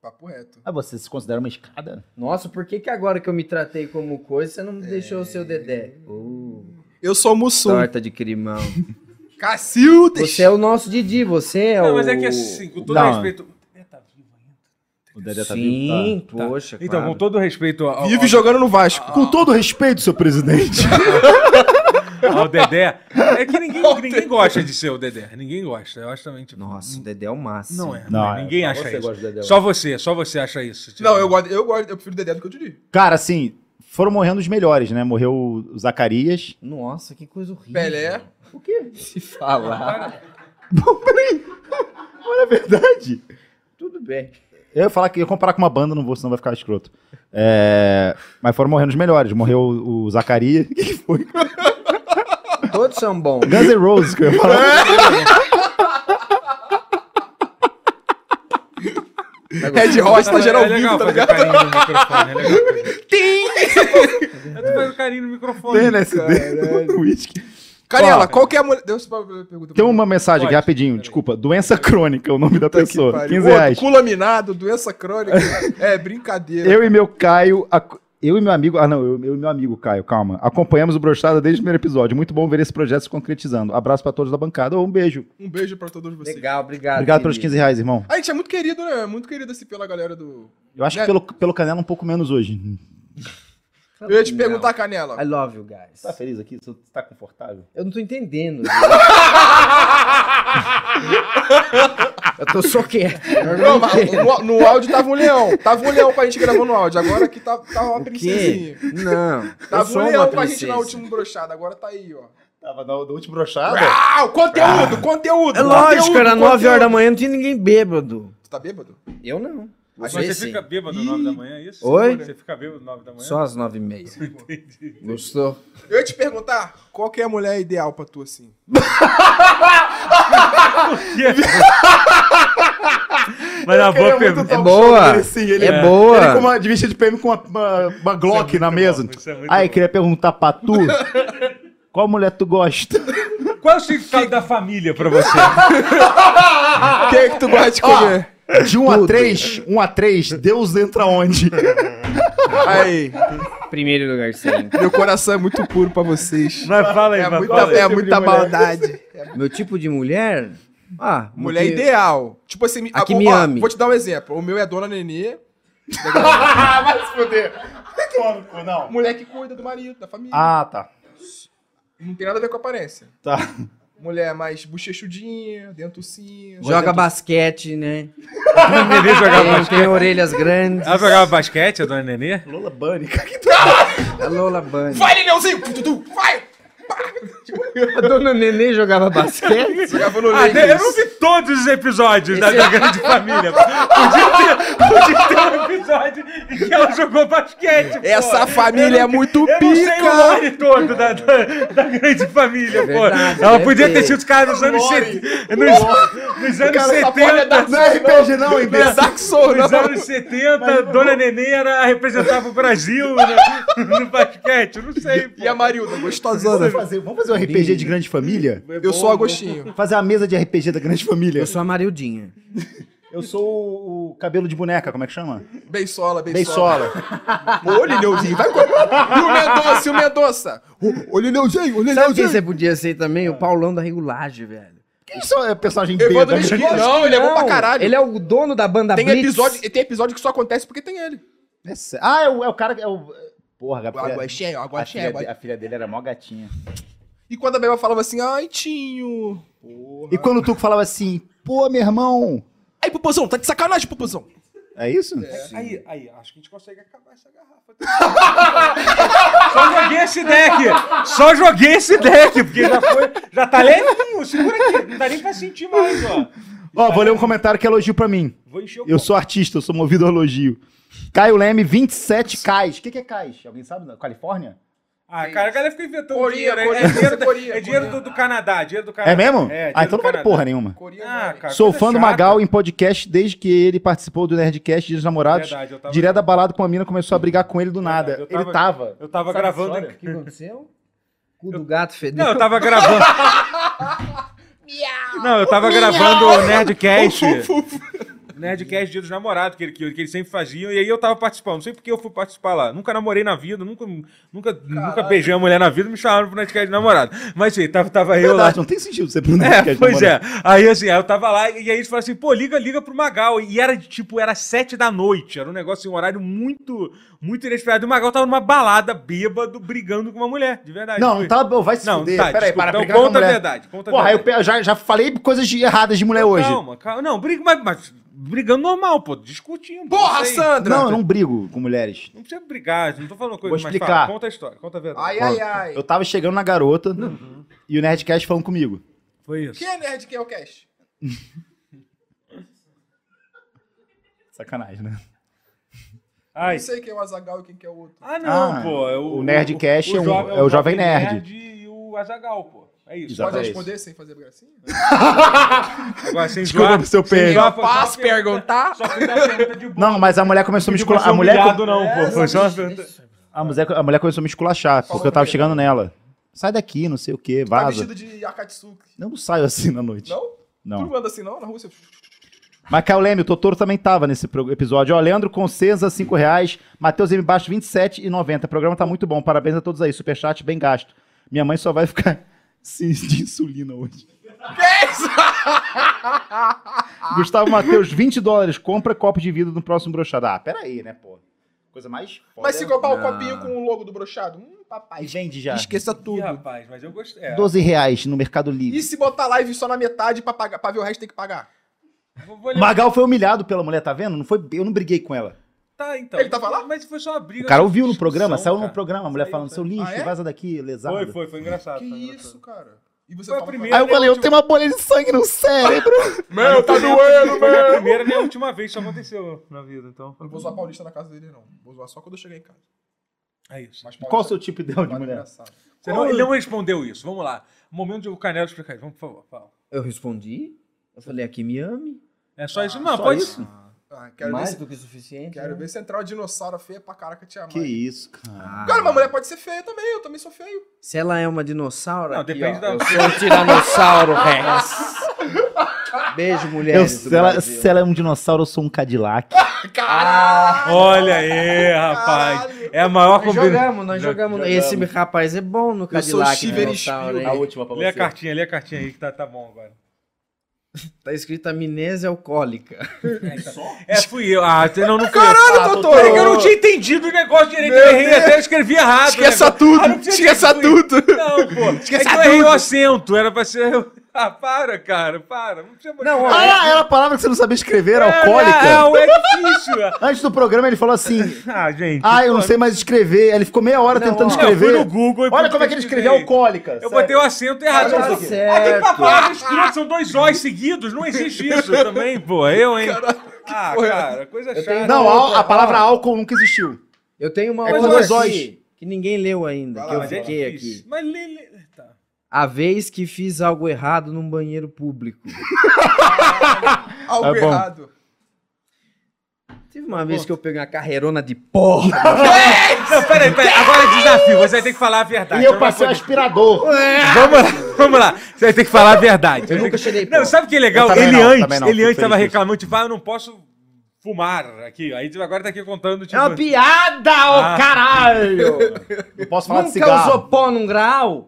E: Papo reto.
A: Ah, você se considera uma escada?
D: Nossa, por que, que agora que eu me tratei como coisa, você não me deixou o seu
B: É.
D: Dedé? Uh,
E: Eu sou um Mussum.
D: torta de crimão.
E: Cacildes.
D: Tá. Você é o nosso Didi, você é o...
B: Não, mas é que assim, com todo
A: Não.
B: respeito. É, tá vivo ainda.
A: O Dedé tá vivo.
D: Sim,
B: Tá.
D: poxa,
B: Então,
D: claro.
B: com todo respeito ao,
E: Vive jogando no Vasco.
A: Com
G: ah.
A: todo respeito, seu presidente.
B: ao, ao Dedé, é que
E: [laughs]
B: ninguém, ninguém gosta de ser o Dedé. Ninguém gosta. Eu acho também, tipo.
D: Nossa, o Dedé é o máximo.
B: Não é.
A: Não, é,
B: ninguém
A: só
B: acha
A: você
B: isso.
A: gosta do Dedé.
B: Só você, só você acha isso. tipo.
E: Não, eu gosto, eu gosto, eu prefiro o Dedé do que o Didi.
A: Cara, assim, foram morrendo os melhores, né? Morreu o Zacarias.
D: Nossa, que coisa horrível.
E: Pelé.
D: O quê? Se falar.
A: Não é verdade?
D: Tudo bem.
A: Eu ia falar que ia comparar com uma banda, não vou, senão vai ficar escroto. É, Mas foram morrendo os melhores. Morreu o o Zacarias.
B: [laughs]
A: O que que foi?
D: Todos são bons.
A: Guns N' Roses que eu ia falar.
E: Red Hot tá geral
B: é legal
E: vivo, tá
B: fazer
E: ligado?
B: carinho no microfone. É
E: [laughs]
B: legal. É Tem! Eu tô fazendo carinho no microfone.
A: [laughs]
E: né?
A: LSD. Whisky.
E: Canela,
A: Ó.
E: qual que é a mulher. Deus pra pergunta.
A: Tem um uma mensagem aqui
B: Pode,
A: rapidinho.
B: peraí.
A: Desculpa. Doença crônica é o nome da pessoa. 15 reais.
E: Culaminado, doença crônica. é, brincadeira.
A: Eu e meu Caio. ac- Eu e meu amigo. Ah, não, eu, eu e meu amigo Caio, calma. Acompanhamos o Brochada desde o primeiro episódio. Muito bom ver esse projeto se concretizando. Abraço pra todos da bancada. Um beijo.
E: Um beijo pra todos vocês.
D: Legal, obrigado.
A: Obrigado pelos 15
D: querido.
A: reais, irmão.
E: A gente é muito querido, né? Muito querido assim pela galera do.
A: Eu acho que
E: É.
A: pelo, pelo canela um pouco menos hoje.
E: Eu ia te
D: Não.
E: perguntar, Canela.
D: I love you guys.
A: feliz aqui? Você tá confortável?
D: Eu não tô entendendo. gente. eu tô só quieto.
E: Não, mas no, no áudio tava um leão. Tava um leão pra gente gravando no áudio. Agora aqui tá, tá uma
D: O quê?
E: princesinha.
D: Não. eu
E: Tava
D: sou
E: um
D: uma
E: leão pra gente
D: princesa.
E: na última brochada. Agora tá aí, ó.
A: Tava no, último Brochada?
E: Ah, o conteúdo, conteúdo.
D: É lógico,
E: conteúdo,
D: era 9 horas da
E: conteúdo.
D: manhã, não tinha ninguém bêbado.
E: Tu tá bêbado?
D: Eu não.
B: Mas
D: Você
B: você
D: sim.
B: fica bêbado às 9 da manhã, é isso?
D: Oi?
B: Você fica bêbado às 9 da manhã?
D: Só às 9 e meia. Gostou?
E: Eu ia te perguntar, qual que é a mulher ideal pra tu, assim?
B: Mas a boa pergunta.
D: É boa. é boa.
A: Ele com uma de vista de PM com uma, uma, uma Glock na mesa.
B: é bom, isso é muito
A: Aí,
B: bom.
A: queria perguntar pra
B: [laughs]
A: tu. Qual mulher tu gosta?
B: Qual é o significado da família pra
D: [laughs]
B: você?
E: O que é que tu gosta de comer?
A: De 1 a 3, 1 a 3, Deus entra onde?
E: Aí,
F: Primeiro lugar sempre.
E: meu coração é muito puro pra vocês.
B: Mas fala aí,
E: É
B: mas
E: muita,
B: fala aí.
E: é muita maldade.
D: [laughs] Meu tipo de mulher? Ah,
E: Mulher
D: porque-
E: ideal. Tipo assim,
D: A que
E: ó,
D: me
E: ó,
D: ame.
E: Vou te dar um exemplo. O meu é Dona [laughs] Nenê.
A: Vai se fuder. Não.
E: [laughs] Mulher que cuida do marido, da família.
A: Ah, tá.
E: Não tem nada a ver com a aparência.
A: Tá.
E: Mulher mais bochechudinha, dentucinha.
D: Joga basquete, né?
B: A Nenê jogava
D: Tem,
B: basquete.
D: tem orelhas grandes.
B: Ela jogava basquete, a dona Nenê?
A: Lola Bunny.
D: A Lola Bunny.
E: [laughs] Vai, Nenelzinho! Tu, tu, tu, Vai!
D: A dona Nenê jogava basquete?
E: Jogava no
B: Ah,
E: Lakers.
B: eu não vi todos os [laughs] episódios da, da Grande Família. Podia ter, podia ter um episódio em que ela jogou basquete. pô.
E: Essa família é muito
B: Eu não sei o
E: pica. É
B: lore todo da, da, da Grande Família, pô.
D: verdade,
B: ela
D: deve
B: podia ter
D: ter.
B: sido os caras nos anos 70. Nos, nos anos
E: Cara, essa porra é
B: 70.
E: Dark
G: Não é RPG não,
E: Não é
G: imbecil.
E: Dark Souls,
B: Nos
E: não.
B: anos 70, Dona Nenê era, representava o Brasil no, no basquete. Eu não sei, pô.
E: E a Marilda, gostosona.
G: Vamos fazer, vamos fazer um RPG de grande família?
E: Eu sou o Agostinho.
G: Fazer uma mesa de RPG da grande família.
D: Eu sou a Marildinha.
G: Eu sou o, o cabelo de boneca, como é que chama?
E: Beisola, Beisola.
G: Beisola.
E: [laughs] Ô, Lineuzinho, vai correr. E o Mendonça, e o Mendonça. Ô, ô, Lineuzinho, ô,
D: Sabe quem é
E: Lineuzinho.
D: você podia ser também? O Paulão da Regulagem, velho.
G: Quem são é personagem B da
E: Evandro
G: grande
E: Mesquita. Não, ele é bom pra caralho.
D: Ele é o dono da banda
E: Tem
D: Blitz.
E: episódio, tem episódio que só acontece porque tem ele.
G: É sé- Ah, é o, é o cara que é o. Porra,
E: O
G: Gabriel.
E: Agostinho, o
H: A
E: Agostinho.
H: filha,
E: o
H: de-
E: Agostinho.
H: a filha dele era mó gatinha.
E: E quando a Beba falava assim, ai, Tinho. Porra.
G: E quando o Tuco falava assim, pô, meu irmão.
E: Aí, Pupuzão, tá de sacanagem, Pupuzão.
G: É isso?
B: Aí, aí, acho que a gente consegue acabar essa garrafa. [laughs] Só joguei esse deck! Só joguei esse deck, porque já foi. Já tá levinho, segura aqui. Não dá nem pra sentir mais, ó.
G: Ó, vou ler um comentário que é elogio pra mim.
B: Vou encher o
G: Eu
B: copo.
G: sou artista, eu sou movido a elogio. Caio Leme, 27 cais. O que, que é cais? Alguém sabe? não? Califórnia?
B: Ah, cara, a galera fica inventando
E: Coria,
B: dinheiro. é-
E: coria,
B: é dinheiro, da-
E: coria,
B: é dinheiro
E: coria.
B: do, do Canadá, dinheiro do Canadá.
G: É mesmo?
B: dinheiro
G: ah,
B: do
G: então não vale
B: Canadá.
G: porra nenhuma.
B: Ah, cara,
G: Sou
B: coisa
G: fã do
B: chata.
G: Magal em podcast desde que ele participou do Nerdcast Dia dos Namorados.
B: Verdade, eu tava-
G: direto da balada com a mina, começou a brigar com ele do
B: Verdade,
G: nada.
B: eu tava-
G: Ele tava.
B: Eu tava gravando.
D: O que aconteceu? Cu do gato fedeu.
B: Não,
E: tá-
B: eu tava gravando. Não, eu tava gravando o Nerdcast. Nerdcast Dia dos Namorados, que, ele- que, que eles sempre faziam. E aí eu tava participando. Não sei porque eu fui participar lá. Nunca namorei na vida, nunca, nunca, nunca beijei uma mulher na vida, me chamaram pro Nerdcast de namorado. Mas assim, tava, tava eu lá.
G: Verdade, não tem sentido você pro
B: É,
G: Nerdcast
B: pois
G: namorar.
B: é. Aí assim, aí eu tava lá e aí eles falaram assim, pô, liga, liga pro Magal. E era de, tipo, era sete da noite. Era um negócio, assim, um horário muito, muito inesperado. E o Magal tava numa balada, bêbado, brigando com uma mulher, de verdade.
G: Não,
B: Foi.
G: não tá bom, vai se
B: Não,
G: fuder.
B: tá,
G: Peraí,
B: desculpa.
G: para
B: Então
G: brigar com a
B: conta a
G: mulher.
B: verdade, conta a
G: Porra, eu
B: verdade.
G: pe- já, já falei coisas de- erradas de mulher é hoje.
B: Calma, calma. Não, briga, mas, mas brigando normal, pô, discutindo.
E: Porra,
B: não sei.
E: Sandra!
G: Não, eu não brigo com mulheres.
B: Não precisa brigar, não tô falando coisa
G: Vou
B: mas
G: explicar.
B: fala, Conta a história, conta a verdade.
E: Ai, ai, ai.
G: Eu tava chegando na garota e o Nerdcast falando comigo.
B: Foi isso.
E: Quem é nerd que é o Cash?
G: Sacanagem, né?
B: Ai.
E: Não sei quem é o Azagal e quem que é o outro.
B: Ah, não,
G: Ah,
B: pô. é
G: o Nerdcast é um-
B: jovem-
G: é o Jovem Nerd.
B: E o Azagal, pô. É isso.
G: Exato.
E: Pode
G: Exatamente.
E: responder sem fazer gracinha?
B: Agora, sem
G: Desculpa
B: zoar-
G: pro seu
B: sem
G: pênis.
B: zoar, foi só
E: Faz
B: uma pergunta-
E: perguntar.
B: Só fui dar uma pergunta
G: [laughs]
B: de boa.
G: Não, mas a mulher começou a me
B: Não
G: esculachar.
B: foi
G: A mulher, É,
B: humilhado, não, pô. Foi só uma pergunta.
G: a, mulher, a mulher começou a me esculachar, porque eu tava chegando nela. Sai daqui, não sei o quê,
E: Tá
G: vaza.
E: vestido de Akatsuki.
G: Eu não saio assim na noite.
E: Não? Tu
G: Não.
E: não anda assim não na Rússia?
G: Mas Caio Leme, o Totoro também tava nesse pro- episódio. Ó, Leandro Concesa, 5 reais. Matheus M. Baixo, 27,90. O programa tá muito bom. Parabéns a todos aí. Superchat bem gasto. Minha mãe só vai ficar [laughs] sem de insulina hoje. Gustavo Matheus, 20 dólares. Compra copo de vidro no próximo brochado. Ah, peraí, né, pô? Coisa mais. foda.
E: Mas se comprar o
D: Não.
E: copinho com o logo do brochado, hum, papai.
G: Aí
E: [laughs]
G: vende já.
E: Esqueça
B: Ih,
E: tudo.
B: rapaz, mas eu gostei. É,
G: 12 reais no Mercado Livre.
E: E se botar live só na metade pra, pagar, pra ver o resto tem que pagar?
B: vou, vou ler.
G: Magal foi humilhado pela mulher, tá vendo? Não foi, eu não briguei com ela.
B: Tá, então.
E: Ele tava lá?
B: Mas foi só uma briga.
G: O cara
B: só
G: ouviu no
B: discussão,
G: programa, saiu no
B: cara.
G: programa, a mulher
B: Saiu,
G: falando seu
B: saiu.
G: lixo,
E: Ah, é?
G: vaza daqui, lesado.
B: Foi, foi, foi engraçado.
E: Que
B: foi
E: isso,
B: engraçado.
E: cara? E você
B: Foi a
E: fala- "Ah,
B: primeira-
G: Aí eu falei, eu tenho uma bolha de sangue no cérebro.
E: Meu, tá doendo,
B: Foi
E: meu!
B: a primeira nem a última vez que isso aconteceu na vida, então.
E: Eu não vou zoar paulista na casa dele, não. Vou zoar só quando eu chegar em casa.
B: É isso.
E: Mas
G: Qual o
E: paulista
G: seu tipo ideal
E: é
G: de
E: mais
G: mulher?
E: engraçado.
B: Você não, ele não respondeu isso. Vamos lá. Momento de o Canelo explicar isso. Vamos, por favor. Fala.
D: Eu respondi. Eu falei, aqui me ame.
B: É só isso? Não, pode.
E: Ah, quero,
D: Mais
E: ver, se-
D: do que o suficiente. né?
E: quero ver se entrar uma dinossauro feia pra caraca te amar.
G: Que isso, cara.
D: Ah.
E: Cara, uma mulher pode ser feia também, eu também sou feio.
D: Se ela é uma dinossauro.
B: Não,
D: aqui,
B: depende
D: ó,
B: da-
D: Eu sou um tiranossauro, [laughs] Rex. Beijo,
G: Eu,
D: mulheres.
G: se,
D: do
G: ela,
D: Brasil.
G: se ela é um dinossauro, eu sou um Cadillac.
E: Caralho!
B: Olha aí, rapaz.
E: Caralho.
B: É a maior
D: Nós
B: combinação.
D: jogamos, nós jogamos. Esse rapaz é bom no
E: Eu sou o
D: Cadillac.
E: Steven
D: dinossauro, né?
E: Spielberg.
D: hein?
H: última pra
B: Lê a cartinha, lê a cartinha aí que tá, tá bom agora.
D: Tá escrito amnésia alcoólica.
B: É, fui eu. Ah, você- não, não fui eu.
E: Caralho, doutor!
B: Peraí que eu não tinha entendido o negócio direito. Eu errei até, eu escrevi errado. o
E: Esqueça
B: negócio.
E: tudo,
B: Ah, não precisa
E: esqueça
B: ter fui eu.
E: tudo.
B: Não, pô.
E: Esqueça
B: é que eu errei o
E: tudo.
B: acento. Era pra ser... eu- Ah, para, cara, para. Não precisa
D: Não,
B: mostrar.
D: olha,
G: Ah, era a palavra que você não sabia escrever, era
B: É,
G: alcoólica.
B: não, é difícil. [laughs]
G: Antes do programa ele falou assim:
B: Ah, gente.
G: Ah, eu não
B: pô,
G: sei mais escrever. Aí Ele ficou meia hora tentando
B: não, eu fui
G: escrever.
B: no Google e
G: Olha como é que ele escreveu
B: pesquisei.
G: alcoólica.
B: Eu botei o acento errado.
D: Tá
G: é
B: Ah, tem
D: certo.
B: uma palavra escrota, são dois O's seguidos. Não existe isso também, pô. Eu, hein? ah,
G: é
E: porra.
B: cara, coisa
D: Eu
B: chata.
D: tenho-
G: Não, a, a palavra
D: Tá,
G: álcool nunca existiu.
D: Eu tenho uma
G: É com dois
D: outra
G: Os.
D: aqui, que ninguém leu ainda, que
B: Ah,
D: eu
B: mas é
D: fiquei
B: difícil.
D: aqui.
B: Mas lê, lê- tá.
D: A vez que fiz algo errado num banheiro público.
E: Algo
G: Tá bom.
E: errado.
D: Teve uma vez que eu peguei uma carreirona de porra.
B: Não, peraí, peraí. Agora é desafio. Você vai ter que falar a
D: então
B: verdade.
G: E eu passei um aspirador.
B: Vamos lá, vamos lá. Você vai ter que falar a verdade.
D: Eu nunca cheirei
B: Não,
D: porra.
B: sabe o que é legal?
G: Eu também
B: Ele
G: não,
B: antes,
G: também não,
B: ele
G: fico
B: antes tava
G: feliz.
B: reclamando, tipo, ah, eu não posso fumar aqui. Aí agora tá aqui contando, tipo...
D: É uma piada, ô
B: Ah.
D: caralho!
G: Não posso falar de
D: Nunca
G: cigarro.
D: usou pó num
B: [laughs]
D: grau?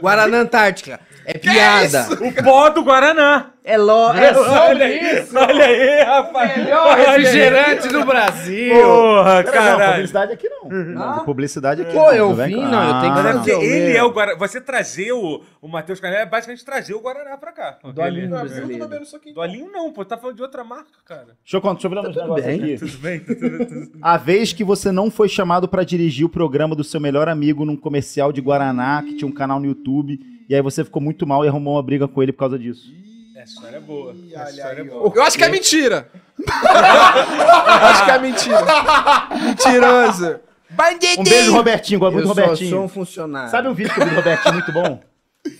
D: Guaraná Antártica. É piada.
B: O pó do Guaraná.
D: É lo... É sobre
B: olha aí, olha aí, rapaz.
D: melhor refrigerante do Brasil.
B: Porra,
G: Não,
B: caralho.
G: publicidade aqui não. não. Publicidade aqui
D: Uhum. Ah. Pô, eu
G: tudo bem? Ah,
D: vi, não, eu tenho que
B: Mas é
D: fazer.
B: porque
D: Não,
B: ele
D: meu.
B: é o Guaraná. Você trazer o, o Matheus Canela é basicamente trazer o Guaraná pra cá. Do
D: Alinho.
E: Não,
D: Brasileiro.
E: eu tô bebendo isso aqui.
B: Do Alinho não, pô. Tá falando de outra marca, cara.
G: Deixa eu, cont- deixa eu virar uns negócios
D: bem.
G: aqui.
B: Tudo bem? Tudo- tudo-
G: A vez que você não foi chamado pra dirigir o programa do seu melhor amigo num comercial de Guaraná, que tinha um canal no YouTube, e aí você ficou muito mal e arrumou uma briga com ele por causa disso.
B: [laughs] Essa história é boa. Essa
E: Olha
B: história é
E: aí,
B: boa.
E: ó. Eu acho que é mentira. eu acho que é mentira. Mentiroso.
G: Um beijo, Robertinho. Gosto
D: Eu
G: muito do
D: só
G: Robertinho.
D: sou um funcionário.
G: Sabe um vídeo que eu vi do Robertinho muito bom?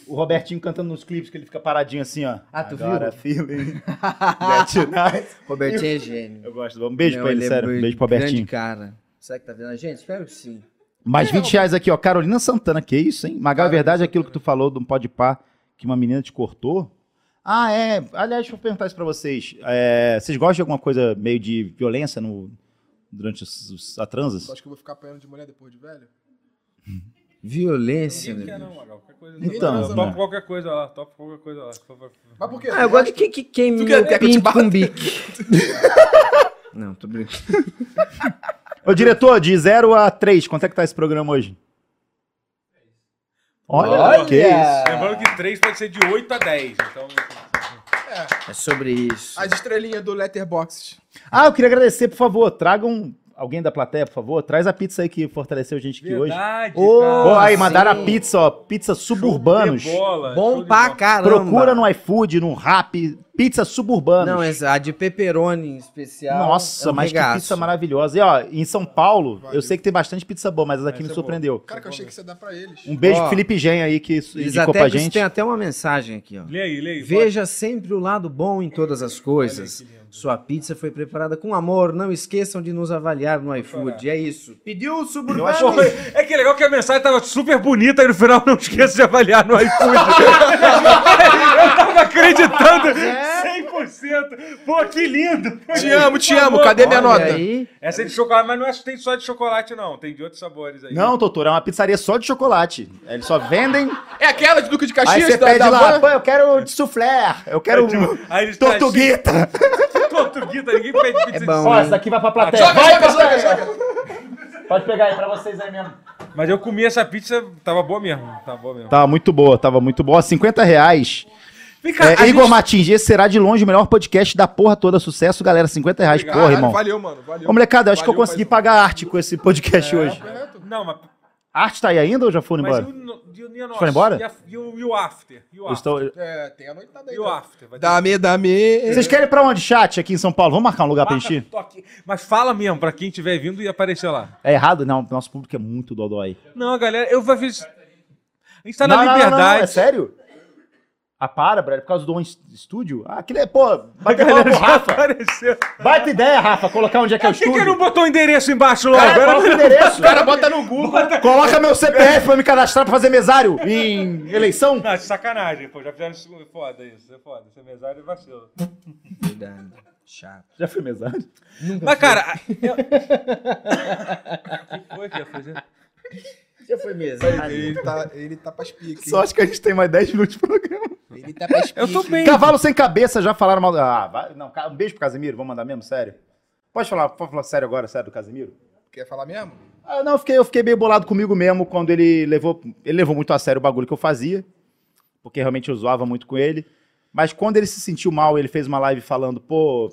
G: O Robertinho cantando nos clipes que ele fica paradinho assim, ó.
D: Ah, tu
G: Agora, feeling. That
D: [laughs]
G: night.
D: Robertinho é gênio.
G: Eu gosto. Um beijo
D: Não,
G: pra ele,
D: é
G: sério. Um
D: br-
G: beijo pro Robertinho.
D: Grande cara. É, Será que tá vendo a gente? Espero que sim.
G: Mais 20 reais aqui, ó. Carolina Santana, que isso, hein? Magal, é verdade aquilo que tu falou de um pó de pá que uma menina te cortou? Ah, é. Aliás, deixa eu perguntar isso pra vocês. É, vocês gostam de alguma coisa meio de violência no, durante os- os- a
E: Você
G: transa?
E: acha que eu vou ficar apanhando de mulher depois de velho?
D: Violência,
B: Ninguém
D: meu
B: quer não,
D: Deus.
B: Magal. Qualquer coisa.
G: Então,
B: top
G: mano.
B: qualquer coisa lá. Top qualquer coisa lá.
E: Mas por quê?
D: Ah, eu gosto de que, que queime
E: Tu quer-
D: meu
E: quer que eu te
D: pinto
E: bata?
B: [laughs]
D: com bique. Não, tô brincando.
G: Ô, diretor, de 0 a 3, quanto é que tá esse programa hoje? Olha,
D: Olha!
G: que isso.
B: Lembrando que 3 pode ser de 8 a 10. Então,
D: É sobre isso.
E: As estrelinhas do Letterboxd.
G: Ah, eu queria agradecer, por favor, tragam alguém da plateia, por favor. Traz a pizza aí que fortaleceu a gente aqui hoje.
B: verdade,
D: Ô,
G: Pô, aí, mandaram
D: sim.
G: a pizza, ó. Pizza Suburbanos.
B: Bola, show
D: Bom
B: de
D: pra
B: bola.
D: caramba.
G: Procura no iFood, no Rap, pizza suburbanos.
D: Não, essa, a de pepperoni em especial.
G: Nossa,
D: é um
G: mas que
D: regaço.
G: pizza maravilhosa. E ó, em São Paulo,
E: Valeu.
G: eu sei que tem bastante pizza boa, mas essa aqui
B: Essa
G: me
B: é
G: surpreendeu.
E: Cara, que eu achei que você dá pra eles.
G: Um beijo
D: Ó,
G: pro Felipe Gen aí que su-
D: Eles
G: indicou
D: até
G: pra
D: que isso
G: gente.
D: Tem até uma mensagem aqui, ó.
B: Lê aí, lê aí.
D: Veja sempre o lado bom em todas as coisas.
B: Olha que lindo.
D: Sua pizza foi preparada com amor. Não esqueçam de nos avaliar no iFood. É isso. Pediu o
G: Eu
D: suburbano.
G: acho que
B: É que legal que a mensagem tava super bonita e no final não esqueça de avaliar no iFood. Eu tava acreditando 100%. Pô, que lindo.
E: Te amo, te amo. Cadê minha
D: Olha
E: nota?
D: aí.
B: Essa é de chocolate, mas não é tem só de chocolate, não. Tem de outros sabores aí.
G: Não, doutor, é uma pizzaria só de chocolate. Eles só vendem.
E: É aquela de Duque de
G: Aí
E: Caxias?
G: você
E: da-
G: pede
E: da É, tipo,
G: lá,
E: van?
G: pô, eu quero de soufflé, eu quero
B: Aí eles trazem-
G: tortuguita.
B: [laughs] Tortuguita, ninguém pede pizza
D: É bom.
B: de
G: Ó, essa daqui vai pra plateia.
E: Joga,
G: vai,
E: joga,
G: plateia.
E: joga, joga.
G: Pode pegar aí pra vocês aí mesmo.
B: Mas eu comi essa pizza, tava boa mesmo. Tava boa mesmo.
G: Tava muito boa, tava muito boa. 50 reais.
B: Vem
G: É,
B: a
G: Igor
B: gente-
G: Martins, esse será de longe o melhor podcast da porra toda. Sucesso, galera. 50 reais,
B: Obrigado.
G: porra,
E: Caralho,
G: irmão.
E: Valeu, mano. Valeu.
G: Ô, molecada, eu acho que eu
E: Valeu,
B: um-
G: consegui
E: valeu.
G: pagar arte com esse podcast hoje.
B: Não, mas,
G: A arte tá aí ainda ou já foram
B: É. mas
G: Tá. embora?
B: e o, no- e o, e a nossa?
G: Foram embora?
B: E, a- e o, e o after? E o
G: Eu
B: after?
G: estou-
E: É, tem a noitada aí.
B: E o
E: tá?
B: after? Vai ter-
E: Dame, dame.
G: Vocês querem ir pra onde? Chat aqui em São Paulo? Vamos marcar um lugar pra
B: Marca-
G: encher?
B: tô aqui. Mas fala mesmo, pra quem estiver vindo e aparecer lá.
G: É errado? Não, nosso público é muito dodói.
B: Não, a galera, eu vou ver. se- A gente tá
G: Não,
B: na
G: não, não, não, é
B: liberdade.
G: sério? Ah, para, brother, por causa do One Studio? Ah, aquilo é, pô,
B: [laughs] a
G: bater papo,
B: galera já
G: Rafa.
B: apareceu.
G: Bate ideia, Rafa, colocar onde é que é o
B: Por que, um que
G: estúdio.
B: não botou o endereço embaixo logo?
G: Cara,
B: Era-
G: coloca o endereço.
E: Cara, bota no Google.
G: Coloca meu CPF pra me cadastrar pra fazer mesário em eleição.
B: Não, é sacanagem, pô. Já fizeram isso. Foda isso. É foda. Isso é mesário e vacilo.
D: Cuidado. Chato.
G: Já foi mesário?
B: Mas, cara. a- eu- [laughs] O que foi que eu ia fazer?
D: Já foi mesmo.
E: Ele tá, ele tá pras picas. hein?
G: Só acho que a gente tem mais 10 minutos de programa.
E: Ele tá pras
B: Eu tô bem.
G: Cavalo sem cabeça, já falaram mal. Ah, vai- não, ca- um beijo pro Casemiro, vamos mandar mesmo, sério. Pode falar, pode falar sério agora, sério, do Casemiro? Porque
E: Quer falar mesmo?
G: Ah, não, eu fiquei, eu fiquei meio bolado comigo mesmo quando ele levou. Ele levou muito a sério o bagulho que eu fazia, porque realmente eu zoava muito com ele. Mas quando ele se sentiu mal, ele fez uma live falando, pô,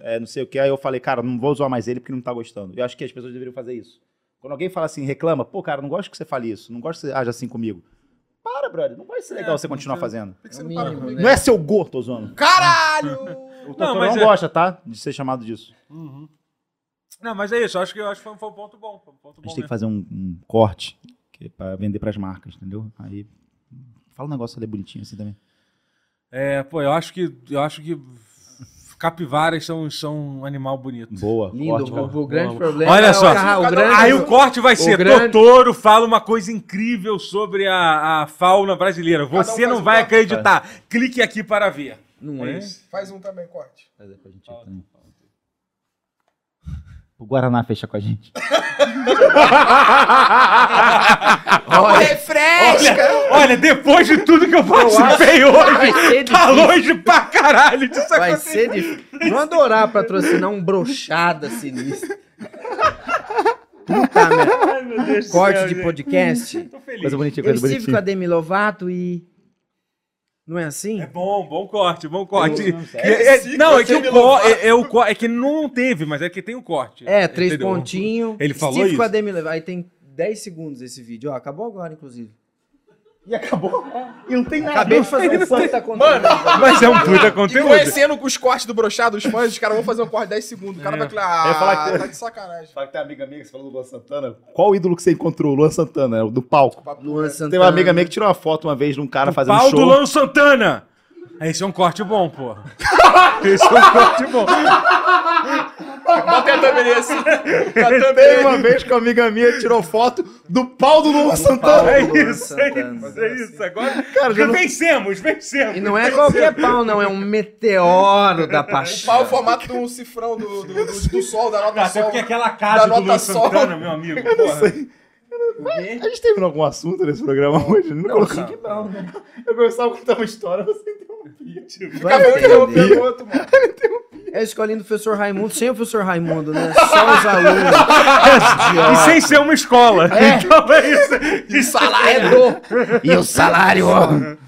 G: é, não sei o que. Aí eu falei, cara, não vou zoar mais ele porque não tá gostando. Eu acho que as pessoas deveriam fazer isso. Quando alguém fala assim, reclama, pô, cara, não gosto que você fale isso, não gosto que você haja assim comigo. Para, brother, não vai ser
B: É,
G: legal você continuar fazendo.
E: Por que, que
D: É
E: você
D: o
E: não para
D: mínimo,
E: comigo?
D: né?
G: Não é seu go, tô zoando.
E: Caralho!
G: O
B: Não,
G: Totoro não,
B: mas é-
G: gosta, tá? De ser chamado disso.
B: Não, mas é isso. eu Acho que, eu acho que foi, um- foi um ponto bom. Foi um ponto bom
G: A gente tem
B: mesmo.
G: que fazer um, um corte que é pra vender pras marcas, entendeu? Aí. Fala um negócio ali bonitinho assim também.
B: É, pô, eu acho que. Eu acho que. Capivaras são, são um animal bonito.
G: Boa.
D: Lindo,
G: corte,
D: o,
G: boa.
D: o grande problema
B: Olha
D: é
B: só.
D: o, carra- o
E: Aí
D: grande...
B: Aí o corte um vai ser:
D: grande-
B: Totoro fala uma coisa incrível sobre a, a fauna brasileira.
E: um
B: Você
E: faz
B: não
E: um
B: vai
E: corte,
B: acreditar. Clique aqui para ver.
D: Não é?
B: isso.
E: Faz um também, corte.
G: Faz aí pra gente aí também. O Guaraná fecha com a gente.
E: Refresca!
B: Olha, depois de tudo que [laughs] eu participei
D: Vai ser
B: [laughs] hoje, [laughs] tá
D: difícil.
B: longe pra caralho disso
D: Vai
B: acontecer.
D: ser difícil. Vou adorar patrocinar um brochada sinistra. Puta merda. Corte de podcast.
B: Tô feliz.
G: Coisa bonitinha,
D: Eu
G: coisa
D: estive com a
G: bonitinha.
D: Demi Lovato e... Não é assim?
B: É bom, bom corte, bom corte.
G: Eu- não,
B: Que- é-
E: Esse
B: não, é que
E: você me
B: o corte. É, é o co- é que não teve, mas é que tem o corte.
D: É, três
B: Entendeu?
D: pontinhos.
B: Ele falou
D: Estive com a
B: isso?
D: Demi Lovato. Aí tem 10 segundos esse vídeo. Ó, acabou agora, inclusive.
G: E acabou. E não tem nada.
D: Acabei de fazer um fã que tá contando.
B: Mas é um puta
E: E
B: conteúdo.
E: conhecendo os cortes do brochado, os fãs, os caras vão fazer um corte de 10 segundos. O cara
B: É.
E: vai falar,
G: Eu ia falar
E: ah,
G: que-
E: tá de sacanagem.
G: Fala que tem uma amiga minha que você falou do Luan Santana. Qual ídolo que você encontrou? O Luan Santana, do palco.
D: Luan Santana.
G: Tem uma amiga minha que tirou uma foto uma vez de um cara fazendo
B: Pau do
G: show.
B: Lano Santana! Esse é um corte bom, porra. Esse é um corte bom.
E: Bota a thumbnail assim. A
G: Tem
E: thumbnail.
G: uma vez que uma amiga minha tirou foto do pau do Luan Santana.
B: É
D: do Luan
B: isso, é
D: Santana.
B: isso,
A: Assim.
B: é isso. Agora
G: Cara, já não-
B: vencemos, vencemos.
D: E não é qualquer pau, não. É um meteoro da
E: Pau o
D: paixão.
E: formato de um cifrão do, do, do, do sol, da
B: Não,
E: nota
B: Até
E: sol.
B: porque é aquela casa
E: Da
B: do Luan
E: Tá, nota só.
B: Santana, meu
E: [laughs]
B: amigo, porra.
G: A gente teve algum assunto nesse programa hoje? Não, colocou.
E: que não.
G: Eu começava a contar uma história, você
A: [laughs]
D: Vai
E: Acabou
D: entender. É
E: interrompendo o outro, mano.
B: um
D: Eu escolhendo o professor Raimundo sem o professor Raimundo, né? Só os alunos.
B: E sem ser uma escola. Então é isso.
E: E salário.
G: E o salário, ó.
A: Ah,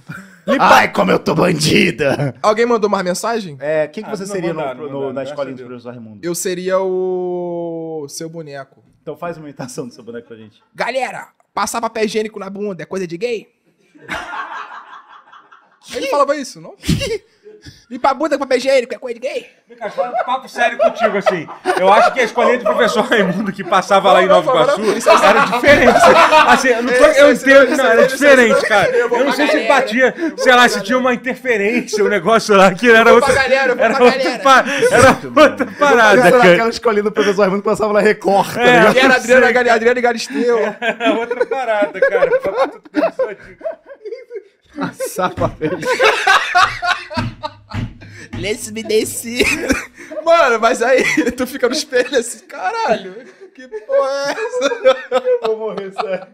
G: Ai, Ah. como eu tô bandida.
E: Alguém mandou mais mensagem?
G: É, quem que você
B: Ah, não
G: seria no-
B: mandaram,
G: no-
B: mandaram,
G: na
B: graças
G: escolinha
B: a
G: do
B: Deus.
G: professor Raimundo?
E: Eu seria o seu boneco.
G: Então faz uma imitação do seu boneco pra gente.
E: Galera, passar papel higiênico na bunda é coisa de gay? Ele falava isso, não? Limpar a bunda com papel higiênico é coisa de gay?
B: Lucas, fala um papo sério contigo, assim. Eu acho que a escolinha do professor Raimundo que passava lá em
E: Não,
B: Nova
E: não, não, não.
B: Iguaçu
E: Isso é-
B: era diferente. Assim, eu não tô-
E: Esse,
B: eu
E: esse,
B: entendo,
E: esse, é
B: não, era
E: esse,
B: diferente,
E: esse,
B: cara.
E: esse, é eu vou
B: Eu não sei
E: pra
B: se
E: galera.
B: batia, sei lá,
E: é
B: se tinha uma interferência, um negócio lá que era
E: Eu vou
B: outra.
E: pra galera, eu vou
B: Era
E: pra
B: outra,
E: galera.
B: pa- era outra
A: é
B: parada,
G: Era
B: cara.
G: aquela escolinha do professor Raimundo que passava na Record, tá
E: E
G: ligado?
E: era Adriana, Gali- Adriana Galisteu.
B: Era outra parada, cara.
E: Let's me descer. Mano, mas aí [laughs] tu fica no espelho assim, caralho, que porra é essa?
G: Eu vou morrer,
B: é-
G: sério.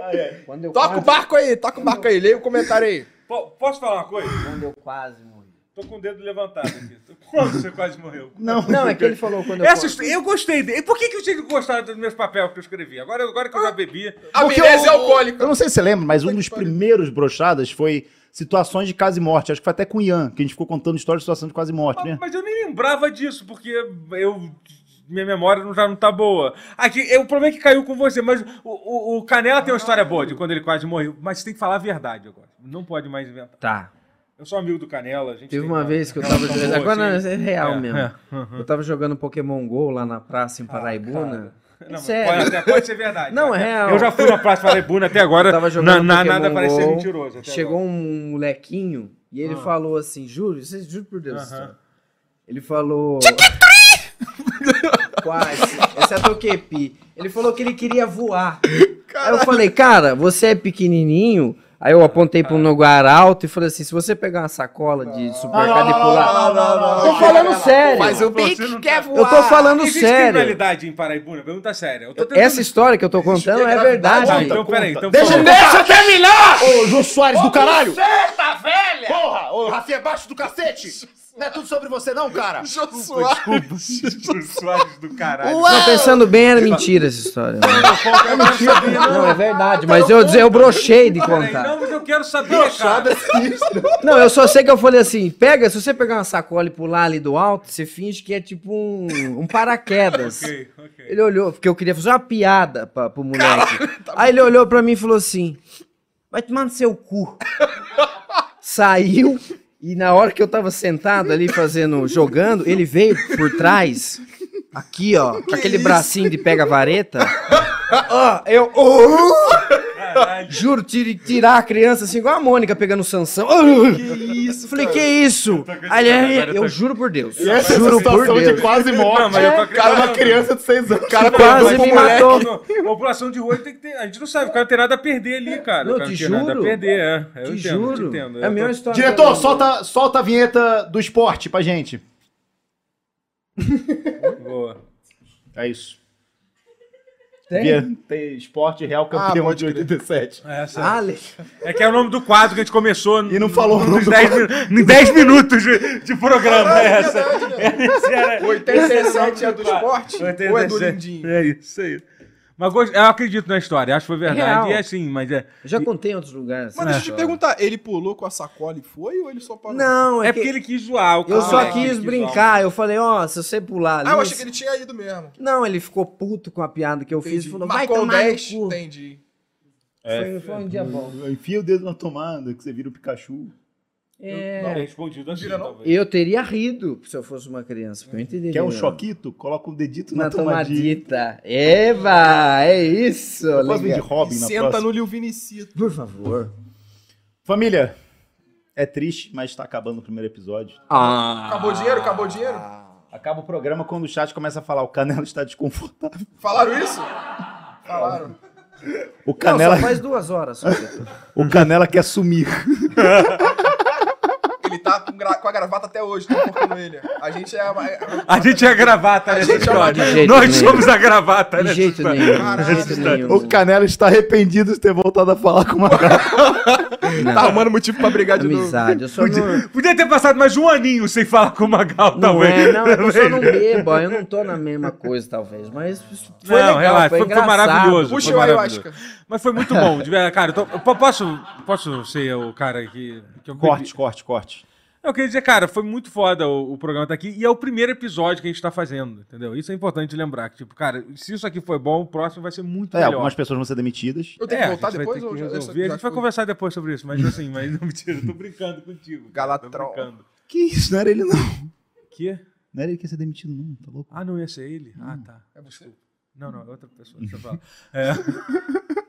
G: Ai, ai.
D: Quando eu,
E: Toca o barco aí, toca o barco aí, leia o comentário aí.
B: Po- Posso falar uma coisa?
D: quando eu quase morri.
B: Tô com o dedo levantado aqui. Quando você quase [laughs] morreu?
G: Não,
D: Não, é que ele falou quando eu
B: Essa
D: quase.
B: histó- eu gostei dele. Por que, que vocês não gostaram dos meus papéis que eu escrevi? Agora, agora que eu já bebi.
E: Amnésia
G: eu-
E: alcoólica.
G: Eu não sei se você lembra, mas um dos primeiros brochadas foi situações de quase morte. Acho que foi até com o Ian, que a gente ficou contando histórias de situação de quase morte, né?
B: Ah, Mas eu nem lembrava disso, porque eu. Minha memória não- já não tá boa. Aqui, é, o problema é que caiu com você, mas o, o- o Canela tem uma história boa de quando ele quase morreu. Mas você tem que falar a verdade agora. Não pode mais inventar.
D: Tá.
B: Eu sou amigo do Canela. A gente
D: Teve
B: tem
D: uma vez que eu tava
B: relação
D: jogando.
B: boa,
D: Agora
B: assim.
D: não, é real
B: É,
D: mesmo.
B: é.
D: Eu tava jogando Pokémon GO lá na praça em Paraibuna.
B: Não, mas
D: Sério.
B: Pode, até pode ser verdade.
D: Não, é real.
B: Eu já fui na Praça Paraibuna até agora.
D: Eu tava
B: na,
D: jogando
B: na,
D: Pokémon
B: nada parece ser
D: Go,
B: mentiroso. até Ah.
D: Chegou um molequinho e ele falou assim, juro, vocês juro por Deus.
B: Aham.
D: senhor. Ele falou... Quase. Essa é a Tokepi. Ele falou que ele queria voar. Aí eu falei, cara, você é pequenininho... Aí eu apontei pra um
B: Ah.
D: lugar alto e falei assim, se você pegar uma sacola de supermercado e pular... Tô falando sério.
E: Mas o
B: Você
E: Pique
B: não
E: quer
D: Eu
E: voar.
D: tô falando
B: Existe
D: sério.
B: criminalidade em Paraibuna? Pergunta séria. Eu tô tentando-
D: Essa história que eu tô contando é
E: gravidade,
D: verdade.
B: Ah, então peraí. Então,
G: Deixa
B: por
G: eu
B: favor.
G: deixa eu terminar! Ô, Jô Soares do caralho!
A: tá
E: Eita, velha!
A: é
G: Porra! Ô, Rafinha, abaixo do cacete!
A: Não é tudo sobre você, não, cara?
E: Jô Soares.
B: Os Soares do caralho.
D: Não, pensando bem, era mentira essa história. né?
B: [laughs] Não, foco, eu não sabia, não.
D: Não, é verdade, mas eu, eu brochei de
B: Peraí,
D: contar.
B: não, mas eu quero saber, cara.
D: Não, eu só sei que eu falei assim: pega, se você pegar uma sacola e pular ali do alto, você finge que é tipo um, um paraquedas.
B: Ok, ok.
D: Ele olhou, porque eu queria fazer uma piada pra, pro moleque.
A: tá
D: Aí ele olhou pra mim e falou assim: vai tomar no seu cu. Saiu, e na hora que eu tava sentado ali fazendo, jogando, ele veio por trás, aqui ó, com aquele bracinho
A: [laughs]
D: de pega-vareta. Ó, eu.
B: Caralho.
D: Juro, tire- tirar a criança assim, igual a Mônica pegando o Sansão. [laughs] Que isso, Falei, que isso? Aí, ele,
B: agora eu tô-
D: eu juro por Deus.
A: E essa é
D: Juro
A: a
D: por
A: situação de
D: Deus.
A: quase morte.
B: Não, mas eu tô
A: O cara é uma
B: acreditando.
A: criança de 6 anos. Cara,
D: Quase
B: Mas,
D: me
B: pô,
D: matou.
B: moleque, População de rua tem que ter. A gente não sabe, o cara não tem nada a perder ali, cara.
D: Não,
B: o cara
D: te
B: não tem nada a
D: juro.
B: perder, é. Eu
D: Te
B: entendo, te
D: juro.
B: entendo.
D: É a
B: Eu
D: melhor
B: tô-
D: história.
A: Diretor, solta, solta a vinheta do esporte pra gente.
B: Boa.
A: É isso.
D: Tem?
A: Tem, tem esporte
G: Ah,
A: real campeão de 87.
B: Essa-
D: Alex.
B: É que é o nome do quadro que a gente começou
A: E não falou o nome
B: nos
A: do
B: 10, min- em 10 minutos de, de programa. É essa. Essa era-
E: 87 é do esporte? Ou é do
B: 87.
E: lindinho?
B: É isso aí. Mas gost- eu acredito na história, acho que foi verdade.
D: Real.
B: E é assim, mas é.
D: Eu Já contei em outros lugares.
E: Mas deixa eu te perguntar, ele pulou com a sacola e foi ou ele só parou?
D: Não, é,
B: É
D: que
B: porque ele quis zoar o cara.
D: eu só
B: né? Ele
D: quis
B: zoar.
D: brincar. Eu falei, ó, se você pular ali.
E: Ah, eu achei que ele tinha ido mesmo.
D: Não, ele ficou puto com a piada que eu fiz e falou, vai
E: Marcou
D: tomar
E: 10,
D: no cu.
E: entendi.
D: Foi, foi um dia bom.
A: Enfia o dedo na tomada que você vira o Pikachu. É.
B: Não, respondido assim,
E: Vira não?
B: talvez.
D: Eu teria rido se eu fosse uma criança, porque eu entendi.
A: Quer um choquito? Coloca o dedito na,
D: Na
A: tomadinha.
D: tomadita. Eva, é isso.
A: Eu posso um vir de
D: legal.
A: Robin
E: E
A: na
E: é. senta
A: próxima.
E: no Lil Vinicito.
D: Por favor.
A: Família, é triste, mas tá acabando o primeiro episódio.
E: Acabou o dinheiro? Acabou o dinheiro?
A: Acaba o programa quando o chat começa a falar o Canela está desconfortável.
E: Falaram isso? Falaram.
A: O Canela,
D: Canela... Não, só faz duas
A: [laughs]
D: horas. só.
A: o canela quer sumir.
E: Ele tá com, gra- com a gravata até hoje, tá cortando ele. A gente é. a-
B: A gente é a gravata nessa
E: gente é uma-
B: história.
D: De jeito
B: Nós
D: nenhum.
B: somos a gravata né?
D: De
B: nessa
D: jeito
B: história.
D: nenhum. De
E: Caralho,
D: jeito
E: velho.
D: nenhum.
A: O Canela está arrependido de ter voltado a falar com uma
D: Não.
E: Tá arrumando motivo pra brigar de novo.
D: Amizade, eu só não...
B: Podia ter passado mais um aninho sem falar com o Magal,
D: Não
B: talvez.
D: é, não, é que eu só não bebo, eu não tô na mesma coisa, talvez, mas isso foi
B: Não,
D: legal,
B: relaxa,
D: foi,
B: foi- foi
D: engraçado.
B: maravilhoso.
E: Puxa
B: Foi
E: o
B: maravilhoso.
E: ayahuasca.
B: [laughs] Mas foi muito bom. de verdade, Cara, eu tô- eu po- posso, posso ser o cara que. que eu bebi?
A: Corte, corte, corte.
B: Eu queria dizer, cara, foi muito foda o, o programa tá aqui e é o primeiro episódio que a gente tá fazendo, entendeu? Isso é importante lembrar. Que, tipo, cara, se isso aqui foi bom, o próximo vai ser muito
A: É,
B: melhor.
A: algumas pessoas vão ser demitidas.
E: Eu tenho
B: É,
E: que voltar
B: a gente vai
E: depois
B: ter
E: ou
B: que
E: já,
B: resolver.
E: já
B: A gente vai
E: foi?
B: conversar depois sobre isso,
E: [laughs]
B: mas assim, mas [laughs] não mentira, eu tô brincando contigo. cara, tô
E: Galatrol.
B: brincando.
A: Que isso, não era ele não.
B: Que?
A: Não era ele que ia ser demitido não, tá louco?
B: Ah, não ia ser ele? Ah, tá.
E: É você?
B: Não, não, é outra pessoa. Deixa eu falar. É.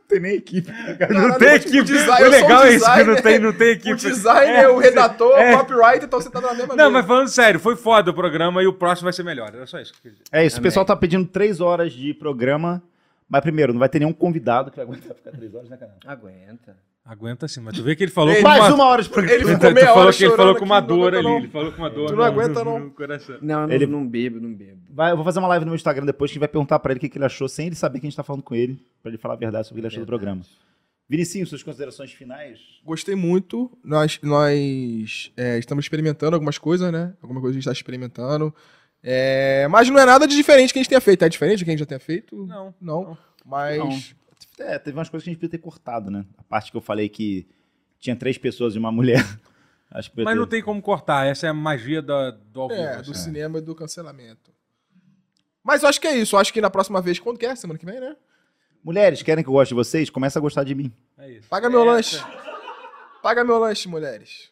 A: Tem nem equipe.
E: [laughs] Caralho,
B: não tem
E: o
B: equipe.
E: design-
B: o
E: eu sou
B: legal
E: o
B: é isso que
E: designer.
B: não tem, não
E: [laughs]
B: tem
E: O
B: equipe.
E: designer, o redator,
B: é.
E: o copywriter estão sentados na mesma
B: Não, mas
E: mesa.
B: falando sério, foi foda o programa e o próximo vai ser melhor. Era só isso que eu queria dizer.
A: É isso, o pessoal tá pedindo três horas de programa. Mas primeiro, não vai ter nenhum convidado que vai aguentar ficar três horas, né, Canela?
D: Aguenta.
B: Aguenta sim, mas tu vê que ele falou com
A: Mais
B: uma...
A: uma hora de programa.
B: [laughs]
E: Ele
B: Tu,
E: ficou meia
B: falou
E: hora
B: que ele
E: chorando
B: falou com
E: aqui,
B: uma
E: não
B: dor
E: aguenta
B: ali,
E: não.
B: ele falou com uma dor.
E: Tu não
B: no-
E: aguenta,
B: no-
E: não.
B: no coração.
D: Não, eu não-
A: Ele-
D: não, bebo, não bebo.
A: Vai, eu vou fazer uma live no meu Instagram depois que a gente vai perguntar pra ele o que que ele achou, sem ele saber que a gente tá falando com ele, pra ele falar a verdade sobre o que ele achou do programa. Vinicinho, suas considerações finais?
E: Gostei muito. Nós, nós é, estamos experimentando algumas coisas, né? Alguma coisa a gente está experimentando. É, mas não é nada de diferente que a gente tenha feito. É diferente do que a gente já tenha feito?
B: Não.
E: Não.
B: Não.
E: Mas.
A: É, teve umas coisas que a gente podia ter cortado, né? A parte que eu falei que tinha três pessoas e uma
G: [laughs]
A: mulher. Acho que podia
B: Mas não
A: ter-
B: tem como cortar, essa é a magia da, do ao vivo.
E: É,
B: assim.
E: do cinema e do cancelamento. Mas eu acho que é isso. Eu acho que na próxima vez, quando quer? Semana que vem, né?
A: Mulheres, querem que eu goste de vocês? Começa a gostar de mim.
B: É isso.
E: Paga meu
B: Essa-
E: lanche. Paga meu lanche, mulheres.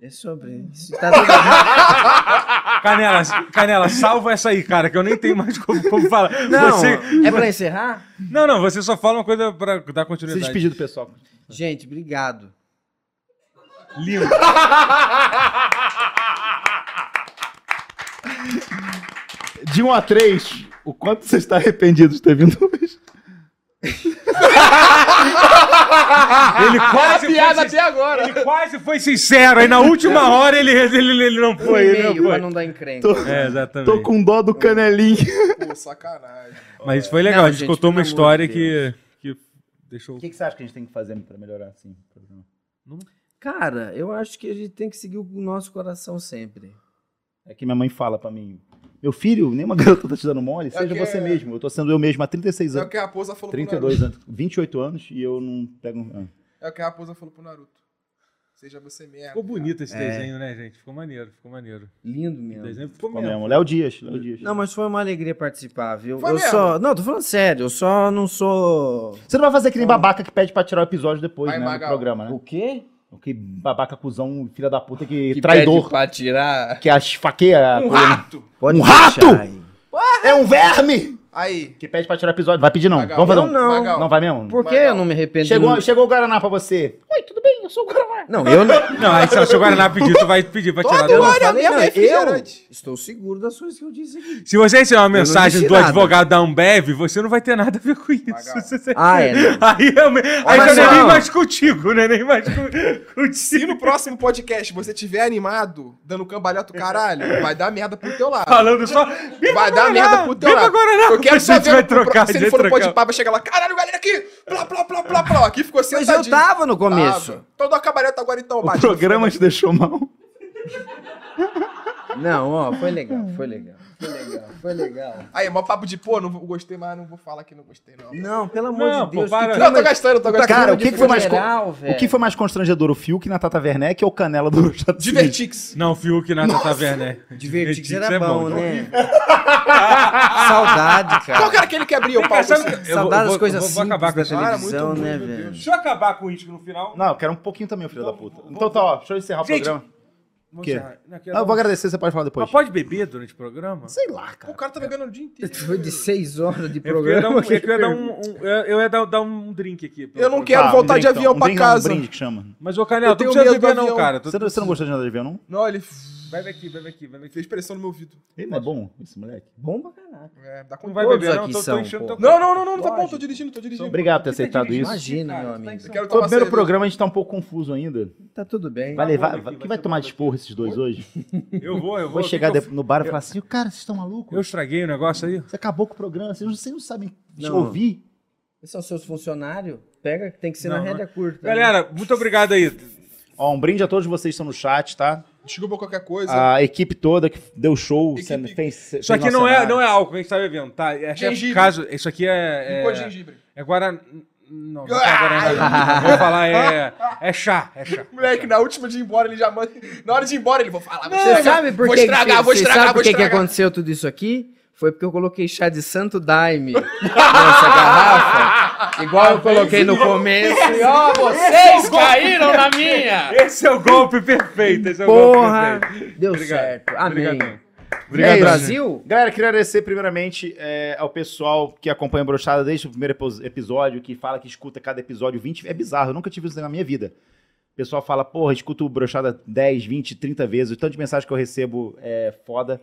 D: É sobre isso. Tá tudo...
B: Canela, Canela, salva essa aí, cara, que eu nem tenho mais como, como falar.
D: Não,
B: Você-
D: é pra encerrar?
B: não, não, você só fala uma coisa pra dar
A: Se
B: continuidade.
A: despedir do pessoal.
D: Gente, obrigado.
B: Lindo.
A: De 1 um a 3, o quanto você está arrependido de ter vindo hoje?
B: Ele quase, foi, sin-
E: até agora.
B: ele quase foi sincero, aí na última hora ele, ele, ele não
D: Foi,
B: foi.
D: um
B: Ele não
D: e-mail pra
B: foi.
D: não dar encrenca.
A: Tô,
B: É, exatamente.
A: tô com dó do canelinho.
E: Pô, sacanagem.
B: Mas foi legal,
D: Não,
B: a gente
D: gente,
B: contou uma
D: pelo amor
B: história
D: de
B: que, é, que deixou.
A: O que, que você acha que a gente tem que fazer pra melhorar assim? o programa?
D: Cara, eu acho que a gente tem que seguir o nosso coração sempre.
G: É que minha mãe fala pra mim. Meu filho, nenhuma [laughs] garota tá te dando mole, seja
E: que-
G: você mesmo. Eu tô sendo eu mesmo há 36
E: É o
G: anos.
E: que a raposa falou pro
G: 32
E: Naruto.
G: anos, 28 anos e eu não pego. ah.
E: É o que a raposa falou pro Naruto. Seja você mesmo.
B: Ficou bonito
E: É.
B: esse desenho, né, gente? Ficou maneiro, ficou maneiro.
D: Lindo
B: O
D: mesmo.
B: desenho ficou
G: Como
B: mesmo.
G: mesmo? Léo Dias, Léo Dias.
D: Não, mas foi uma alegria participar, viu?
E: Foi
D: eu
E: mesmo?
D: só. Não, tô falando sério, eu só não sou.
G: Você não vai fazer que nem babaca que pede pra tirar o episódio depois,
E: Vai,
G: né?
E: Magal.
G: Do programa, né?
D: quê?
G: O que babaca, cuzão, filha da puta, que,
I: Que
G: traidor,
I: pede pra tirar.
G: que as faqueia.
E: Um rato!
D: Pode
G: Um
D: deixar
G: rato?
D: aí.
G: É um verme!
E: Aí.
G: Que pede pra tirar o episódio. Vai pedir não.
E: Magal.
G: Vamos fazer um.
D: não.
E: Magal.
G: Não vai mesmo?
D: Por que
E: Magal.
D: eu não me arrependo?
G: Chegou, chegou o Guaraná pra você. Oi, tudo bem? Eu sou o Guaraná.
D: Não, eu [laughs] não.
B: Não, aí se o seu Guaraná pedir, tu vai pedir pra tirar.
E: Todo
B: do-
E: ano. Olha,
D: falei
E: mesmo
D: nada. eu
E: refrigerante.
D: estou seguro das coisas que eu disse aqui.
B: Se você ensinar uma
D: não
B: mensagem
D: disse
B: do
D: nada.
B: advogado da Ambev, você não vai ter nada a ver com isso.
E: Magal.
B: Você-
D: Ah, é. né?
B: Aí, eu, me- aí
D: mas
B: eu não é nem
D: não.
B: mais contigo, né? Nem mais co-
E: Se
B: contigo.
E: no próximo podcast você tiver animado, dando cambalhota caralho, vai dar merda pro teu lado.
B: Falando só. "Vem pra
E: Vai dar
B: Guaraná,
E: merda pro teu
B: vem pra
E: lado.
B: Guaraná.
E: Eu quero
B: A
E: só
B: gente
E: ver
B: vai
E: no- pro-
B: trocar,
E: Se
B: a
E: ele
B: gente
E: for no
B: vai
E: pode
B: trocar.
E: pá, vai chegar lá, caralho, galera, aqui! Plá, plá, plá, plá, plá. Aqui ficou
D: Mas eu
E: sentadinho.
B: tá
D: tava no começo.
E: Tava. Então dá uma cambalhota agora então,
G: O
E: Batman.
G: programa te deixou mal.
D: Não, ó, foi legal, foi legal. Foi legal, foi legal.
E: Aí, mó papo de pô, não vou- gostei, mas não vou falar que não gostei, não. Não,
D: Não, pelo amor
B: Não,
D: de
B: pô,
D: Deus.
B: para.
E: eu tô gastando, eu tô gastando.
G: Cara, o
D: de
G: que, que foi mais con-
D: funeral,
G: o que
D: velho.
G: foi mais constrangedor, o Fiuk na Tata Werneck ou o Canela do Bruxado?
E: Divertix.
B: Não, Fiuk na Tata Werneck.
D: Divertido
B: Divertix
D: era
B: é
D: bom,
B: né?
D: né? Saudade,
E: Qual
D: cara.
E: que era aquele que abria o palco?
B: sabe-
E: assim?
B: Eu vou-
D: Saudade das
B: vou-
D: coisas
B: vou
D: simples
B: acabar com
D: da
B: essa edição,
D: televisão, né,
E: meu
D: velho?
B: Deixa eu acabar com o Ítico no final.
G: Não, eu quero um pouquinho também, filho da puta.
B: vou-
G: Então tá, ó, deixa eu encerrar
B: Gente,
G: o programa.
B: Vou
G: quê?
B: encerrar. Não, quero- um-
G: Não, eu vou agradecer, você pode falar depois.
B: Mas pode beber durante o programa?
G: Sei lá,
E: O
G: cara.
E: cara tá bebendo o dia inteiro.
D: Foi de seis horas de
B: Eu ia dar um, eu
D: programa. [laughs]
B: ia dar um, um- eu- eu ia dar, dar um drink aqui.
E: Eu não quero
G: Tá,
E: voltar
G: drink,
E: de avião
G: então. Um
E: pra
G: drink não,
E: casa.
G: Um brinde que chama.
B: Mas, ô Canel,
E: Eu
B: tu
E: tenho
B: não precisa
E: medo do
B: beber não,
E: avião.
B: cara. Tu-
G: Você, não- você não gostou de andar de avião, não?
E: Não, ele
B: Bebe aqui, bebe aqui, bebe aqui.
E: fez pressão no meu ouvido.
G: Ele não é bom, esse moleque.
D: Bom pra caralho.
E: É,
B: Não
E: dá conta.
B: vai
D: Todos
B: beber não,
D: aqui
B: tô, tô
D: são,
B: enchendo
D: pô.
B: teu
E: Não, não, não, não, não tá bom, tô dirigindo, tô dirigindo.
G: Obrigado por ter aceitado isso.
D: Imagina, meu
B: Tá em
D: amigo.
B: São
E: Quero
G: Foi o
E: tomar
G: primeiro
E: cerveja.
G: programa, a gente tá um pouco confuso ainda.
D: Tá tudo bem.
G: Vai levar.
B: bom daqui,
G: quem
B: vai
G: vai
B: ser
G: tomar
B: bom
G: de esporro esses dois hoje?
B: Eu vou, eu vou.
G: Vou chegar
B: eu,
G: de- no bar e falar assim: cara, vocês estão malucos?
B: eu estraguei o negócio aí.
G: Você acabou com o programa, vocês não, vocês não sabem
D: Não.
G: ouvir.
D: Esses são seus funcionários. Pega, que tem que ser
B: Não,
D: na
B: não é.
D: rédea curta. né?
B: Galera, muito obrigado aí.
G: Ó, um brinde a todos vocês que estão no chat, tá?
E: Desculpa qualquer
B: é.
E: coisa.
G: A equipe toda que deu show.
E: Equipe-
G: cena- fez,
B: Isso aqui não é, não é álcool, a gente tá bebendo, tá? É, é
E: Gengibre.
B: caso, isso aqui é...
E: Ficou de
B: É,
E: gengibre.
B: é Guaraná... Não, não é Guaraná. Vou falar, é, é chá, é chá.
E: Moleque, na última de ir embora, ele já manda. Na hora de ir embora, ele vou falar. vou
D: Você
B: É,
E: estragar,
D: sabe por
E: Vou
D: que
E: estragar, vou
D: você
E: estragar,
D: sabe por
E: vou
D: que que
E: estragar.
D: aconteceu tudo isso aqui? Foi porque eu coloquei chá de
B: [laughs]
D: santo daime nessa garrafa, igual eu coloquei no começo. E ó, vocês caíram na minha.
B: Esse é o golpe perfeito, esse é o
D: Porra,
B: golpe perfeito.
D: deu
B: Obrigado.
D: certo. Amém.
B: Obrigadão.
D: É
G: Obrigado,
D: isso.
G: Brasil.
D: Brasil?
G: Galera, queria agradecer primeiramente é, ao pessoal que acompanha a Brochada desde o primeiro epo- episódio, que fala que escuta cada episódio 20. É bizarro, eu nunca tive isso na minha vida. O pessoal fala, porra, escuto o Brochada 10, 20, 30 vezes. O tanto de mensagem que eu recebo é foda.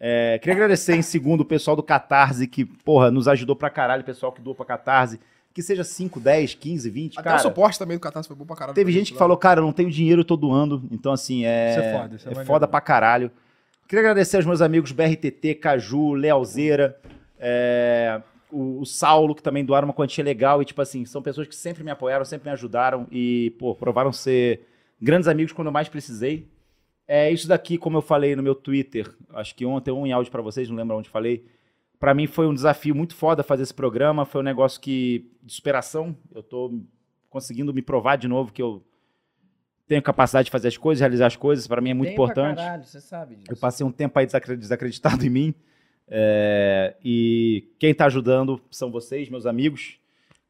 G: É, queria agradecer em segundo o pessoal do Catarse, que, porra, nos ajudou pra caralho, o pessoal que doa pra Catarse. Que seja 5, 10, 15, 20,
E: Até
G: cara.
E: o suporte também do Catarse foi bom pra caralho.
G: Teve gente que falou, cara, eu não tenho dinheiro, eu tô doando. Então, assim, é.
B: Isso é foda, isso é
G: é
B: maneiro.
G: foda pra caralho. Queria agradecer aos meus amigos BRTT, Caju, Lealzeira, é, o, o Saulo, que também doaram uma quantia legal. E, tipo assim, são pessoas que sempre me apoiaram, sempre me ajudaram e, pô, provaram ser grandes amigos quando eu mais precisei. É isso daqui, como eu falei no meu Twitter, acho que ontem, um em áudio pra vocês, não lembro onde falei. Pra mim foi um desafio muito foda fazer esse programa, foi um negócio que de superação. Eu tô conseguindo me provar de novo que eu tenho capacidade de fazer as coisas, realizar as coisas, Pra mim é muito
D: Bem pra
G: importante.
D: caralho, você sabe disso.
G: Eu passei um tempo aí desacre- desacreditado [laughs] em mim. é, e quem tá ajudando são vocês, meus amigos.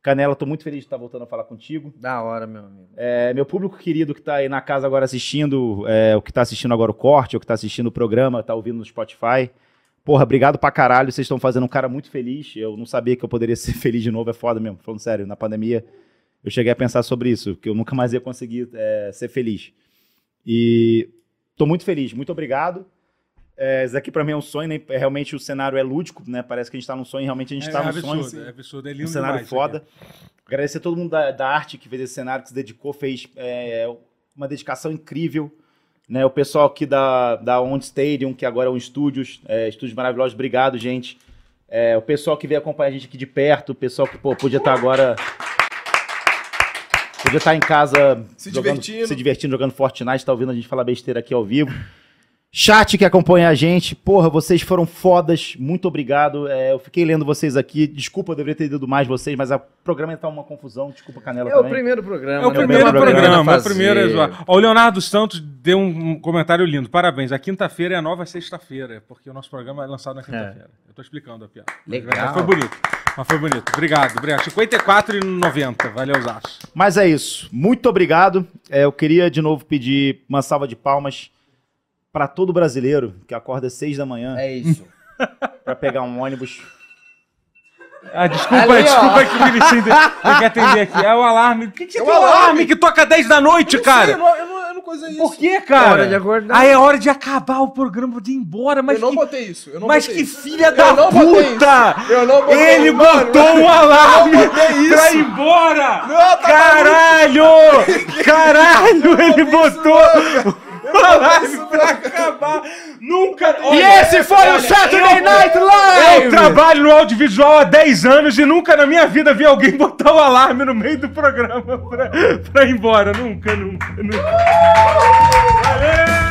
G: Canela, tô muito feliz de estar voltando a falar contigo.
D: Da hora, meu amigo.
G: É, meu público querido que tá aí na casa agora assistindo, é, o que tá assistindo agora o corte, o que tá assistindo o programa, tá ouvindo no Spotify. Porra, obrigado pra caralho. Vocês estão fazendo um cara muito feliz. Eu não sabia que eu poderia [laughs] ser feliz de novo. É foda mesmo. Falando sério, na pandemia eu cheguei a pensar sobre isso, que eu nunca mais ia conseguir é, ser feliz. E tô muito feliz. Muito obrigado. É, isso aqui pra mim é um sonho, né? É, Realmente o cenário é lúdico, né? Parece que a gente tá num sonho, realmente a gente
B: É,
G: tá num
B: absurdo,
G: sonho.
B: é absurdo, é
G: Um
B: lindo
G: cenário
B: demais isso
G: foda.
B: aqui.
G: Agradecer a todo mundo da, da arte que fez esse cenário, que se dedicou, fez é, uma dedicação incrível. Né, o pessoal aqui da, da On Stadium, que agora é um estúdios, é, estúdios maravilhosos, obrigado, gente. É, o pessoal que veio acompanhar a gente aqui de perto, o pessoal que pô, podia estar agora. tá Podia estar em casa
E: Se
G: jogando-
E: divertindo.
G: se divertindo, jogando Fortnite, tá ouvindo a gente falar besteira aqui ao vivo. Chat que acompanha a gente, porra, vocês foram fodas, muito obrigado. É, eu fiquei lendo vocês aqui, desculpa, eu deveria ter lido mais vocês, mas o programa tá uma confusão, desculpa Canela
D: É o
G: também.
D: primeiro programa.
B: É o
G: né?
B: primeiro programa, é o
J: fazer.
B: primeiro a zoar. Ó, O Leonardo Santos deu um um comentário lindo. Parabéns. A quinta-feira é a nova sexta-feira, porque o nosso programa é lançado na quinta-feira. Eu tô explicando a piada.
D: Legal.
B: Mas foi bonito. Mas foi bonito. Obrigado, obrigado. 54,90. Valeu, Zaço.
G: Mas é isso, muito obrigado. É, eu queria de novo pedir uma salva de palmas para todo brasileiro que acorda às seis da manhã
D: É isso.
G: para pegar um ônibus.
B: Ah, desculpa,
D: Ali, ó.
B: desculpa que o Vinicius tem que atender aqui. É o alarme. Por que, que você
E: É o
B: tem um alarme?
E: alarme
B: que toca 10 da noite,
E: Eu
B: cara?
E: não, eu não, eu não coisei isso.
B: Por que,
D: É
B: cara?
D: hora de acordar.
B: Ah, é hora de acabar o programa, de ir embora, mas
E: eu não
B: que,
E: botei isso. Eu não
B: mas
E: botei
B: que
E: isso.
B: filha
E: Eu
B: da
E: não botei isso.
B: puta!
E: Eu não botei
B: Ele
E: isso, mano.
B: botou um alarme
E: Eu não botei isso.
B: pra ir embora!
E: Não, tá
G: [laughs]
B: caralho! Caralho, ele botou um alarme pra acabar! Nunca...
G: E
B: Olha,
G: esse foi o Saturday Night Live!
B: Eu trabalho no audiovisual há 10 anos e nunca na minha vida vi alguém [laughs] botar o alarme no meio do programa pra, pra ir embora. Nunca, nunca, nunca. Valeu!